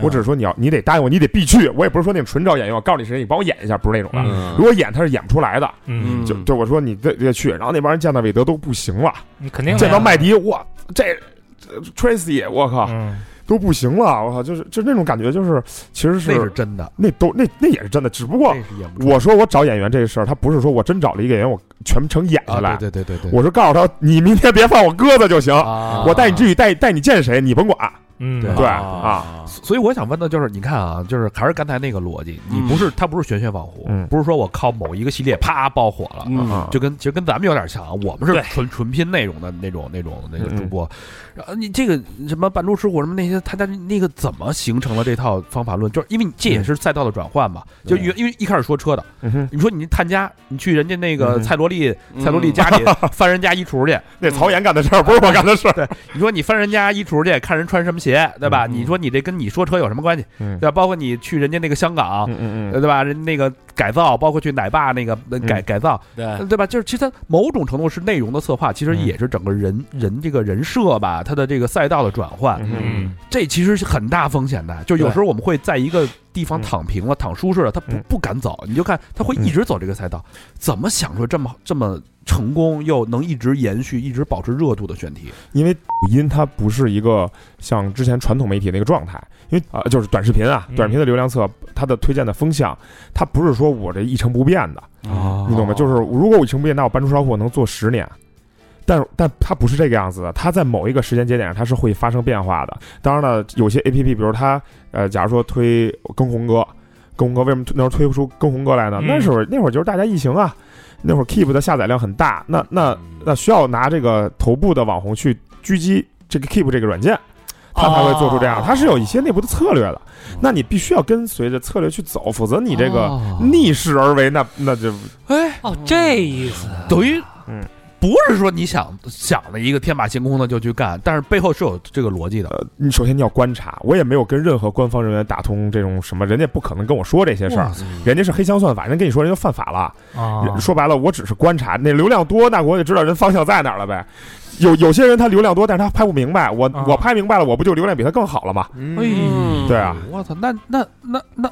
[SPEAKER 6] 我只是说你要你得答应我，你得必去。我也不是说那种纯找演员，我告诉你谁，你帮我演一下，不是那种的。如
[SPEAKER 1] 嗯
[SPEAKER 6] 果演他是演不出来的，
[SPEAKER 3] 嗯，
[SPEAKER 6] 就就我说你得得去，然后那帮人见到韦德都不行了，
[SPEAKER 3] 你肯定的
[SPEAKER 6] 见到
[SPEAKER 3] 呀
[SPEAKER 6] 麦迪，我这这 Tracy，我靠，
[SPEAKER 3] 嗯
[SPEAKER 6] 都不行了，我靠，就是就那种感觉，就是其实
[SPEAKER 4] 那
[SPEAKER 6] 是
[SPEAKER 4] 是真的，
[SPEAKER 6] 那都那那也是真的，只不过
[SPEAKER 4] 那是演不出
[SPEAKER 6] 我说我找演员这事儿，他不是说我真找了一个演员，我全程演下来，
[SPEAKER 5] 啊，对对对对对，
[SPEAKER 6] 我是告诉他，你明天别放我鸽子就行，
[SPEAKER 5] 啊
[SPEAKER 6] 我带你至于带带你见谁，你甭管，
[SPEAKER 3] 嗯，
[SPEAKER 5] 对
[SPEAKER 6] 对
[SPEAKER 5] 啊
[SPEAKER 6] 啊，
[SPEAKER 4] 所以我想问的就是，你看啊，就是还是刚才那个逻辑，你不是他不是玄学网红，
[SPEAKER 6] 嗯
[SPEAKER 4] 不是说我靠某一个系列啪爆火了，
[SPEAKER 5] 嗯
[SPEAKER 6] 啊
[SPEAKER 4] 就跟其实跟咱们有点像啊，我们是
[SPEAKER 3] 对
[SPEAKER 4] 纯纯拼内容的那种那种那个
[SPEAKER 6] 嗯
[SPEAKER 4] 主播，然后你这个什么扮猪吃虎什么那些，他家那个怎么形成了这套方法论？就是因为你这也是赛道的转换嘛，就因为因为一开始说车的，
[SPEAKER 6] 嗯哼
[SPEAKER 4] 你说你探家，你去人家那个
[SPEAKER 6] 嗯
[SPEAKER 4] 蔡罗丽蔡罗丽家
[SPEAKER 6] (laughs)
[SPEAKER 4] 里翻人家衣橱去，
[SPEAKER 6] 那曹岩干的事儿不是我干的事儿，
[SPEAKER 4] 你说你翻人家衣橱去看人穿什么鞋，对吧？你说你这跟你说车有什么关系？
[SPEAKER 6] 嗯
[SPEAKER 4] 对吧？包括你去人家那个香港。
[SPEAKER 6] 嗯嗯
[SPEAKER 4] 呃对吧？人那个改造，包括去奶爸那个呃改改造，
[SPEAKER 5] 对
[SPEAKER 4] 呃对吧？就是其实它某种程度是内容的策划，其实
[SPEAKER 6] 哎嗯
[SPEAKER 4] 也是整个人人这个人设吧，它的这个赛道的转换，
[SPEAKER 6] 嗯
[SPEAKER 3] 嗯
[SPEAKER 4] 这其实是很大风险的。就有
[SPEAKER 5] 对
[SPEAKER 4] 时候我们会在一个地方
[SPEAKER 6] 嗯
[SPEAKER 4] 躺平了、躺舒适了，他不
[SPEAKER 6] 嗯
[SPEAKER 4] 不敢走，你就看他会一直走这个赛道。怎么想出这么这么成功又能一直延续、一直保持热度的选题？
[SPEAKER 6] 因为抖音它不是一个像之前传统媒体那个状态，因为啊、呃就是短视频啊
[SPEAKER 3] 嗯，
[SPEAKER 6] 短视频的流量侧它的推荐的风向，它不是说我这一成不变的，
[SPEAKER 5] 啊
[SPEAKER 6] 你懂吗？就是如果我一成不变，那我搬出烧货能做十年。但但它不是这个样子的，它在某一个时间节点上，它是会发生变化的。当然了，有些 A P P，比如它，呃，假如说推跟红哥，跟红哥为什么那时候推不出跟红哥来呢？
[SPEAKER 3] 嗯
[SPEAKER 6] 那时候那会儿就是大家疫情啊，那会儿 Keep 的下载量很大，那
[SPEAKER 3] 嗯
[SPEAKER 6] 那那需要拿这个头部的网红去狙击这个 Keep 这个软件，他才会做出这样
[SPEAKER 3] 哦。
[SPEAKER 6] 他是有一些内部的策略的，那你必须要跟随着策略去走，否则你这个
[SPEAKER 4] 哦
[SPEAKER 6] 逆势而为，那那就
[SPEAKER 4] 哎，
[SPEAKER 3] 哦，这意思
[SPEAKER 4] 等于
[SPEAKER 6] 嗯
[SPEAKER 4] 不是说你想想的一个天马行空的就去干，但是背后是有这个逻辑的。
[SPEAKER 6] 呃，你首先你要观察，我也没有跟任何官方人员打通这种什么，人家不可能跟我说这些事儿
[SPEAKER 4] 哇，
[SPEAKER 6] 人家是黑箱算法，人跟你说人家犯法了。
[SPEAKER 3] 啊
[SPEAKER 6] 人说白了，我只是观察，那流量多，那我也知道人方向在哪儿了呗。有有些人他流量多，但是他拍不明白，我、
[SPEAKER 3] 啊
[SPEAKER 6] 我拍明白了，我不就流量比他更好了吗？
[SPEAKER 4] 哎
[SPEAKER 5] 嗯
[SPEAKER 6] 对啊，
[SPEAKER 4] 我操，那那那那，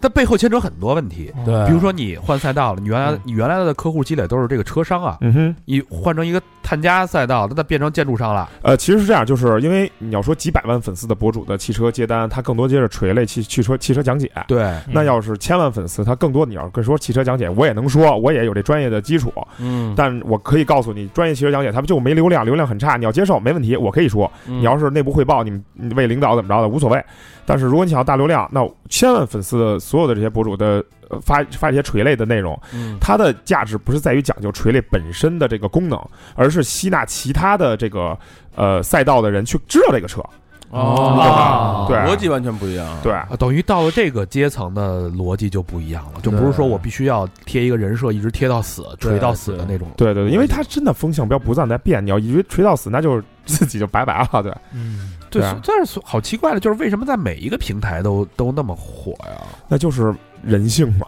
[SPEAKER 4] 那背后牵扯很多问题。
[SPEAKER 3] 对
[SPEAKER 4] 比如说你换赛道了，你原来
[SPEAKER 6] 嗯
[SPEAKER 4] 你原来的客户积累都是这个车商啊，
[SPEAKER 6] 嗯哼，
[SPEAKER 4] 你换成一个碳加赛道，那它变成建筑商了。
[SPEAKER 6] 呃，其实是这样，就是因为你要说几百万粉丝的博主的汽车接单，他更多接着垂类汽汽车汽车讲解。
[SPEAKER 4] 对，
[SPEAKER 3] 嗯
[SPEAKER 6] 那要是千万粉丝，他更多你要跟说汽车讲解，我也能说，我也有这专业的基础。
[SPEAKER 4] 嗯
[SPEAKER 6] 但我可以告诉你，专业汽车讲解他们就没流量，流量很差，你要接受没问题，我可以说。
[SPEAKER 4] 你
[SPEAKER 5] 嗯
[SPEAKER 6] 你要是内部汇报，你们你为领导怎么着的无所谓。但是如果你想要大流量，那千万粉丝的所有的这些博主的、呃发发一些垂类的内容，
[SPEAKER 5] 嗯
[SPEAKER 6] 它的价值不是在于讲究垂类本身的这个功能，而是吸纳其他的这个呃赛道的人去知道这个车。
[SPEAKER 5] 哦，
[SPEAKER 6] 对啊
[SPEAKER 5] 逻辑完全不一样。
[SPEAKER 6] 对，
[SPEAKER 4] 啊，等于到了这个阶层的逻辑就不一样了，就不是说我必须要贴一个人设，一直贴到死、锤到死的那种。
[SPEAKER 6] 对对对，因为它真的风向标不断在变，你要一直锤到死，那就是自己就拜拜了。对，
[SPEAKER 3] 嗯
[SPEAKER 4] 对
[SPEAKER 6] 对啊，
[SPEAKER 4] 但是好奇怪的就是为什么在每一个平台都都那么火呀？
[SPEAKER 6] 那就是人性嘛。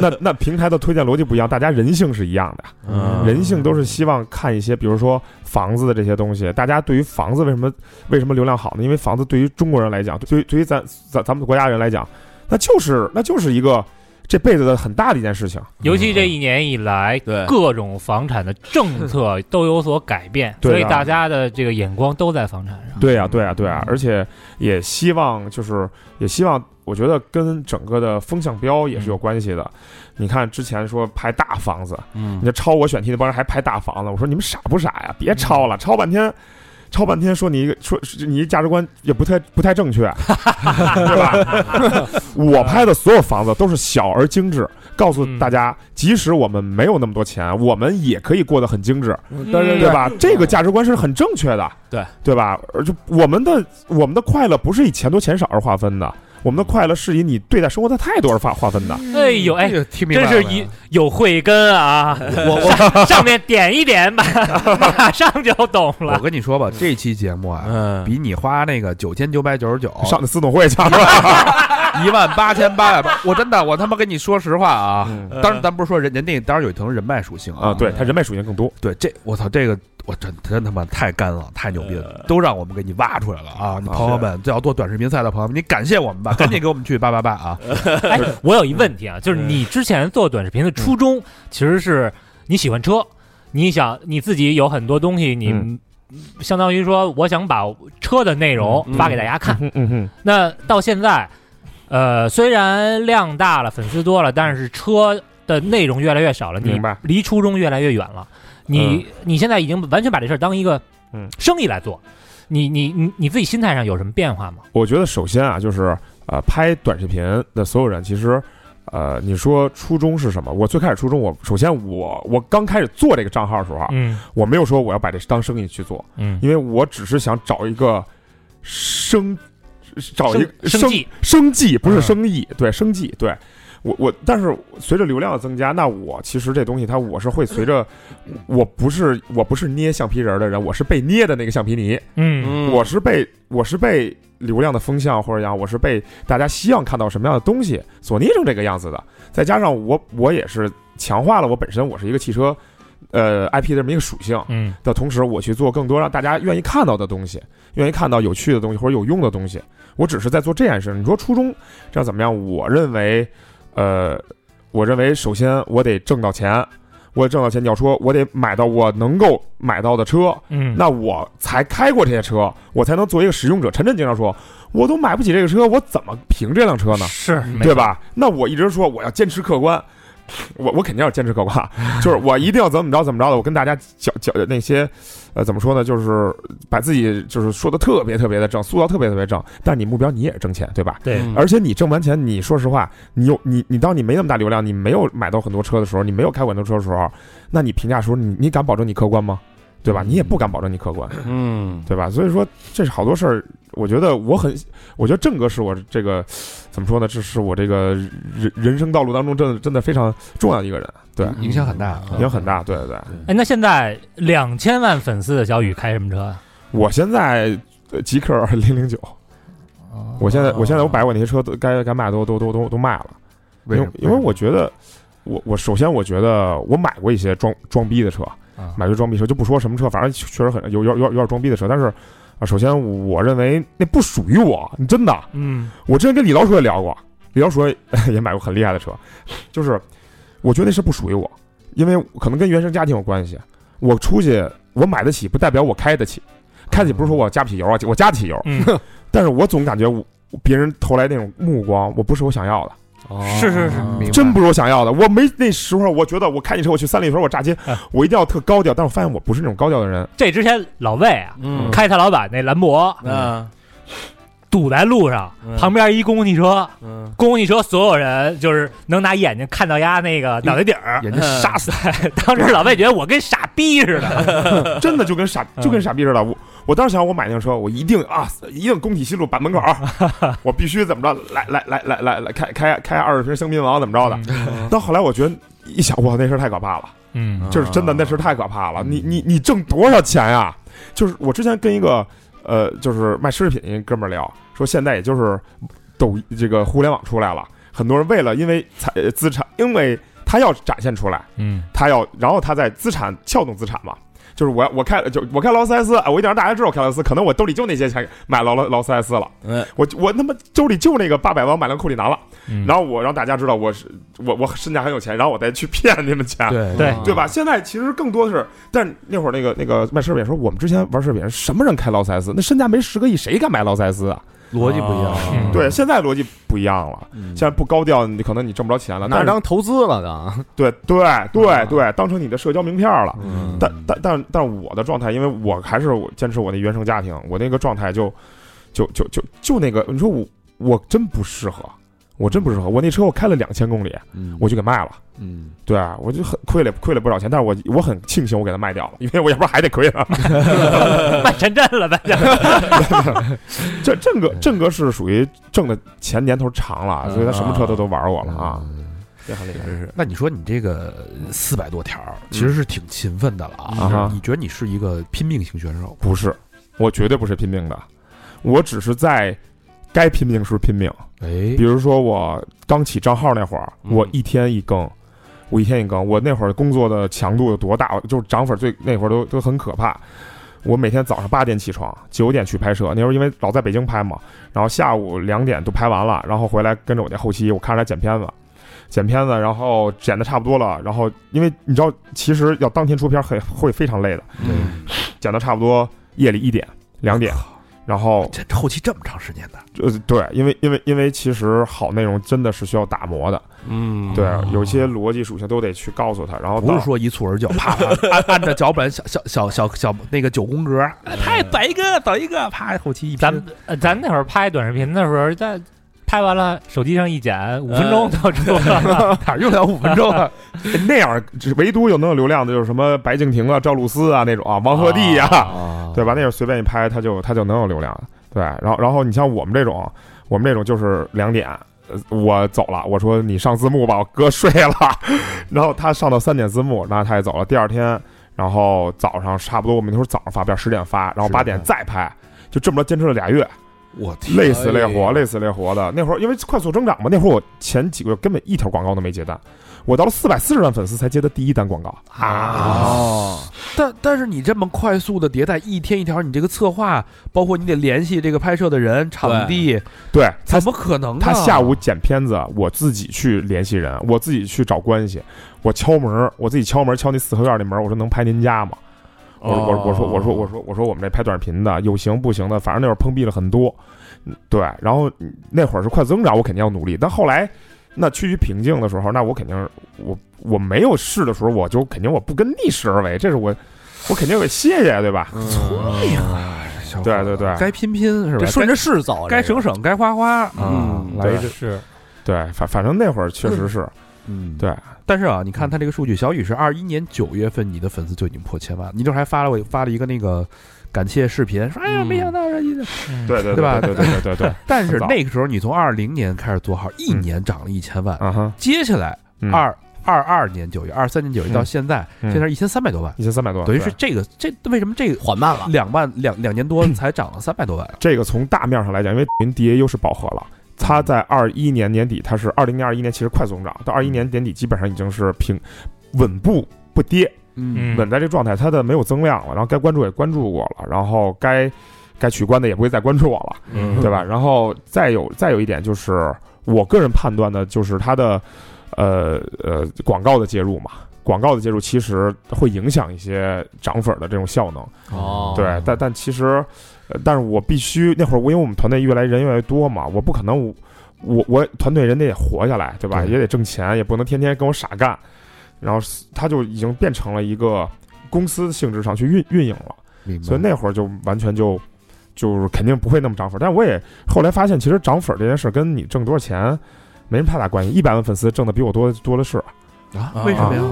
[SPEAKER 6] 那那平台的推荐逻辑不一样，大家人性是一样的。
[SPEAKER 5] 嗯
[SPEAKER 6] 人性都是希望看一些，比如说房子的这些东西。大家对于房子为什么为什么流量好呢？因为房子对于中国人来讲，对于对于咱咱咱们国家人来讲，那就是那就是一个这辈子的很大的一件事情。
[SPEAKER 3] 尤其这一年以来，
[SPEAKER 5] 对
[SPEAKER 3] 各种房产的政策都有所改变，
[SPEAKER 6] 对啊
[SPEAKER 3] 所以大家的这个眼光都在房产上。
[SPEAKER 6] 对呀、对呀、对呀、而且也希望就是也希望，我觉得跟整个的风向标也是有关系的。你看之前说拍大房子，
[SPEAKER 4] 嗯
[SPEAKER 6] 你这抄我选题那帮人还拍大房子，我说你们傻不傻呀？别抄了，抄半天，抄半天说你一个说你一价值观也不太不太正确，对吧？ (laughs) 我拍的所有房子都是小而精致，告诉大家，即使我们没有那么多钱，我们也可以过得很精致，
[SPEAKER 1] 嗯
[SPEAKER 5] 但是
[SPEAKER 6] 对吧？这个价值观是很正确的，
[SPEAKER 5] 对
[SPEAKER 6] 对吧？而就我们的我们的快乐不是以钱多钱少而划分的。我们的快乐是以你对待生活的态度而划划分的，
[SPEAKER 4] 嗯
[SPEAKER 3] 哎呦哎，
[SPEAKER 4] 个听明白
[SPEAKER 3] 真
[SPEAKER 4] 了
[SPEAKER 3] 是一有慧根啊！我我上面点一点，马马上就懂
[SPEAKER 4] 我
[SPEAKER 3] 了。
[SPEAKER 4] 跟你说吧，这期节目啊，
[SPEAKER 5] 嗯，
[SPEAKER 4] 比你花那个九千九百九十九、
[SPEAKER 6] 上那私董会去了。
[SPEAKER 4] 一万八千八百八，我真的，我他妈跟你说实话啊，
[SPEAKER 6] 嗯
[SPEAKER 4] 当然咱不是说人人家当然有一层人脉属性
[SPEAKER 6] 啊，对，他人脉属性更多。
[SPEAKER 4] 对，这我操，这个我真真他妈太干了，太牛逼
[SPEAKER 6] 呃
[SPEAKER 4] 了，都让我们给你挖出来了啊！你
[SPEAKER 6] 啊
[SPEAKER 4] 朋友们，这要做短视频赛的朋友们，你感谢我们
[SPEAKER 6] (laughs)
[SPEAKER 4] 吧，赶紧给我们去八八八啊！
[SPEAKER 3] 哎，我有一问题啊，就是你之前做短视频的初衷，其实是你喜欢车，你想你自己有很多东西，你
[SPEAKER 6] 嗯
[SPEAKER 3] 相当于说我想把车的内容
[SPEAKER 5] 嗯嗯
[SPEAKER 3] 发给大家看。
[SPEAKER 6] 嗯嗯嗯，
[SPEAKER 3] 那到现在，呃，虽然量大了，粉丝多了，但是车的内容越来越少了，你
[SPEAKER 6] 明白
[SPEAKER 3] 离初衷越来越远了。你、你现在已经完全把这事儿当一个
[SPEAKER 6] 嗯
[SPEAKER 3] 生意来做，你你你你自己心态上有什么变化吗？
[SPEAKER 6] 我觉得首先啊，就是呃，拍短视频的所有人，其实呃，你说初衷是什么？我最开始初衷，我首先我我刚开始做这个账号的时候啊，
[SPEAKER 3] 嗯
[SPEAKER 6] 我没有说我要把这当生意去做，
[SPEAKER 3] 嗯，
[SPEAKER 6] 因为我只是想找一个生找一个
[SPEAKER 3] 生生计
[SPEAKER 6] 生计，不是
[SPEAKER 3] 嗯
[SPEAKER 6] 生意，对生计，对。我我，但是随着流量的增加，那我其实这东西它我是会随着，我不是我不是捏橡皮人儿的人，我是被捏的那个橡皮泥，
[SPEAKER 3] 嗯
[SPEAKER 6] 我是被我是被流量的风向或者讲我是被大家希望看到什么样的东西所捏成这个样子的，再加上我我也是强化了我本身我是一个汽车，呃 IP 的这么一个属性
[SPEAKER 3] 嗯
[SPEAKER 6] 的同时，我去做更多让大家愿意看到的东西，愿意看到有趣的东西或者有用的东西，我只是在做这件事。你说初衷这样怎么样？我认为，呃，我认为首先我得挣到钱。我挣到钱，你要说我得买到我能够买到的车，
[SPEAKER 3] 嗯，
[SPEAKER 6] 那我才开过这些车，我才能作为一个使用者。陈晨经常说，我都买不起这个车，我怎么评这辆车呢？
[SPEAKER 3] 是没
[SPEAKER 6] 对
[SPEAKER 3] 错？
[SPEAKER 6] 吧？那我一直说我要坚持客观， (laughs) 我我肯定要坚持客观， (laughs) 就是我一定要怎么着怎么着的。我跟大家讲讲那些，呃，怎么说呢？就是把自己就是说的特别特别的正，塑造特别特别正。但你目标你也是挣钱，对吧？
[SPEAKER 3] 对，
[SPEAKER 5] 嗯
[SPEAKER 6] 而且你挣完钱，你说实话，你有你你当你没那么大流量，你没有买到很多车的时候，你没有开过很多车的时候，那你评价的时候，你你敢保证你客观吗？对吧？你也不敢保证你客观，
[SPEAKER 5] 嗯，
[SPEAKER 6] 对吧？所以说，这是好多事儿，我觉得我很，我觉得郑哥是我这个怎么说呢？这是我这个人人生道路当中真的真的非常重要的一个人，对，
[SPEAKER 5] 影响很
[SPEAKER 4] 啊嗯
[SPEAKER 5] 大，
[SPEAKER 6] 影响很大，对对对。
[SPEAKER 3] 哎，那现在两千万粉丝的小雨开什么车啊？
[SPEAKER 6] 我现在呃极客零零九，我现在我现在我把我那些车都该该卖都都都都都卖了，因为因为我觉得。我我首先我觉得我买过一些装装逼的车，买过装逼车就不说什么车，反正确实很有有有有点装逼的车。但是啊，首先我认为那不属于我，真的。
[SPEAKER 3] 嗯，
[SPEAKER 6] 我之前跟李老鼠也聊过，李老鼠也 (laughs) 也买过很厉害的车，就是我觉得那是不属于我，因为可能跟原生家庭有关系。我出去我买得起，不代表我开得起，开得起不是说我加不起油啊，我加得起油，
[SPEAKER 3] (laughs) 嗯
[SPEAKER 6] 但是我总感觉我别人投来那种目光，我不是我想要的。
[SPEAKER 4] 哦
[SPEAKER 3] 是是是，
[SPEAKER 5] 明白
[SPEAKER 6] 真不是我想要的。我没那时候，我觉得我开你车，我去三里屯，我炸街
[SPEAKER 3] 哎，
[SPEAKER 5] 啊
[SPEAKER 6] 我一定要特高调。但是我发现我不是那种高调的
[SPEAKER 5] (laughs)
[SPEAKER 6] 人，
[SPEAKER 3] 这之前老魏啊，
[SPEAKER 5] 嗯，
[SPEAKER 3] 开他老板那兰博
[SPEAKER 5] 嗯
[SPEAKER 3] 堵在路上，
[SPEAKER 5] 嗯
[SPEAKER 3] 旁边一公共汽车，
[SPEAKER 5] 嗯，
[SPEAKER 3] 公共汽车所有人就是能拿眼睛看到丫那个脑袋顶儿，
[SPEAKER 2] 眼
[SPEAKER 5] 睛杀
[SPEAKER 3] 死。 (laughs) 当时老魏觉得我跟傻逼似的，
[SPEAKER 6] 真的就跟傻就跟傻逼似的。我我当时想，我买那个车，我一定啊，一定工体西路把门口儿，
[SPEAKER 5] (laughs)
[SPEAKER 6] 我必须怎么着，来来来来来来开开开二十瓶香槟王怎么着的。
[SPEAKER 5] 嗯
[SPEAKER 6] 到后来我觉得一想，哇，那事儿太可怕了。
[SPEAKER 3] 嗯
[SPEAKER 6] 就是真的，那是太可怕了。你你你挣多少钱呀、就是我之前跟一个呃，就是卖奢侈品一哥们儿聊，说现在也就是抖这个互联网出来了，很多人为了因为财呃资产，因为他要展现出来，
[SPEAKER 3] 嗯
[SPEAKER 6] 他要然后他在资产撬动资产嘛。就是我我开就我开劳斯莱斯，哎我一定让大家知道我开劳斯，可能我兜里就那些钱买劳劳劳斯莱斯了，
[SPEAKER 5] 嗯
[SPEAKER 6] 我我他妈兜里就那个八百万买辆库里南了，
[SPEAKER 3] 嗯
[SPEAKER 6] 然后我让大家知道我是我我身价很有钱，然后我再去骗你们钱，
[SPEAKER 5] 嗯
[SPEAKER 4] 对
[SPEAKER 3] 对 (laughs)
[SPEAKER 6] 对吧？现在其实更多的是，但那会儿那个那个卖奢侈品说，我们之前玩奢侈品，什么人开劳斯莱斯？那身价没十个亿，谁敢买劳斯莱斯啊？
[SPEAKER 5] 逻辑不一样，
[SPEAKER 4] 啊
[SPEAKER 3] 嗯
[SPEAKER 6] 哦对，现在逻辑不一样了，
[SPEAKER 5] 嗯
[SPEAKER 6] 现在不高调，你可能你挣不着钱了。但
[SPEAKER 1] 那
[SPEAKER 6] 是
[SPEAKER 1] 嗯当投资了的，
[SPEAKER 6] 对对对对，当成你的社交名片了。
[SPEAKER 5] 啊嗯
[SPEAKER 6] 但但但但我的状态，因为我还是我坚持我那原生家庭，我那个状态就就就就就那个，你说我我真不适合，我真不适合。我那车我开了两千公里，我就给卖了。
[SPEAKER 5] 嗯
[SPEAKER 6] 对啊，我就很亏了，亏了不少钱，但是我我很庆幸我给它卖掉了， (laughs) 因为我要不然还得亏啊了。
[SPEAKER 3] 卖陈震了呗，
[SPEAKER 6] 这郑哥，郑哥是属于挣的钱年头长了，所以他什么车他都玩我了啊，这很厉害。
[SPEAKER 4] 那你说你这个呃四百多条儿，其实是挺勤奋的了
[SPEAKER 6] 嗯
[SPEAKER 4] 啊！你觉得你是一个拼命型选手？
[SPEAKER 6] 不是，我绝对不是拼命的，我只是在该拼命时拼命。
[SPEAKER 4] 哎
[SPEAKER 6] 比，如说我刚起账号那会儿，
[SPEAKER 5] 嗯
[SPEAKER 6] 我一天一更，我一天一更，我那会儿工作的强度有多大？就是涨粉最那会儿都都很可怕。我每天早上八点起床，九点去拍摄。那时候因为老在北京拍嘛，然后下午两点都拍完了，然后回来跟着我那后期，我看着他剪片子，剪片子，然后剪的差不多了，然后因为你知道，其实要当天出片很会非常累的，
[SPEAKER 5] 嗯
[SPEAKER 6] 剪到差不多夜里一点、两点，然后
[SPEAKER 4] 这后期这么长时间的，
[SPEAKER 6] 呃对，因为因为因为其实好内容真的是需要打磨的，
[SPEAKER 5] 嗯，
[SPEAKER 6] 对，啊有些逻辑属性都得去告诉他，然后
[SPEAKER 4] 不
[SPEAKER 6] 到
[SPEAKER 4] 是说一蹴
[SPEAKER 6] (laughs)
[SPEAKER 4] 而就，啪啪按按着脚本小小小小小那个九宫格，哎拍摆一个倒一个，啪后期一拼
[SPEAKER 3] (laughs) 咱们呃咱那会儿拍短视频的时候，在拍完了手机上一剪，五分
[SPEAKER 5] 嗯
[SPEAKER 3] 钟就出
[SPEAKER 5] (laughs)
[SPEAKER 3] 了，
[SPEAKER 4] 哪儿用得了五分钟
[SPEAKER 6] (laughs)
[SPEAKER 4] 啊？
[SPEAKER 6] 那样，只唯独有能有流量的就是什么白敬亭啊、赵露思啊那种啊、王鹤棣呀、对吧？那样随便一拍，他就他就能有流量，对。然后然后你像我们这种，我们这种就是两点。呃我走了，我说你上字幕吧，我哥睡了。 (laughs) 然后他上到三点字幕，那他也走了。第二天，然后早上差不多我们那时候早上发片，十点发，然后八点再拍，就这么着坚持了俩月。
[SPEAKER 4] 我 (laughs) 天，
[SPEAKER 6] 累死累活，
[SPEAKER 5] 哎
[SPEAKER 6] 累死累活的。那会儿因为快速增长嘛，那会儿我前几个月根本一条广告都没接单，我到了四百四十万粉丝才接的第一单广告啊！
[SPEAKER 5] 哦，
[SPEAKER 4] 但但是你这么快速的迭代，一天一条，你这个策划，包括你得联系这个拍摄的人、场地，
[SPEAKER 6] (laughs) 对他
[SPEAKER 4] 怎，么可能呢？啊
[SPEAKER 6] 他下午剪片子，我自己去联系人，我自己去找关系，我敲门，我自己敲门敲那四合院那门，我说能拍您家吗？我说我我
[SPEAKER 5] 哦
[SPEAKER 6] 说我说我说我说我们这拍短视频的有行不行的，反正那会儿碰壁了很多，嗯对。然后嗯那会儿是快增长，我肯定要努力。但后来那趋于平静的时候，那我肯定我我没有试的时候，我就肯定我不跟逆势而为，这是我我肯定得谢谢，对吧？
[SPEAKER 5] 聪
[SPEAKER 4] 哎
[SPEAKER 5] 明，
[SPEAKER 4] 呀，小伙
[SPEAKER 6] 对对对
[SPEAKER 4] 该拼拼是吧？
[SPEAKER 1] 这顺着势走，
[SPEAKER 4] 该该
[SPEAKER 1] 这个
[SPEAKER 4] 省省，该花花，
[SPEAKER 6] 嗯
[SPEAKER 5] 嗯
[SPEAKER 6] 来一
[SPEAKER 3] 是
[SPEAKER 6] 对，反反正那会儿确实是，
[SPEAKER 5] 嗯，
[SPEAKER 6] 对，
[SPEAKER 4] 但是啊，你看他这个数据，小雨是二一年九月份，你的粉丝就已经破千万了。你这还发了我发了一个那个感谢视频，说哎呀，
[SPEAKER 5] 嗯
[SPEAKER 4] 没想到这一年。
[SPEAKER 6] 对对
[SPEAKER 4] 嗯对吧
[SPEAKER 6] 对对对
[SPEAKER 4] (laughs)
[SPEAKER 6] 对对，
[SPEAKER 4] 但是
[SPEAKER 6] 很早
[SPEAKER 4] 那个时候你从二零年开始做号，一年涨了一千万，
[SPEAKER 6] 啊哈，
[SPEAKER 4] 接下来
[SPEAKER 6] 嗯
[SPEAKER 4] 二二二年九月、二三年九月
[SPEAKER 6] 嗯
[SPEAKER 4] 到现在，
[SPEAKER 6] 嗯
[SPEAKER 4] 现在一千三百多万，
[SPEAKER 6] 一千三百多，
[SPEAKER 4] 等于是这
[SPEAKER 6] 对
[SPEAKER 4] 个这为什么这个
[SPEAKER 1] 缓慢了。
[SPEAKER 4] 两万两两年多才涨了三百多万啊？
[SPEAKER 6] 这个从大面上来讲，因为抖音 DAU 是饱和了。它在二一年年底，它是二零年、二一年其实快速增长，到二一
[SPEAKER 3] 嗯
[SPEAKER 6] 年年底基本上已经是平稳步不跌，
[SPEAKER 3] 嗯
[SPEAKER 6] 稳在这状态，它的没有增量了，然后该关注也关注过了，然后该该取关的也不会再关注我了，
[SPEAKER 3] 嗯
[SPEAKER 6] 对吧？然后再有再有一点就是，我个人判断的就是它的呃呃广告的介入嘛，广告的介入其实会影响一些涨粉的这种效能。
[SPEAKER 1] 哦
[SPEAKER 6] 对，但但其实，呃但是我必须那会儿，我因为我们团队越来人越来越多嘛，我不可能我我我团队人得活下来，对吧？
[SPEAKER 4] 对
[SPEAKER 6] 也得挣钱，也不能天天跟我傻干。然后他就已经变成了一个公司性质上去运运营了，
[SPEAKER 4] 明白
[SPEAKER 6] 所以那会儿就完全就就是肯定不会那么涨粉。但我也后来发现，其实涨粉这件事跟你挣多少钱没什么太大关系。一百万粉丝挣的比我多多的是，
[SPEAKER 4] 啊，为什么呀？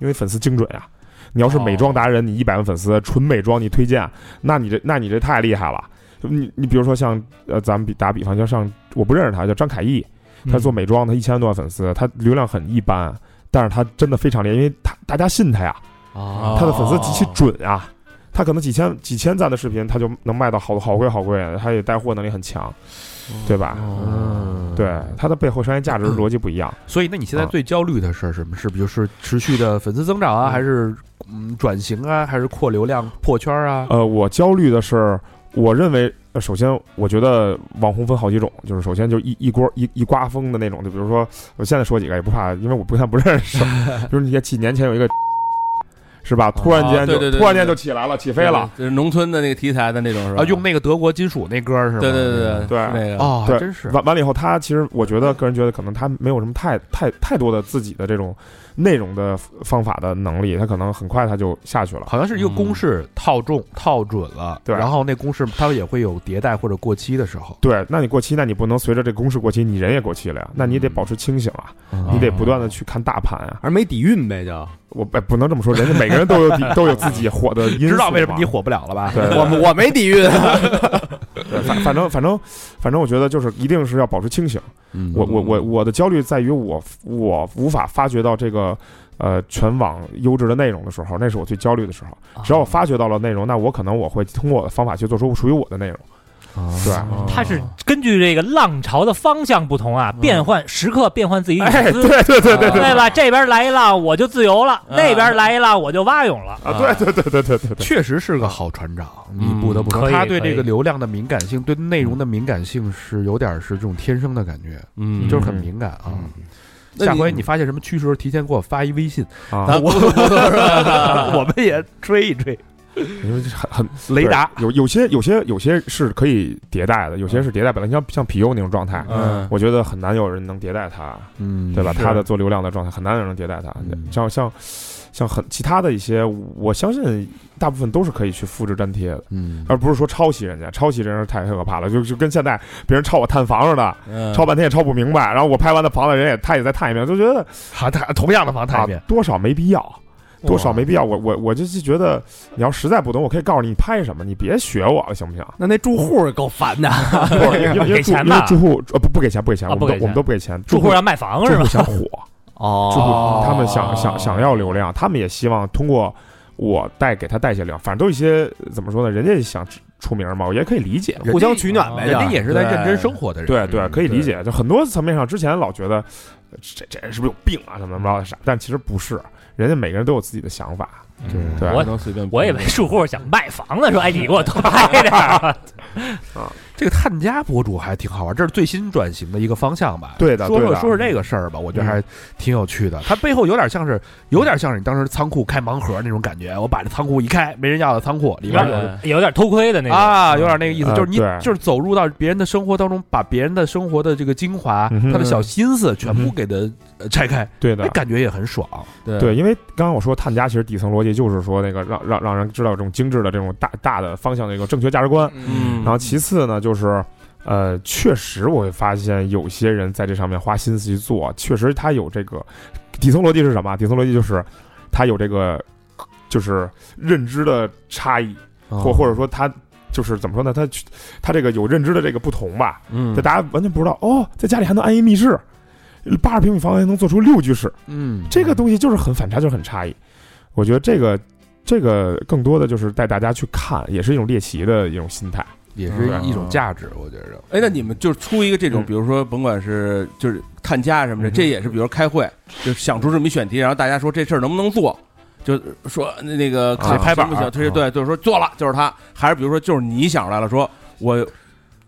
[SPEAKER 6] 因为粉丝精准呀、你要是美妆达人，你一百万粉丝，纯美妆你推荐，那你这那你这太厉害了。你你比如说像呃，咱们比打比方，就像我不认识他，叫张凯义，他做美妆，他一千多万粉丝，他流量很一般，但是他真的非常厉害，因为他大家信他呀，
[SPEAKER 5] 啊
[SPEAKER 6] 他的粉丝极其准啊。他可能几千几千赞的视频，他就能卖到好好贵好贵，他也带货能力很强，对吧？
[SPEAKER 4] 嗯，
[SPEAKER 6] 对，他的背后商业价值逻辑不一样。
[SPEAKER 4] 所以，那你现在最焦虑的事儿是什么？是不是就是持续的粉丝增长啊，还是嗯转型啊，还是扩流量、破圈啊？
[SPEAKER 6] 呃，我焦虑的是，我认为，呃首先，我觉得网红分好几种，就是首先就一一锅一一刮风的那种，就比如说，我现在说几个也不怕，因为我不但不认
[SPEAKER 5] (laughs)
[SPEAKER 6] 识，就是你看几年前有一个，是吧？突然间就、
[SPEAKER 5] 哦对对对
[SPEAKER 6] 突然间
[SPEAKER 5] 对
[SPEAKER 6] 就起来了，起飞了。，
[SPEAKER 5] 就是农村的那个题材的那种是吧？
[SPEAKER 4] 啊，用那个德国金属那歌儿是吗？
[SPEAKER 5] 对对对
[SPEAKER 6] 对啊
[SPEAKER 5] 是那个
[SPEAKER 4] 哦，还
[SPEAKER 6] 对
[SPEAKER 4] 真是
[SPEAKER 6] 完完了以后，他其实我觉
[SPEAKER 5] 嗯
[SPEAKER 6] 得，个人觉得可能他没有什么太太太多的自己的这种内容的方法的能力，他可能很快他就下去了。
[SPEAKER 4] 好像是一个公式套中套准了，
[SPEAKER 6] 对
[SPEAKER 4] 然后那公式它也会有迭代或者过期的时候，
[SPEAKER 6] 对，那你过期，那你不能随着这公式过期，你人也过期了呀，那你
[SPEAKER 5] 嗯
[SPEAKER 6] 得保持清醒啊，
[SPEAKER 5] 哦
[SPEAKER 6] 你得不断的去看大盘啊。
[SPEAKER 1] 而没底蕴呗，就
[SPEAKER 6] 我哎不不能这么说，人家每个人都
[SPEAKER 4] (laughs)
[SPEAKER 6] 有底都有自己火的因素，
[SPEAKER 4] 知道为什么你？火不了了吧？
[SPEAKER 6] 对，
[SPEAKER 1] 我我没底蕴， (laughs)
[SPEAKER 6] 对反反正反正反正，我觉得就是一定是要保持清醒。
[SPEAKER 5] 嗯
[SPEAKER 6] 我我我我的焦虑在于我我无法发掘到这个呃全网优质的内容的时候，那是我最焦虑的时候。只要我发掘到了内容，那我可能我会通过我的方法去做出属于我的内容。对，
[SPEAKER 4] (laughs)
[SPEAKER 3] 他是
[SPEAKER 6] 哦
[SPEAKER 3] 根据这个浪潮的方向不同啊，变换时刻变换自己隐
[SPEAKER 6] 嗯哎，
[SPEAKER 3] 私，
[SPEAKER 6] 对对对对嗯对
[SPEAKER 3] 对吧？这边来一浪我就自由了，那边来一浪我就蛙泳了。
[SPEAKER 6] 啊，对对对对对对对，
[SPEAKER 4] 确实是个好船长，你
[SPEAKER 5] 嗯
[SPEAKER 4] 不得不说，
[SPEAKER 3] 可以
[SPEAKER 4] 他对
[SPEAKER 3] 可以
[SPEAKER 4] 这个流量的敏感性，对内容的敏感性是有点是这种天生的感觉，
[SPEAKER 5] 嗯，
[SPEAKER 4] 就是很敏感啊。
[SPEAKER 5] 那
[SPEAKER 4] 下
[SPEAKER 5] 你
[SPEAKER 4] 回你发现什么趋势，提前给我发一微信，
[SPEAKER 6] 啊
[SPEAKER 5] 咱，不
[SPEAKER 6] (laughs)
[SPEAKER 5] 不不是吧
[SPEAKER 4] (laughs) 我们也追一追
[SPEAKER 6] 因为这很很
[SPEAKER 4] 雷达。
[SPEAKER 6] 对有有些有些有些是可以迭代的，有些是迭代不了，像像皮尤那种状态，
[SPEAKER 5] 嗯
[SPEAKER 6] 我觉得很难有人能迭代它，
[SPEAKER 4] 嗯
[SPEAKER 6] 对吧？
[SPEAKER 4] 是
[SPEAKER 6] 它的做流量的状态很难有人能迭代它。
[SPEAKER 4] 嗯
[SPEAKER 6] 像像像很其他的一些，我相信大部分都是可以去复制粘贴的，
[SPEAKER 4] 嗯
[SPEAKER 6] 而不是说抄袭人家。抄袭人家太可怕了，就就跟现在别人抄我探房似的，
[SPEAKER 5] 嗯
[SPEAKER 6] 抄半天也抄不明白，然后我拍完的房子人也他也在探一遍，就觉得
[SPEAKER 4] 还他同样的房太
[SPEAKER 6] 啊
[SPEAKER 4] 面，
[SPEAKER 6] 多少没必要。多少没必要，我我我就是觉得，你要实在不懂，我可以告诉你你拍什么，你别学我了，行不行？
[SPEAKER 1] 那那住户也够烦的。
[SPEAKER 6] 不是因为因为
[SPEAKER 3] (laughs) 给钱
[SPEAKER 6] 住因
[SPEAKER 3] 吧
[SPEAKER 6] 为住户呃不不给钱不给钱，
[SPEAKER 3] 啊
[SPEAKER 6] 我们
[SPEAKER 3] 不
[SPEAKER 6] 都
[SPEAKER 3] 给
[SPEAKER 6] 我们
[SPEAKER 3] 钱
[SPEAKER 6] 都不给钱，
[SPEAKER 3] 住
[SPEAKER 6] 户
[SPEAKER 3] 户要卖房
[SPEAKER 6] 住
[SPEAKER 3] 是
[SPEAKER 6] 户
[SPEAKER 3] 吧？
[SPEAKER 6] 想火，住
[SPEAKER 4] 哦
[SPEAKER 6] 户他们想想想要流量，他们也希望通过我带给他带些流量，反正都一些怎么说呢，人家也想出出名嘛，我也可以理解。
[SPEAKER 4] 人
[SPEAKER 1] 互相取暖呗，
[SPEAKER 4] 啊人家也是在认真
[SPEAKER 5] 对
[SPEAKER 4] 生活的人，
[SPEAKER 6] 对对，可以理解。就很多层面上，之前老觉得呃这这人是不是有病啊，怎么怎么着的啥，但其实不是，人家每个人都有自己的想法。
[SPEAKER 4] 嗯
[SPEAKER 6] 对
[SPEAKER 5] 不
[SPEAKER 3] 我
[SPEAKER 5] 能随便，
[SPEAKER 3] 我以
[SPEAKER 6] 嗯
[SPEAKER 3] 为住户想卖房呢，说哎你
[SPEAKER 6] (laughs)
[SPEAKER 3] 给我多拍点儿。
[SPEAKER 4] 这个探家博主还挺好玩，这是最新转型的一个方向吧？
[SPEAKER 6] 对的
[SPEAKER 4] 说
[SPEAKER 6] 对
[SPEAKER 4] 说
[SPEAKER 6] 的嗯
[SPEAKER 4] 说说这个事儿吧，我觉得还挺有趣的。它背后有点像是，有点像是你当时仓库开盲盒那种感觉。我把这仓库一开，没人要的仓库里边有
[SPEAKER 5] 对
[SPEAKER 3] 有点偷窥的那种
[SPEAKER 4] 啊，有点那个意思，
[SPEAKER 6] 嗯
[SPEAKER 4] 就是你
[SPEAKER 6] 对
[SPEAKER 4] 就是走入到别人的生活当中，把别人的生活的这个精华
[SPEAKER 6] 嗯，哼嗯
[SPEAKER 4] 他的小心思全部给它呃拆开，
[SPEAKER 6] 对
[SPEAKER 4] 那
[SPEAKER 6] 的，
[SPEAKER 4] 感觉也很爽。
[SPEAKER 5] 对
[SPEAKER 6] 对，因为刚刚我说探家其实底层逻辑就是说那个让让让人知道这种精致的这种大大的方向的一个正确价值观。
[SPEAKER 5] 嗯
[SPEAKER 6] 然后其次呢，就是呃，确实我会发现有些人在这上面花心思去做，确实他有这个底层逻辑是什么？底层逻辑就是他有这个就是认知的差异，
[SPEAKER 4] 哦
[SPEAKER 6] 或或者说他就是怎么说呢？他去他这个有认知的这个不同吧，
[SPEAKER 4] 嗯
[SPEAKER 6] 这大家完全不知道哦，在家里还能安一密室，八十平米房还能做出六居室，
[SPEAKER 4] 嗯，
[SPEAKER 6] 这个东西就是很反差，就是很差异。我觉得这个这个更多的就是带大家去看，也是一种猎奇的一种心态。
[SPEAKER 4] 也是嗯一种价值，我觉着。
[SPEAKER 5] 哎，那你们就是出一个这种，
[SPEAKER 6] 嗯
[SPEAKER 5] 比如说甭管是就是看家什么的，
[SPEAKER 6] 嗯哼
[SPEAKER 5] 这也是比如开会，就想出这么一选题，然后大家说这事儿能不能做，就说那那个
[SPEAKER 6] 啊
[SPEAKER 5] 看
[SPEAKER 6] 拍板
[SPEAKER 5] 行不行？
[SPEAKER 6] 啊
[SPEAKER 5] 对对，就是说做了就是他，还是比如说就是你想出来了，说我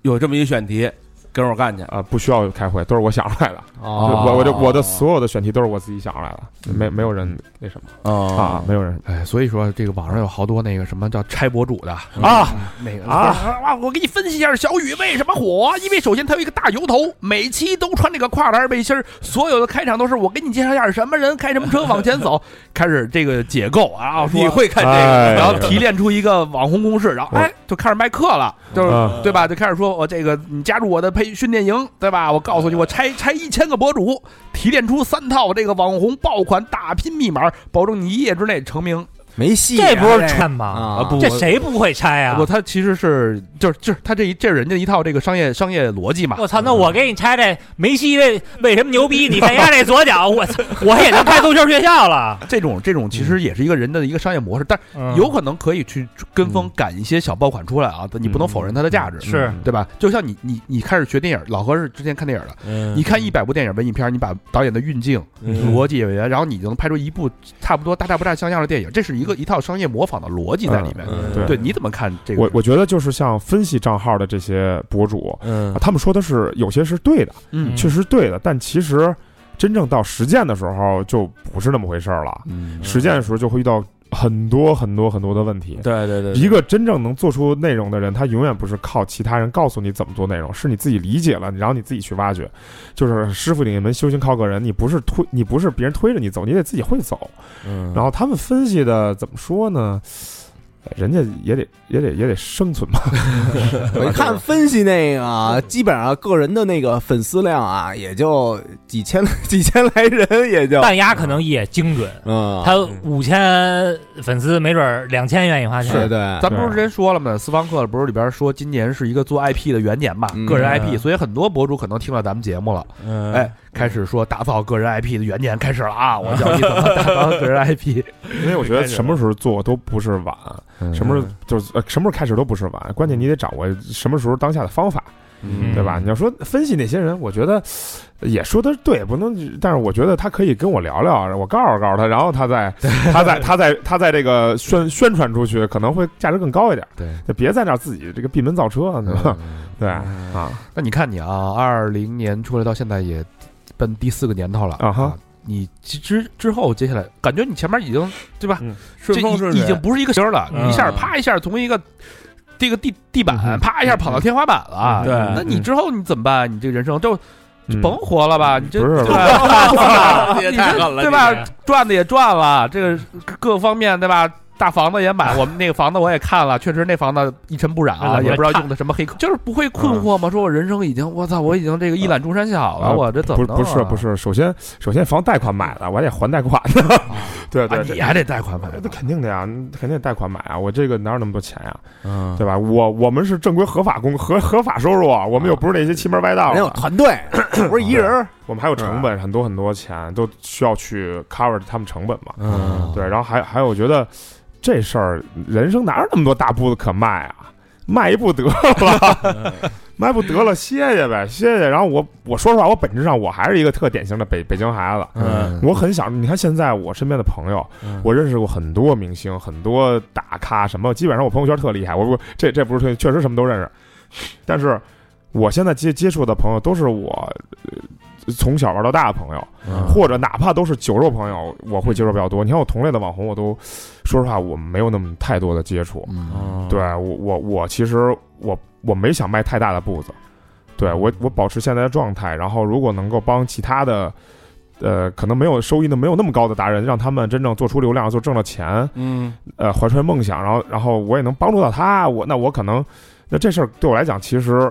[SPEAKER 5] 有这么一选题，跟我干去。
[SPEAKER 6] 啊、不需要开会，都是我想出来的。就
[SPEAKER 4] 哦嗯
[SPEAKER 6] 我我就我的所有的选题都是我自己想出来的，没没有人那什么啊
[SPEAKER 5] 啊，
[SPEAKER 6] 没有人
[SPEAKER 4] 哎，所以说这个网上有好多那个什么叫拆博主的
[SPEAKER 6] 啊
[SPEAKER 4] 那个
[SPEAKER 6] 啊
[SPEAKER 4] 嗯啊！我给你分析一下小雨为什么火，因为首先他有一个大油头，每期都穿这个跨栏背心儿所有的开场都是我给你介绍一下什么人开什么车往前 (laughs) 走，开始这个解构啊，说
[SPEAKER 5] 你会看这个？
[SPEAKER 6] 哎
[SPEAKER 4] 然后提炼出一个网红公式，然后哎就开始卖课了，就是、
[SPEAKER 6] 啊
[SPEAKER 4] 对吧？就开始说我哦这个你加入我的培训练营，对吧？我告诉你，我拆拆一千个博主，提炼出三套这个网红爆款打拼密码，保证你一夜之内成名。
[SPEAKER 1] 没戏啊，
[SPEAKER 3] 这不是串吗？
[SPEAKER 1] 啊
[SPEAKER 4] 不
[SPEAKER 3] 这谁不会拆啊
[SPEAKER 4] 不，？他其实是就是就是他这一这是人家一套这个商业商业逻辑嘛。
[SPEAKER 3] 我操！那我给你拆这梅西为为什么牛逼？你看人家这左脚，我操，我也能开足球学校
[SPEAKER 6] (laughs)
[SPEAKER 3] 了。
[SPEAKER 4] 这种这种其实也是一个人的一个商业模式，但
[SPEAKER 6] 嗯
[SPEAKER 4] 有可能可以去跟风赶一些小爆款出来啊，你不能否认它的价值。
[SPEAKER 6] 嗯
[SPEAKER 3] 是
[SPEAKER 4] 对吧？就像你你你开始学电影，老何是之前看电影的，
[SPEAKER 5] 嗯
[SPEAKER 4] 你看一百部电影文艺片，你把导演的运镜、逻辑、演员，然后你就能拍出一部差不多大差不差相样的电影，这是一个一套商业模仿的逻辑在里面。
[SPEAKER 5] 嗯
[SPEAKER 6] 对
[SPEAKER 4] 对，你怎么看这个？
[SPEAKER 6] 我我觉得就是像分析账号的这些博主，
[SPEAKER 5] 嗯
[SPEAKER 6] 啊，他们说的是有些是对的，
[SPEAKER 4] 嗯
[SPEAKER 6] 确实对的，但其实真正到实践的时候就不是那么回事儿了。
[SPEAKER 4] 嗯
[SPEAKER 6] 实践的时候就会遇到很多很多很多的问题。
[SPEAKER 5] 对对对，
[SPEAKER 6] 一个真正能做出内容的人，他永远不是靠其他人告诉你怎么做内容，是你自己理解了，然后你自己去挖掘。就是师傅领门，修行靠个人，你不是推，你不是别人推着你走，你得自己会走。
[SPEAKER 5] 嗯
[SPEAKER 6] 然后他们分析的怎么说呢？人家也得也得也得生存吧。
[SPEAKER 1] (laughs) 我一看分析那个啊，基本上个人的那个粉丝量啊，也就几千 (laughs) 几千来人，也
[SPEAKER 6] 哦
[SPEAKER 1] 就
[SPEAKER 3] 但丫可能也精准，
[SPEAKER 1] 嗯，
[SPEAKER 3] 他五千粉丝，没准两千愿意花
[SPEAKER 1] 哎对
[SPEAKER 3] 钱。
[SPEAKER 1] 对，
[SPEAKER 4] 咱们不是之前说了吗？斯方克不是里边说今年是一个做 IP 的元年嘛，
[SPEAKER 1] 嗯
[SPEAKER 4] 个人 IP，所以很多博主可能听到咱们节目了，
[SPEAKER 3] 嗯
[SPEAKER 4] 哎，开始说打造个人 IP 的元年开始了啊！我教你怎么打造个人 IP，
[SPEAKER 6] 因为我觉得什么时候做都不是晚，什么时候就是呃什么时候开始都不是晚，关键你得掌握什么时候当下的方法，
[SPEAKER 3] 嗯
[SPEAKER 6] 对吧？你要说分析那些人，我觉得呃也说的对，不能，但是我觉得他可以跟我聊聊，我告诉告诉他，然后他
[SPEAKER 4] (laughs)
[SPEAKER 6] 再他再他再他在这个宣宣传出去，可能会价值更高一点。
[SPEAKER 4] 对，嗯
[SPEAKER 6] 就别在那儿自己这个闭门造车，对吧？对啊，
[SPEAKER 4] 那你看你啊，二零年出来到现在也奔第四个年头了
[SPEAKER 6] 啊哈
[SPEAKER 4] 你其之之后接下来，感觉你前面已经对吧？
[SPEAKER 6] 嗯
[SPEAKER 4] 这
[SPEAKER 5] 顺风顺
[SPEAKER 4] 已
[SPEAKER 5] 水
[SPEAKER 4] 已经不是一个型儿了，
[SPEAKER 5] 嗯
[SPEAKER 4] 你一下啪一下从一个这个地地板啪一下
[SPEAKER 5] 嗯
[SPEAKER 4] 跑到天花板了。啊
[SPEAKER 5] 对嗯
[SPEAKER 4] 那你之后你怎么办？你这个人生就
[SPEAKER 6] 嗯
[SPEAKER 4] 甭活了吧？你这
[SPEAKER 6] 不是
[SPEAKER 4] 对
[SPEAKER 6] 不是
[SPEAKER 4] 吧
[SPEAKER 5] 你这
[SPEAKER 4] 你
[SPEAKER 5] 太
[SPEAKER 4] 这
[SPEAKER 5] 狠了
[SPEAKER 4] 对
[SPEAKER 5] 你
[SPEAKER 4] 吧
[SPEAKER 5] 这？
[SPEAKER 4] 赚的也赚了，这个各方面对吧？大房子也买，我们那个房子我也看了，确实那房子一尘不染啊，
[SPEAKER 3] 嗯
[SPEAKER 4] 也不知道用的什么黑客，就是不会困惑吗？说我人生已经，我操，我已经这个一览众山小了，
[SPEAKER 6] 啊
[SPEAKER 4] 我这怎
[SPEAKER 6] 不
[SPEAKER 4] 么
[SPEAKER 6] 是
[SPEAKER 4] 弄
[SPEAKER 6] 不是
[SPEAKER 4] 啊
[SPEAKER 6] 不，是，首先首先房贷款买了，我还得还贷款呢。 (laughs) 对对
[SPEAKER 4] 啊，
[SPEAKER 6] 对
[SPEAKER 4] 你。还得贷款买
[SPEAKER 6] 那肯定的呀，肯定得贷款买啊！我这个哪有那么多钱呀、
[SPEAKER 5] 嗯
[SPEAKER 6] 对吧？我我们是正规合法工合合法收入啊，我们
[SPEAKER 4] 哦
[SPEAKER 6] 又不是那些欺门歪道啊
[SPEAKER 1] 人
[SPEAKER 6] 的
[SPEAKER 1] 有团队，不是一人儿，
[SPEAKER 6] 我们还有成本，很多很多钱都需要去 cover 他们成本嘛。
[SPEAKER 5] 嗯
[SPEAKER 6] 对，然后还还有，我觉得这事儿人生哪有那么多大步子可迈啊？迈一步得了，迈一步得了，歇歇呗，歇歇。然后我我说实话，我本质上我还是一个特典型的北北京孩子。
[SPEAKER 4] 嗯，
[SPEAKER 6] 我很想，你看现在我身边的朋友，我认识过很多明星，很多大咖，什么基本上我朋友圈特厉害。我不这这不是特确实什么都认识，但是我现在接接触的朋友都是我、呃从小玩到大的朋友，或者哪怕都是酒肉朋友，我会接触比较多。你看我同类的网红，我都说实话，我没有那么太多的接触。
[SPEAKER 4] 嗯，
[SPEAKER 6] 对我我我其实我我没想迈太大的步子，对我我保持现在的状态，然后如果能够帮其他的，呃，可能没有收益的没有那么高的达人，让他们真正做出流量，做挣到钱，
[SPEAKER 5] 嗯
[SPEAKER 6] 呃，怀揣梦想，然后然后我也能帮助到他，我那我可能那这事儿对我来讲其实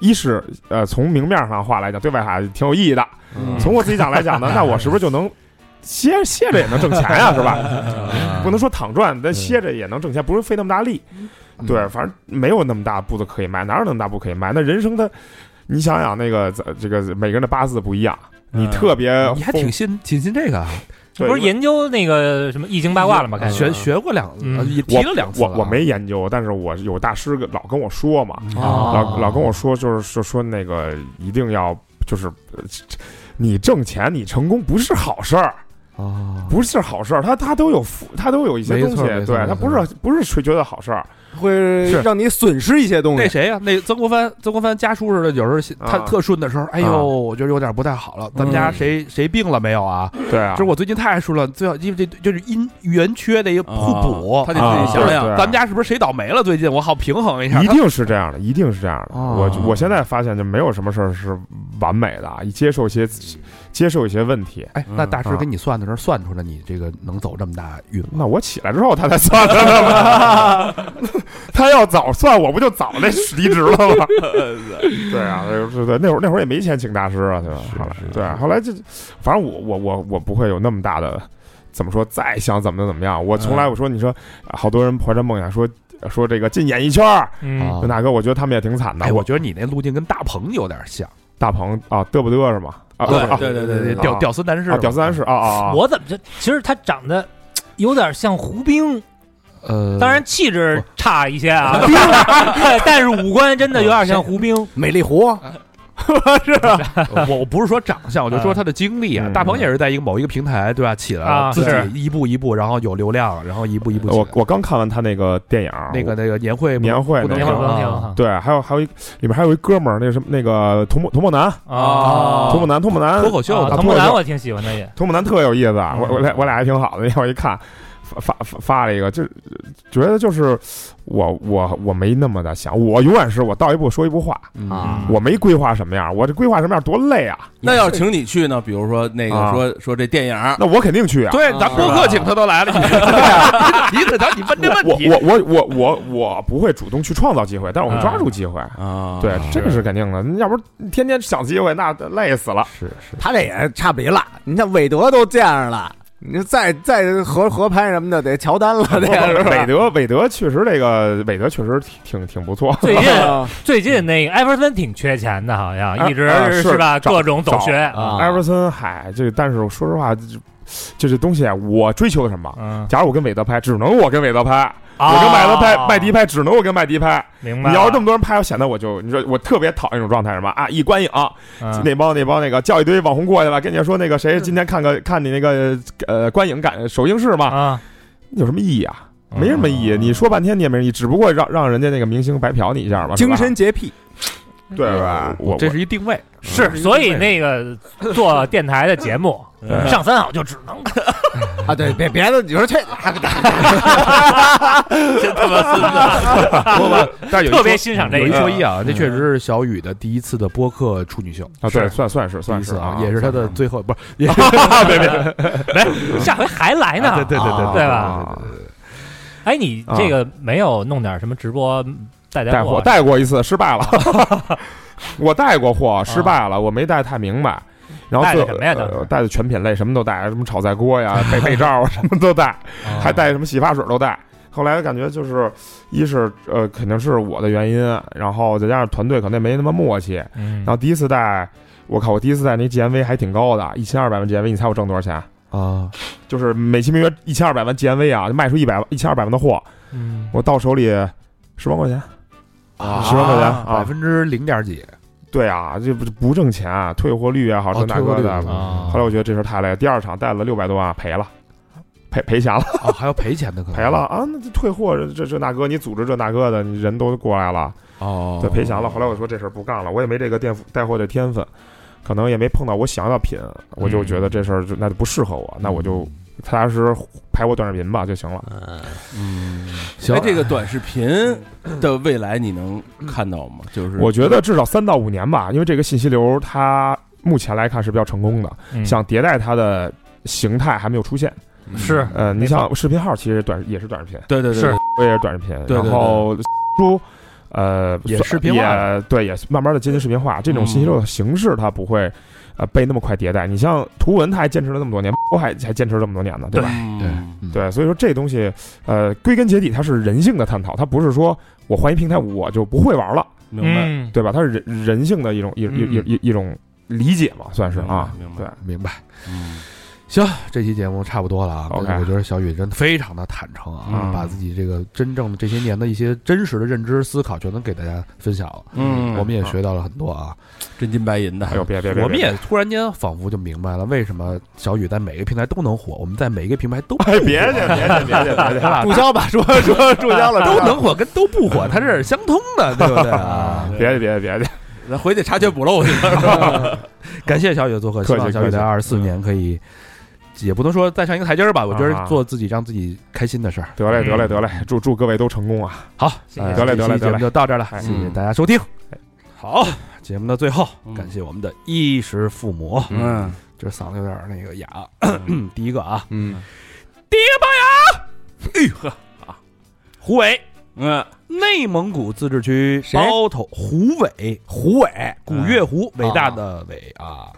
[SPEAKER 6] 一是呃从明面上话来讲，对外还挺有意义的；
[SPEAKER 5] 嗯
[SPEAKER 6] 从我自己讲来
[SPEAKER 4] (laughs)
[SPEAKER 6] 讲呢，那我是不是就能歇歇着也能挣钱呀、是吧？
[SPEAKER 4] 嗯
[SPEAKER 6] 不能说躺赚，但歇着也能挣钱，不是费那么大力。
[SPEAKER 4] 嗯
[SPEAKER 6] 对，反正没有那么大步子可以迈，哪有那么大步可以迈？那人生的，你想想那个这个每个人的八字不一样，你特别
[SPEAKER 4] 嗯你还
[SPEAKER 6] 疯
[SPEAKER 4] 挺信挺信这个啊？
[SPEAKER 3] 这不是研究那个什么易经八卦了
[SPEAKER 6] 嗯
[SPEAKER 3] 吗？开始
[SPEAKER 4] 学学过两，
[SPEAKER 3] 嗯
[SPEAKER 4] 呃也提
[SPEAKER 6] 我
[SPEAKER 4] 了两次
[SPEAKER 6] 我
[SPEAKER 4] 了
[SPEAKER 6] 我没研究，但是我有大师跟老跟我说嘛，
[SPEAKER 3] 哦
[SPEAKER 6] 老老跟我说就是说说那个一定要就是，呃你挣钱你成功不是好事儿，
[SPEAKER 4] 啊，
[SPEAKER 6] 不是好事儿，他他都有负他都有一些
[SPEAKER 4] 没
[SPEAKER 6] 东
[SPEAKER 4] 错
[SPEAKER 6] 西
[SPEAKER 4] 没，错
[SPEAKER 6] 对
[SPEAKER 4] 没
[SPEAKER 6] 他不
[SPEAKER 4] 错
[SPEAKER 6] 是不是吹觉得好事
[SPEAKER 4] (laughs)
[SPEAKER 6] 儿，
[SPEAKER 1] 会
[SPEAKER 6] 是
[SPEAKER 1] 让你损失一些东
[SPEAKER 4] 那
[SPEAKER 1] 西。
[SPEAKER 4] 谁呀？那曾国藩，曾国藩家叔似的，有时候他
[SPEAKER 6] 啊
[SPEAKER 4] 特顺的时候，哎
[SPEAKER 6] 啊
[SPEAKER 4] 呦，我觉得有点不太好了。咱们家谁谁病了没有啊？
[SPEAKER 6] 对啊，
[SPEAKER 4] 就是我最近太顺了，最好因为这就是因缘缺的一个互补。啊
[SPEAKER 5] 他得自己
[SPEAKER 6] 对
[SPEAKER 5] 想想。
[SPEAKER 6] 对
[SPEAKER 4] 咱们家是不是谁倒霉了？最近我好平衡一下。
[SPEAKER 6] 一定是这样的，一定是这样的。
[SPEAKER 4] 哦
[SPEAKER 6] 我我现在发现就没有什么事儿是完美的，接受一些接受一些问题。
[SPEAKER 4] 哎，那大师
[SPEAKER 6] 嗯
[SPEAKER 4] 给你算的时候算出来你这个能走这么大运吗？
[SPEAKER 6] 那我起来之后，他才算的吗？ (laughs) 他要早算，我不就早那离职了吗？ (laughs) 对啊，对对，那会儿那会儿也没钱请大师啊，对吧？后来对，后来就反正我我我我不会有那么大的怎么说，再想怎么怎么样，我从来我说你说好多人怀着梦想说说这个进演艺圈儿，
[SPEAKER 3] 嗯
[SPEAKER 4] 啊
[SPEAKER 6] 那大哥，我觉得他们也挺惨的。
[SPEAKER 4] 哎，
[SPEAKER 6] 我
[SPEAKER 4] 我觉得你那路径跟大鹏有点像，
[SPEAKER 6] 大鹏啊，嘚不嘚是吗？啊，
[SPEAKER 5] 对
[SPEAKER 6] 啊
[SPEAKER 5] 对对对对
[SPEAKER 6] 啊
[SPEAKER 4] 屌屌丝男士
[SPEAKER 6] 啊，屌丝男士啊啊，啊
[SPEAKER 3] 我怎么就其实他长得有点像胡兵，
[SPEAKER 6] 嗯
[SPEAKER 4] 呃，
[SPEAKER 3] 当然气质差一些啊， (laughs) 但是五官真的有点像胡兵。
[SPEAKER 1] 美丽湖，
[SPEAKER 4] 我我不是说长相，我就说他的经历啊。
[SPEAKER 6] 嗯
[SPEAKER 4] 大鹏也是在一个某一个平台，对吧？起来了，
[SPEAKER 3] 啊
[SPEAKER 4] 自
[SPEAKER 3] 是
[SPEAKER 4] 己一步一步，然后有流量，然后一步一步起来。
[SPEAKER 6] 我我刚看完他那个电影，
[SPEAKER 4] 那个那个年会不
[SPEAKER 6] 年会
[SPEAKER 4] 不能
[SPEAKER 6] 那
[SPEAKER 3] 别
[SPEAKER 6] 个
[SPEAKER 3] 不能停
[SPEAKER 4] 啊
[SPEAKER 3] 啊
[SPEAKER 6] 对，还有还有一里面还有一哥们儿，那个什么那个童木童木南，
[SPEAKER 3] 啊
[SPEAKER 6] 童木南，童木南
[SPEAKER 4] 脱，口秀嗯
[SPEAKER 3] 啊
[SPEAKER 4] 的
[SPEAKER 6] 他
[SPEAKER 3] 唐
[SPEAKER 6] 脱
[SPEAKER 3] 木
[SPEAKER 6] 口
[SPEAKER 3] 兰
[SPEAKER 6] 秀
[SPEAKER 3] 我挺喜欢的也，
[SPEAKER 6] 童木南特有意思，啊！我我俩我俩还挺好的，那 (laughs) 天我一看。发发发发了一个，就是觉得就是我我我没那么的想，我永远是我到一步说一步话，
[SPEAKER 1] 啊
[SPEAKER 6] 我没规划什么样，我这规划什么样多累啊，
[SPEAKER 4] 嗯
[SPEAKER 5] 那要是请你去呢？比如说那
[SPEAKER 6] 啊
[SPEAKER 5] 个说说这电影，
[SPEAKER 6] 那我肯定去啊。
[SPEAKER 4] 对，咱播客请他都来了，你你你咱你问这问
[SPEAKER 6] 我
[SPEAKER 4] 题，
[SPEAKER 6] 我我我我我不会主动去创造机会，但是我会抓住机会。
[SPEAKER 5] 啊，
[SPEAKER 6] 对，这个是肯定的，要不然天天想机会，那累死了。
[SPEAKER 4] 是是，
[SPEAKER 1] 他这也差不离了。你看韦德都这样了，你再再合合拍什么的得乔丹了， (laughs) 这个啊是吧
[SPEAKER 6] 韦德，韦德确实这个，韦德确实挺挺挺不错。
[SPEAKER 1] 啊
[SPEAKER 3] 最
[SPEAKER 6] (laughs)
[SPEAKER 3] 近最近那个艾弗森挺缺钱的，好
[SPEAKER 6] 啊
[SPEAKER 3] 像一直
[SPEAKER 6] 啊是
[SPEAKER 3] 吧，
[SPEAKER 6] 找
[SPEAKER 3] 各种走学
[SPEAKER 1] 啊
[SPEAKER 6] 艾弗森，嗨，这个但是说实话，就就这东西啊，我追求什么？
[SPEAKER 3] 嗯，
[SPEAKER 6] 假如我跟韦德拍，只能我跟韦德拍；我跟
[SPEAKER 3] 啊
[SPEAKER 6] 麦德拍，麦迪拍，只能我跟麦迪拍。
[SPEAKER 3] 明白了？
[SPEAKER 6] 你要是这么多人拍，我显得我就，你说我特别讨厌一种状态，什么啊？一观影，
[SPEAKER 3] 嗯
[SPEAKER 6] 那帮那帮那个叫一堆网红过去了，跟你说那个谁今天看个看你那个呃观影感首映式嘛，
[SPEAKER 3] 啊，
[SPEAKER 6] 有什么意义
[SPEAKER 3] 嗯
[SPEAKER 6] 啊？没什么意义，你说半天你也没意义，只不过让让人家那个明星白嫖你一下嘛，是吧
[SPEAKER 1] 精神嗯洁癖，
[SPEAKER 6] 对吧？我
[SPEAKER 4] 这是一定位，
[SPEAKER 3] 是，所以那个做电台的节目
[SPEAKER 5] 嗯
[SPEAKER 3] 上三好就只能
[SPEAKER 1] 啊，对，别别的，你说这
[SPEAKER 5] 真他妈孙子！
[SPEAKER 6] (laughs)
[SPEAKER 4] 不不但是有一
[SPEAKER 3] 特别
[SPEAKER 4] 说
[SPEAKER 3] 欣赏这
[SPEAKER 4] 有一
[SPEAKER 3] 个
[SPEAKER 4] 说一啊，这确实是小雨的第一次的播客处女秀
[SPEAKER 6] 啊，对，算算是
[SPEAKER 4] 第
[SPEAKER 6] 算
[SPEAKER 4] 一
[SPEAKER 6] 是
[SPEAKER 4] 次
[SPEAKER 6] 啊，
[SPEAKER 4] 也是
[SPEAKER 6] (laughs)
[SPEAKER 4] 他的
[SPEAKER 6] 算
[SPEAKER 4] 最后，不是也
[SPEAKER 6] 别别
[SPEAKER 3] 下回还来呢。
[SPEAKER 4] 对对对对
[SPEAKER 3] 对吧
[SPEAKER 6] 啊
[SPEAKER 3] 哎，你这个没有弄点什么直播带带
[SPEAKER 6] 带
[SPEAKER 3] 货
[SPEAKER 6] 货
[SPEAKER 3] 啊？
[SPEAKER 6] 带过一次
[SPEAKER 4] (laughs)
[SPEAKER 6] 失败了，我带过货失败
[SPEAKER 4] 啊
[SPEAKER 6] 了，我没带太明白。然后
[SPEAKER 3] 带的
[SPEAKER 6] 最
[SPEAKER 3] 什么呀当时
[SPEAKER 6] 呃带的全品类，什么都带，什么炒菜
[SPEAKER 4] (laughs)
[SPEAKER 6] 锅呀、被被罩啊，什么都带。
[SPEAKER 3] 啊
[SPEAKER 6] 还带什么洗发水都带。后来感觉就是，一是呃肯定是我的原因，然后再加上团队可能也没那么默契。
[SPEAKER 3] 嗯
[SPEAKER 6] 然后第一次带，我靠，我第一次带那 GMV 还挺高的，一千二百万 GMV，你猜我挣多少钱？
[SPEAKER 4] 啊，
[SPEAKER 6] 就是美其名曰一千二百万 GMV 啊，就卖出一百一千二百万的货，
[SPEAKER 3] 嗯
[SPEAKER 6] 我到手里十万块钱。
[SPEAKER 4] 啊
[SPEAKER 6] 十万块钱
[SPEAKER 4] 百
[SPEAKER 6] 啊！
[SPEAKER 4] 分之零点几，
[SPEAKER 6] 对啊，这不不挣钱啊，退货率也好，
[SPEAKER 4] 哦
[SPEAKER 6] 这那
[SPEAKER 4] 退货
[SPEAKER 6] 个
[SPEAKER 4] 率
[SPEAKER 6] 的。
[SPEAKER 4] 啊
[SPEAKER 6] 后来我觉得这事儿太累，第二场带了六百多万赔了，赔赔钱了。
[SPEAKER 4] 哦还要赔钱的，可能
[SPEAKER 6] 赔了啊，那这退货这这这那哥，你组织这那哥的，你人都过来了，
[SPEAKER 4] 哦，
[SPEAKER 6] 对，赔钱了。后来我说这事儿不干了，我也没这个店带货的天分，可能也没碰到我想要的品，我就觉得这事儿就那就不适合我，那我就踏踏实实拍我短视频吧就行了。
[SPEAKER 4] 行
[SPEAKER 5] 哎，这个短视频的未来你能看到吗？就是
[SPEAKER 6] 我觉得至少三到五年吧，因为这个信息流它目前来看是比较成功的，
[SPEAKER 3] 嗯
[SPEAKER 6] 想迭代它的形态还没有出现。
[SPEAKER 3] 是
[SPEAKER 6] 呃，你
[SPEAKER 3] 没错
[SPEAKER 6] 想视频号其实短也是短视频，
[SPEAKER 5] 对对对
[SPEAKER 3] 是
[SPEAKER 6] 我也是短视频，
[SPEAKER 5] 对对
[SPEAKER 6] 然后书。呃，
[SPEAKER 4] 也
[SPEAKER 6] 算
[SPEAKER 4] 视频化
[SPEAKER 6] 也对，也慢慢的接近视频化。这种信息流的形式，它不会呃被那么快迭代。你像图文，它还坚持了那么多年， (laughs) 我还还坚持了这么多年呢，对吧？
[SPEAKER 4] 对
[SPEAKER 5] 嗯，
[SPEAKER 4] 嗯
[SPEAKER 6] 对，所以说这东西，呃，归根结底它是人性的探讨，它不是说我换一平台我就不会玩了，
[SPEAKER 5] 明白。
[SPEAKER 3] 嗯，
[SPEAKER 6] 对吧？它是人人性的一种一一一一一种理解嘛，算是啊，
[SPEAKER 5] 明白明白
[SPEAKER 6] 对。
[SPEAKER 4] 明白。
[SPEAKER 5] 嗯
[SPEAKER 4] 行，这期节目差不多了啊。
[SPEAKER 6] OK
[SPEAKER 4] 但是我觉得小雨真的非常的坦诚啊，
[SPEAKER 5] 嗯
[SPEAKER 4] 把自己这个真正的这些年的一些真实的认知、思考，全都给大家分享了。
[SPEAKER 5] 嗯
[SPEAKER 4] 我们也学到了很多啊。
[SPEAKER 5] 真金白银的
[SPEAKER 6] 哎，呦，别别别，
[SPEAKER 4] 我们
[SPEAKER 6] 别
[SPEAKER 4] 也突然间仿佛就明白了，为什么小雨在每个平台都能火，我们在每一个平台都不火
[SPEAKER 6] 哎，别介，别介，别介，别介，
[SPEAKER 1] 注销吧，说说注销了，
[SPEAKER 4] (laughs) 都能火跟都不火，它是相通的，对不对啊？
[SPEAKER 6] 别介，别介，别介，
[SPEAKER 5] 咱回去查缺补漏去。
[SPEAKER 4] (laughs) 感谢小雨的做客，希
[SPEAKER 6] 客气
[SPEAKER 4] 望小雨在二十四年可以，也不能说再上一个台阶儿吧，我觉
[SPEAKER 6] 啊
[SPEAKER 4] 得做自己让自己开心的事儿。
[SPEAKER 6] 得嘞，得嘞，得嘞，祝祝各位都成功啊！
[SPEAKER 4] 好，
[SPEAKER 3] 谢谢
[SPEAKER 4] 哎
[SPEAKER 6] 得
[SPEAKER 4] 这
[SPEAKER 6] 嘞得嘞
[SPEAKER 4] 期节
[SPEAKER 6] 得
[SPEAKER 4] 目
[SPEAKER 6] 嘞
[SPEAKER 4] 就到这儿了，
[SPEAKER 6] 哎
[SPEAKER 4] 谢谢大家收听。好，节目的最后，
[SPEAKER 5] 嗯
[SPEAKER 4] 感谢我们的衣食父母，
[SPEAKER 5] 嗯，
[SPEAKER 4] 这嗓子有点儿那个哑。 (clears throat) 第一个啊，
[SPEAKER 1] 嗯，
[SPEAKER 4] 第一个朋友，哎呵啊，胡伟，
[SPEAKER 5] 嗯，
[SPEAKER 4] 内蒙古自治区
[SPEAKER 1] 谁
[SPEAKER 4] 包头胡伟，
[SPEAKER 1] 胡伟，
[SPEAKER 4] 古月胡，
[SPEAKER 1] 嗯
[SPEAKER 4] 伟大的伟啊！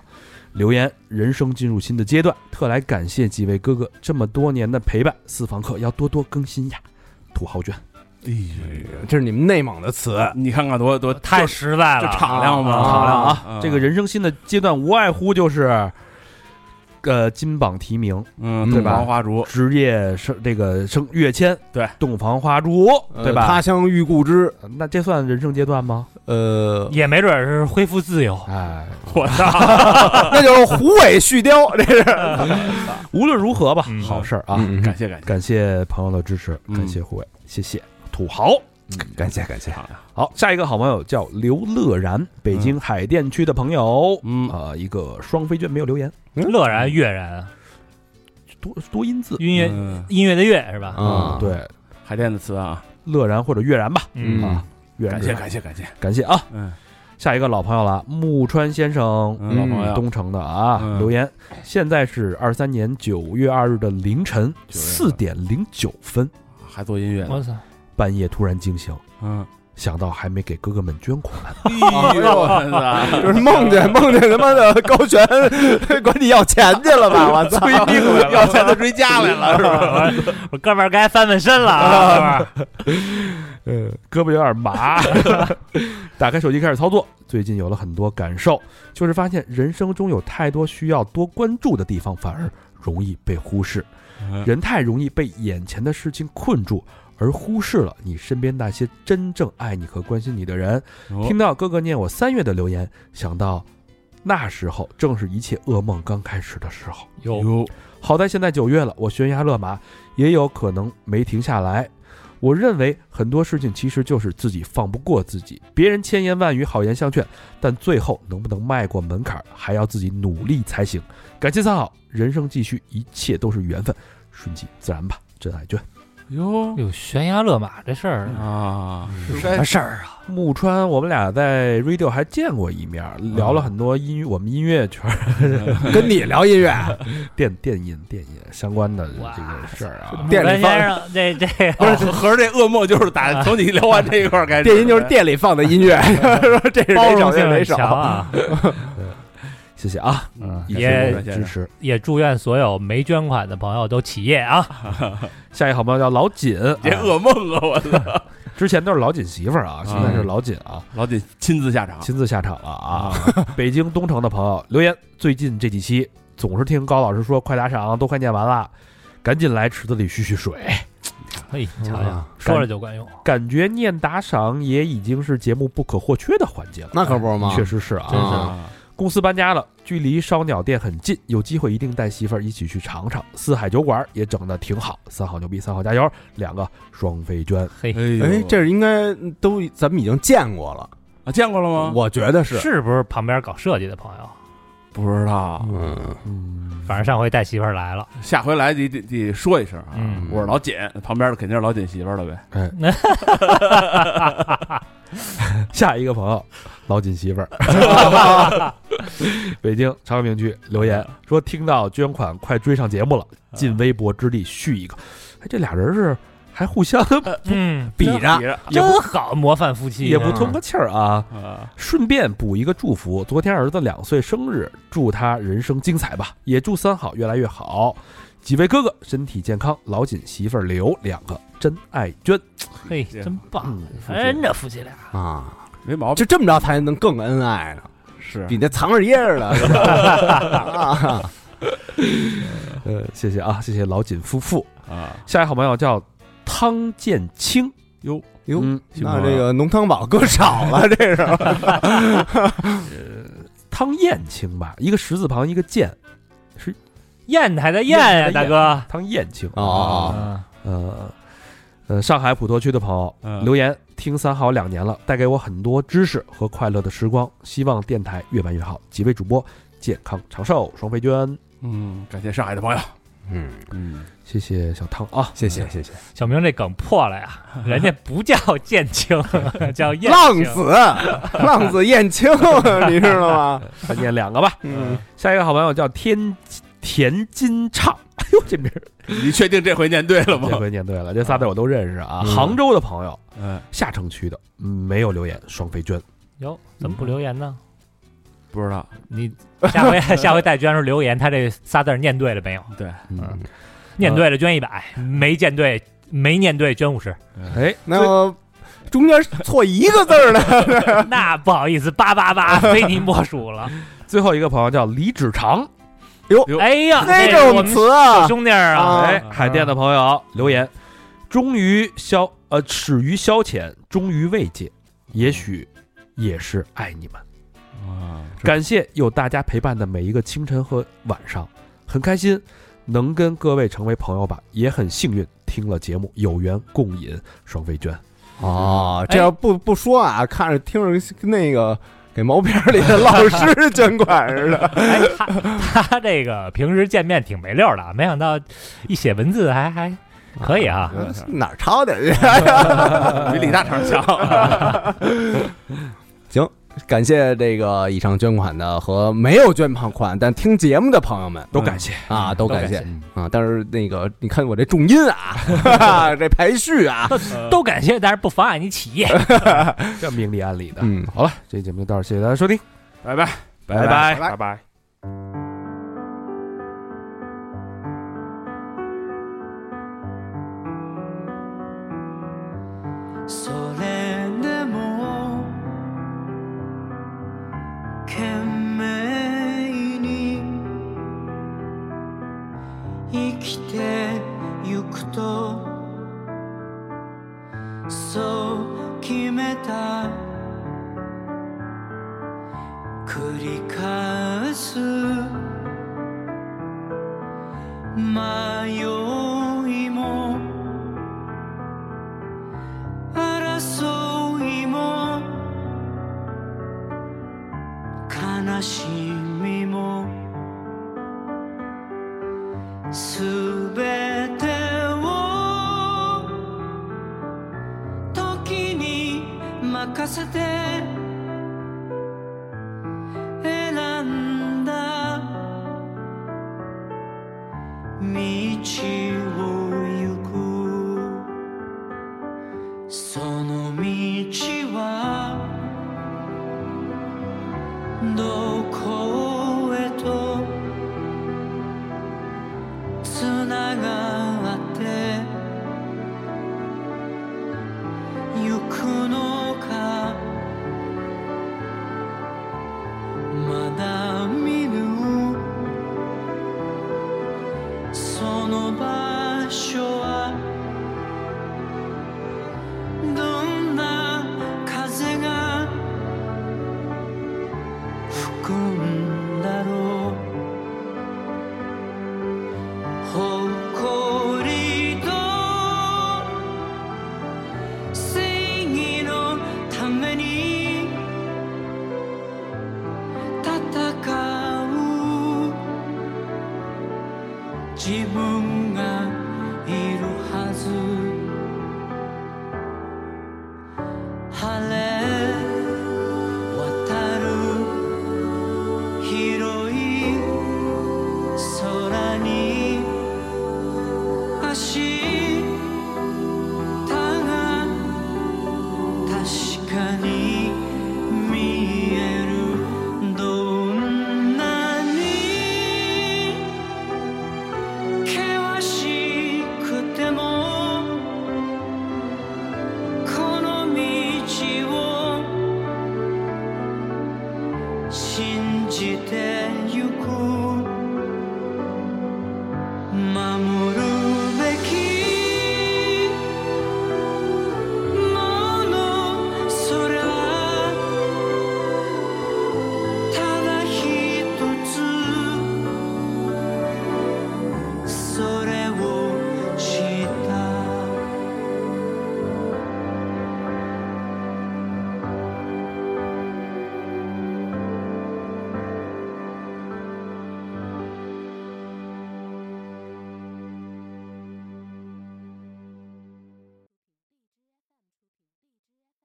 [SPEAKER 4] 留言：人生进入新的阶段，特来感谢几位哥哥这么多年的陪伴，私房课要多多更新呀！土豪卷，
[SPEAKER 1] 这是你们内蒙的词，
[SPEAKER 5] 哎你看看多多
[SPEAKER 3] 太实在
[SPEAKER 5] 就
[SPEAKER 3] 了，
[SPEAKER 5] 敞亮嘛，
[SPEAKER 1] 啊
[SPEAKER 4] 好了啊，
[SPEAKER 5] 嗯
[SPEAKER 4] 这个，人生新的阶段无外乎就是，呃，金榜题名、
[SPEAKER 5] 嗯，
[SPEAKER 1] 对
[SPEAKER 5] 洞
[SPEAKER 1] 吧
[SPEAKER 5] 房花烛，
[SPEAKER 4] 职业升这个升跃迁，
[SPEAKER 5] 对，
[SPEAKER 4] 洞房花烛，对吧？
[SPEAKER 1] 他乡遇故知， (laughs)
[SPEAKER 4] 那这算人生阶段吗？
[SPEAKER 1] 呃，
[SPEAKER 3] 也没准儿是恢复自由。
[SPEAKER 4] 哎，
[SPEAKER 3] 我操，
[SPEAKER 1] 那就是胡伟续貂，这是
[SPEAKER 4] 无论如何吧，
[SPEAKER 3] 嗯
[SPEAKER 4] 好事儿啊！
[SPEAKER 1] 嗯
[SPEAKER 5] 感谢感谢，
[SPEAKER 4] 感谢朋友的支持，
[SPEAKER 5] 嗯
[SPEAKER 4] 感谢胡伟，谢谢土豪。
[SPEAKER 1] 感谢感谢，
[SPEAKER 4] 好，下一个好朋友叫刘乐然，北京海淀区的朋友，
[SPEAKER 5] 嗯
[SPEAKER 4] 呃，一个双飞卷没有留言，
[SPEAKER 3] 乐然悦然，
[SPEAKER 4] 多多音字，嗯
[SPEAKER 3] 音乐
[SPEAKER 5] 嗯
[SPEAKER 3] 音乐的乐是吧？
[SPEAKER 1] 啊，
[SPEAKER 4] 对，
[SPEAKER 5] 海淀的词啊，
[SPEAKER 4] 乐然或者悦然吧，
[SPEAKER 1] 嗯
[SPEAKER 4] 啊，悦然
[SPEAKER 5] 感谢感谢感谢，
[SPEAKER 4] 感谢啊！
[SPEAKER 5] 嗯
[SPEAKER 4] 下一个老朋友了，木川先生，
[SPEAKER 5] 嗯，老朋友，
[SPEAKER 4] 东城的啊，
[SPEAKER 5] 嗯
[SPEAKER 4] 留言，现在是二三年九月二日的凌晨四点零九分，
[SPEAKER 5] 还做音乐呢，
[SPEAKER 3] 我操，
[SPEAKER 4] 半夜突然惊醒，
[SPEAKER 5] 嗯，
[SPEAKER 4] 想到还没给哥哥们捐款，
[SPEAKER 5] (laughs) 哎呦我操
[SPEAKER 1] 就是梦见梦见他妈的高悬 (laughs) 管你要钱去了吧？我操！
[SPEAKER 5] 要钱都追家来了，是吧？
[SPEAKER 3] 我 (laughs) 我哥们儿该翻翻身
[SPEAKER 1] (laughs)
[SPEAKER 3] 了啊！哥们儿
[SPEAKER 4] 呃，胳膊有点麻。打开手机开始操作，最近有了很多感受，就是发现人生中有太多需要多关注的地方，反而容易被忽视。人太容易被眼前的事情困住，而忽视了你身边那些真正爱你和关心你的人。
[SPEAKER 5] 哦
[SPEAKER 4] 听到哥哥念我三月的留言，想到那时候正是一切噩梦刚开始的时候。
[SPEAKER 3] 有
[SPEAKER 5] 哟，
[SPEAKER 4] 好在现在九月了，我悬崖勒马，也有可能没停下来。我认为很多事情其实就是自己放不过自己，别人千言万语、好言相劝，但最后能不能迈过门槛儿，还要自己努力才行。感谢三好，人生继续，一切都是缘分，顺其自然吧。真爱娟，
[SPEAKER 5] 哟
[SPEAKER 3] 有悬崖勒马这事儿，
[SPEAKER 5] 啊，
[SPEAKER 1] 什么事儿啊？
[SPEAKER 4] 木川，我们俩在 Radio 还见过一面，聊了很多音乐，我们音乐 (laughs) 圈儿、
[SPEAKER 1] (laughs) 跟你聊音乐，
[SPEAKER 4] 电电音、电音相关的这个事儿啊。
[SPEAKER 1] 店
[SPEAKER 3] 文
[SPEAKER 1] 里
[SPEAKER 3] 先
[SPEAKER 1] 放
[SPEAKER 3] 生，这
[SPEAKER 1] (laughs)
[SPEAKER 3] 这
[SPEAKER 5] 不是，合着这噩梦就是打从你聊完这一块儿开始，
[SPEAKER 1] 电音就是店里放的音乐，说这是
[SPEAKER 3] 包
[SPEAKER 1] 哪
[SPEAKER 3] 容
[SPEAKER 1] 首
[SPEAKER 3] 性
[SPEAKER 1] 是哪
[SPEAKER 3] 很
[SPEAKER 1] 首？
[SPEAKER 3] 强啊！
[SPEAKER 4] 谢谢啊，
[SPEAKER 5] 嗯
[SPEAKER 3] 也
[SPEAKER 4] 感谢支持。
[SPEAKER 3] 也祝愿所有没捐款的朋友都起业啊！
[SPEAKER 4] 下一个好朋友叫老锦，
[SPEAKER 5] (laughs) 这
[SPEAKER 4] 啊
[SPEAKER 5] 噩梦啊，我操，
[SPEAKER 4] 之前都是老锦媳妇儿啊，现在是老锦啊，
[SPEAKER 5] (laughs) 老得亲自下场，
[SPEAKER 4] 亲自下场了啊！北京东城的朋友留言，最近这几期总是听高老师说快打赏都快念完了，赶紧来池子里蓄蓄水，
[SPEAKER 3] 嘿，
[SPEAKER 1] 哎
[SPEAKER 3] 瞧瞧，
[SPEAKER 1] 嗯
[SPEAKER 3] 说了就管用。
[SPEAKER 4] 感觉念打赏也已经是节目不可或缺的环节了。
[SPEAKER 1] 那可不是吗？
[SPEAKER 4] 确实是
[SPEAKER 1] 真
[SPEAKER 4] 啊，
[SPEAKER 1] 是
[SPEAKER 5] 啊，
[SPEAKER 4] 公司搬家了，距离烧鸟店很近，有机会一定带媳妇儿一起去尝尝。四海酒馆也整的挺好，三好牛逼，三好加油！两个双飞娟，
[SPEAKER 3] 嘿，
[SPEAKER 5] 呦
[SPEAKER 1] 哎，这是应该都咱们已经见过了，
[SPEAKER 5] 啊见过了吗？
[SPEAKER 1] 我觉得是，
[SPEAKER 3] 是不是旁边搞设计的朋友？
[SPEAKER 5] 不知道，
[SPEAKER 1] 嗯，
[SPEAKER 4] 嗯，
[SPEAKER 3] 反正上回带媳妇儿来了，
[SPEAKER 5] 下回来得得得说一声啊
[SPEAKER 3] 嗯。
[SPEAKER 5] 我是老锦，旁边的肯定是老锦媳妇儿了呗。
[SPEAKER 4] 下一个朋友，老锦媳妇儿，北京朝阳评区留言
[SPEAKER 5] 嗯啊
[SPEAKER 4] 说，听到捐款快追上节目了，进微博之力续一个。哎，这俩人是还互相
[SPEAKER 3] 嗯，
[SPEAKER 1] 比着
[SPEAKER 4] 也不
[SPEAKER 3] 真好，模范夫妻
[SPEAKER 4] (laughs) 也不通个气儿啊。
[SPEAKER 5] 啊，
[SPEAKER 4] 顺便补一个祝福，昨天儿子两岁生日，祝他人生精彩吧，也祝三好越来越好。几位哥哥身体健康，老锦媳妇儿刘两个真爱娟，
[SPEAKER 3] 嘿，真棒，
[SPEAKER 4] 嗯，
[SPEAKER 3] 真的夫妻俩，
[SPEAKER 1] 啊，
[SPEAKER 5] 没毛病，
[SPEAKER 1] 就这么着才能更恩爱呢，
[SPEAKER 5] 是
[SPEAKER 1] 比那藏着掖着的是吧啊
[SPEAKER 4] 呃，谢谢啊，谢谢老锦夫妇。
[SPEAKER 5] 啊，
[SPEAKER 4] 下一好朋友叫汤建清，
[SPEAKER 5] 哟
[SPEAKER 1] 哟
[SPEAKER 4] 嗯
[SPEAKER 1] 那这个浓汤宝搁少 (laughs) 了，这是
[SPEAKER 4] 汤燕清吧，一个十字旁一个建，
[SPEAKER 3] 砚台的砚呀，
[SPEAKER 4] 砚台
[SPEAKER 3] 啊大
[SPEAKER 4] 的
[SPEAKER 3] 哥，
[SPEAKER 4] 汤燕清。
[SPEAKER 1] 哦，
[SPEAKER 3] 啊，
[SPEAKER 4] 呃，呃，上海普陀区的朋友、
[SPEAKER 5] 嗯
[SPEAKER 4] 留言，听三好两年了，带给我很多知识和快乐的时光。希望电台越办越好，几位主播健康长寿，双飞娟。
[SPEAKER 5] 嗯，感谢上海的朋友，
[SPEAKER 1] 嗯，
[SPEAKER 5] 嗯，
[SPEAKER 4] 谢谢小汤啊，
[SPEAKER 1] 谢谢谢谢，
[SPEAKER 3] 小明这梗破了
[SPEAKER 1] (laughs)
[SPEAKER 3] 呀，人家不叫剑清，叫砚
[SPEAKER 1] 浪
[SPEAKER 3] 清
[SPEAKER 1] 子浪子燕青， (laughs) 你知道吗？
[SPEAKER 4] 再念两个吧。
[SPEAKER 1] 嗯，
[SPEAKER 4] 下一个好朋友叫天田金畅， (laughs) 哎呦，这名儿
[SPEAKER 5] 你确定这回念对了
[SPEAKER 4] 这
[SPEAKER 5] 吗？
[SPEAKER 4] 回念对了，这仨字我都认识啊。
[SPEAKER 1] 嗯
[SPEAKER 4] 杭州的朋友，
[SPEAKER 5] 嗯，
[SPEAKER 4] 下城区的，嗯没有留言，双飞娟。
[SPEAKER 3] 哟，怎么不留言呢？
[SPEAKER 5] 不知道，
[SPEAKER 3] 你下回下回带娟时留言，他这仨字儿念对了没有？
[SPEAKER 5] 对，
[SPEAKER 4] 嗯，
[SPEAKER 3] 念对了捐一百，没念对没念对捐
[SPEAKER 1] (laughs)
[SPEAKER 3] 五十，
[SPEAKER 4] 哎，
[SPEAKER 1] 那中间错一个字 (laughs) 儿呢？
[SPEAKER 3] 那不好意思，八
[SPEAKER 1] (laughs)
[SPEAKER 3] 八八非您莫属了。
[SPEAKER 4] 最后一个朋友叫李志长，
[SPEAKER 3] 哎呀，
[SPEAKER 1] 这
[SPEAKER 3] 是我
[SPEAKER 1] 种
[SPEAKER 3] 们
[SPEAKER 1] 词啊，
[SPEAKER 3] 兄弟儿啊，
[SPEAKER 1] 啊
[SPEAKER 4] 哎，海淀的朋友留言，忠于消呃，始于消遣，忠于慰藉，也许也是爱你们。
[SPEAKER 5] 啊，
[SPEAKER 4] 感谢有大家陪伴的每一个清晨和晚上，很开心能跟各位成为朋友吧，也很幸运听了节目有缘共饮双飞娟。
[SPEAKER 1] 哦，这要不不说啊，看着听着跟那个给毛片里的老师捐款似 (laughs) 的。
[SPEAKER 3] 哎， (laughs) 他他这个平时见面挺没溜儿的，啊没想到一写文字还还可以啊。
[SPEAKER 1] 哪儿抄啊的？
[SPEAKER 5] 比李大肠 (laughs) 强，
[SPEAKER 1] 感谢这个以上捐款的和没有捐款但听节目的朋友们
[SPEAKER 4] 都感谢，
[SPEAKER 1] 啊，都感
[SPEAKER 3] 感
[SPEAKER 1] 谢
[SPEAKER 3] 谢
[SPEAKER 1] 啊！但是那个你看我这重音啊， (laughs) 这排序啊，
[SPEAKER 3] 都感谢，但是不妨碍你起业。
[SPEAKER 4] 这明里暗里的。
[SPEAKER 1] 嗯，
[SPEAKER 4] 好了，这期节目就到这儿，谢谢大家收听。
[SPEAKER 5] 拜拜，
[SPEAKER 4] 拜拜
[SPEAKER 6] 拜拜。
[SPEAKER 7] それでも懸命に生きてゆくとそう決めた繰り返す迷いも争いも悲しみもすべてを時に任せて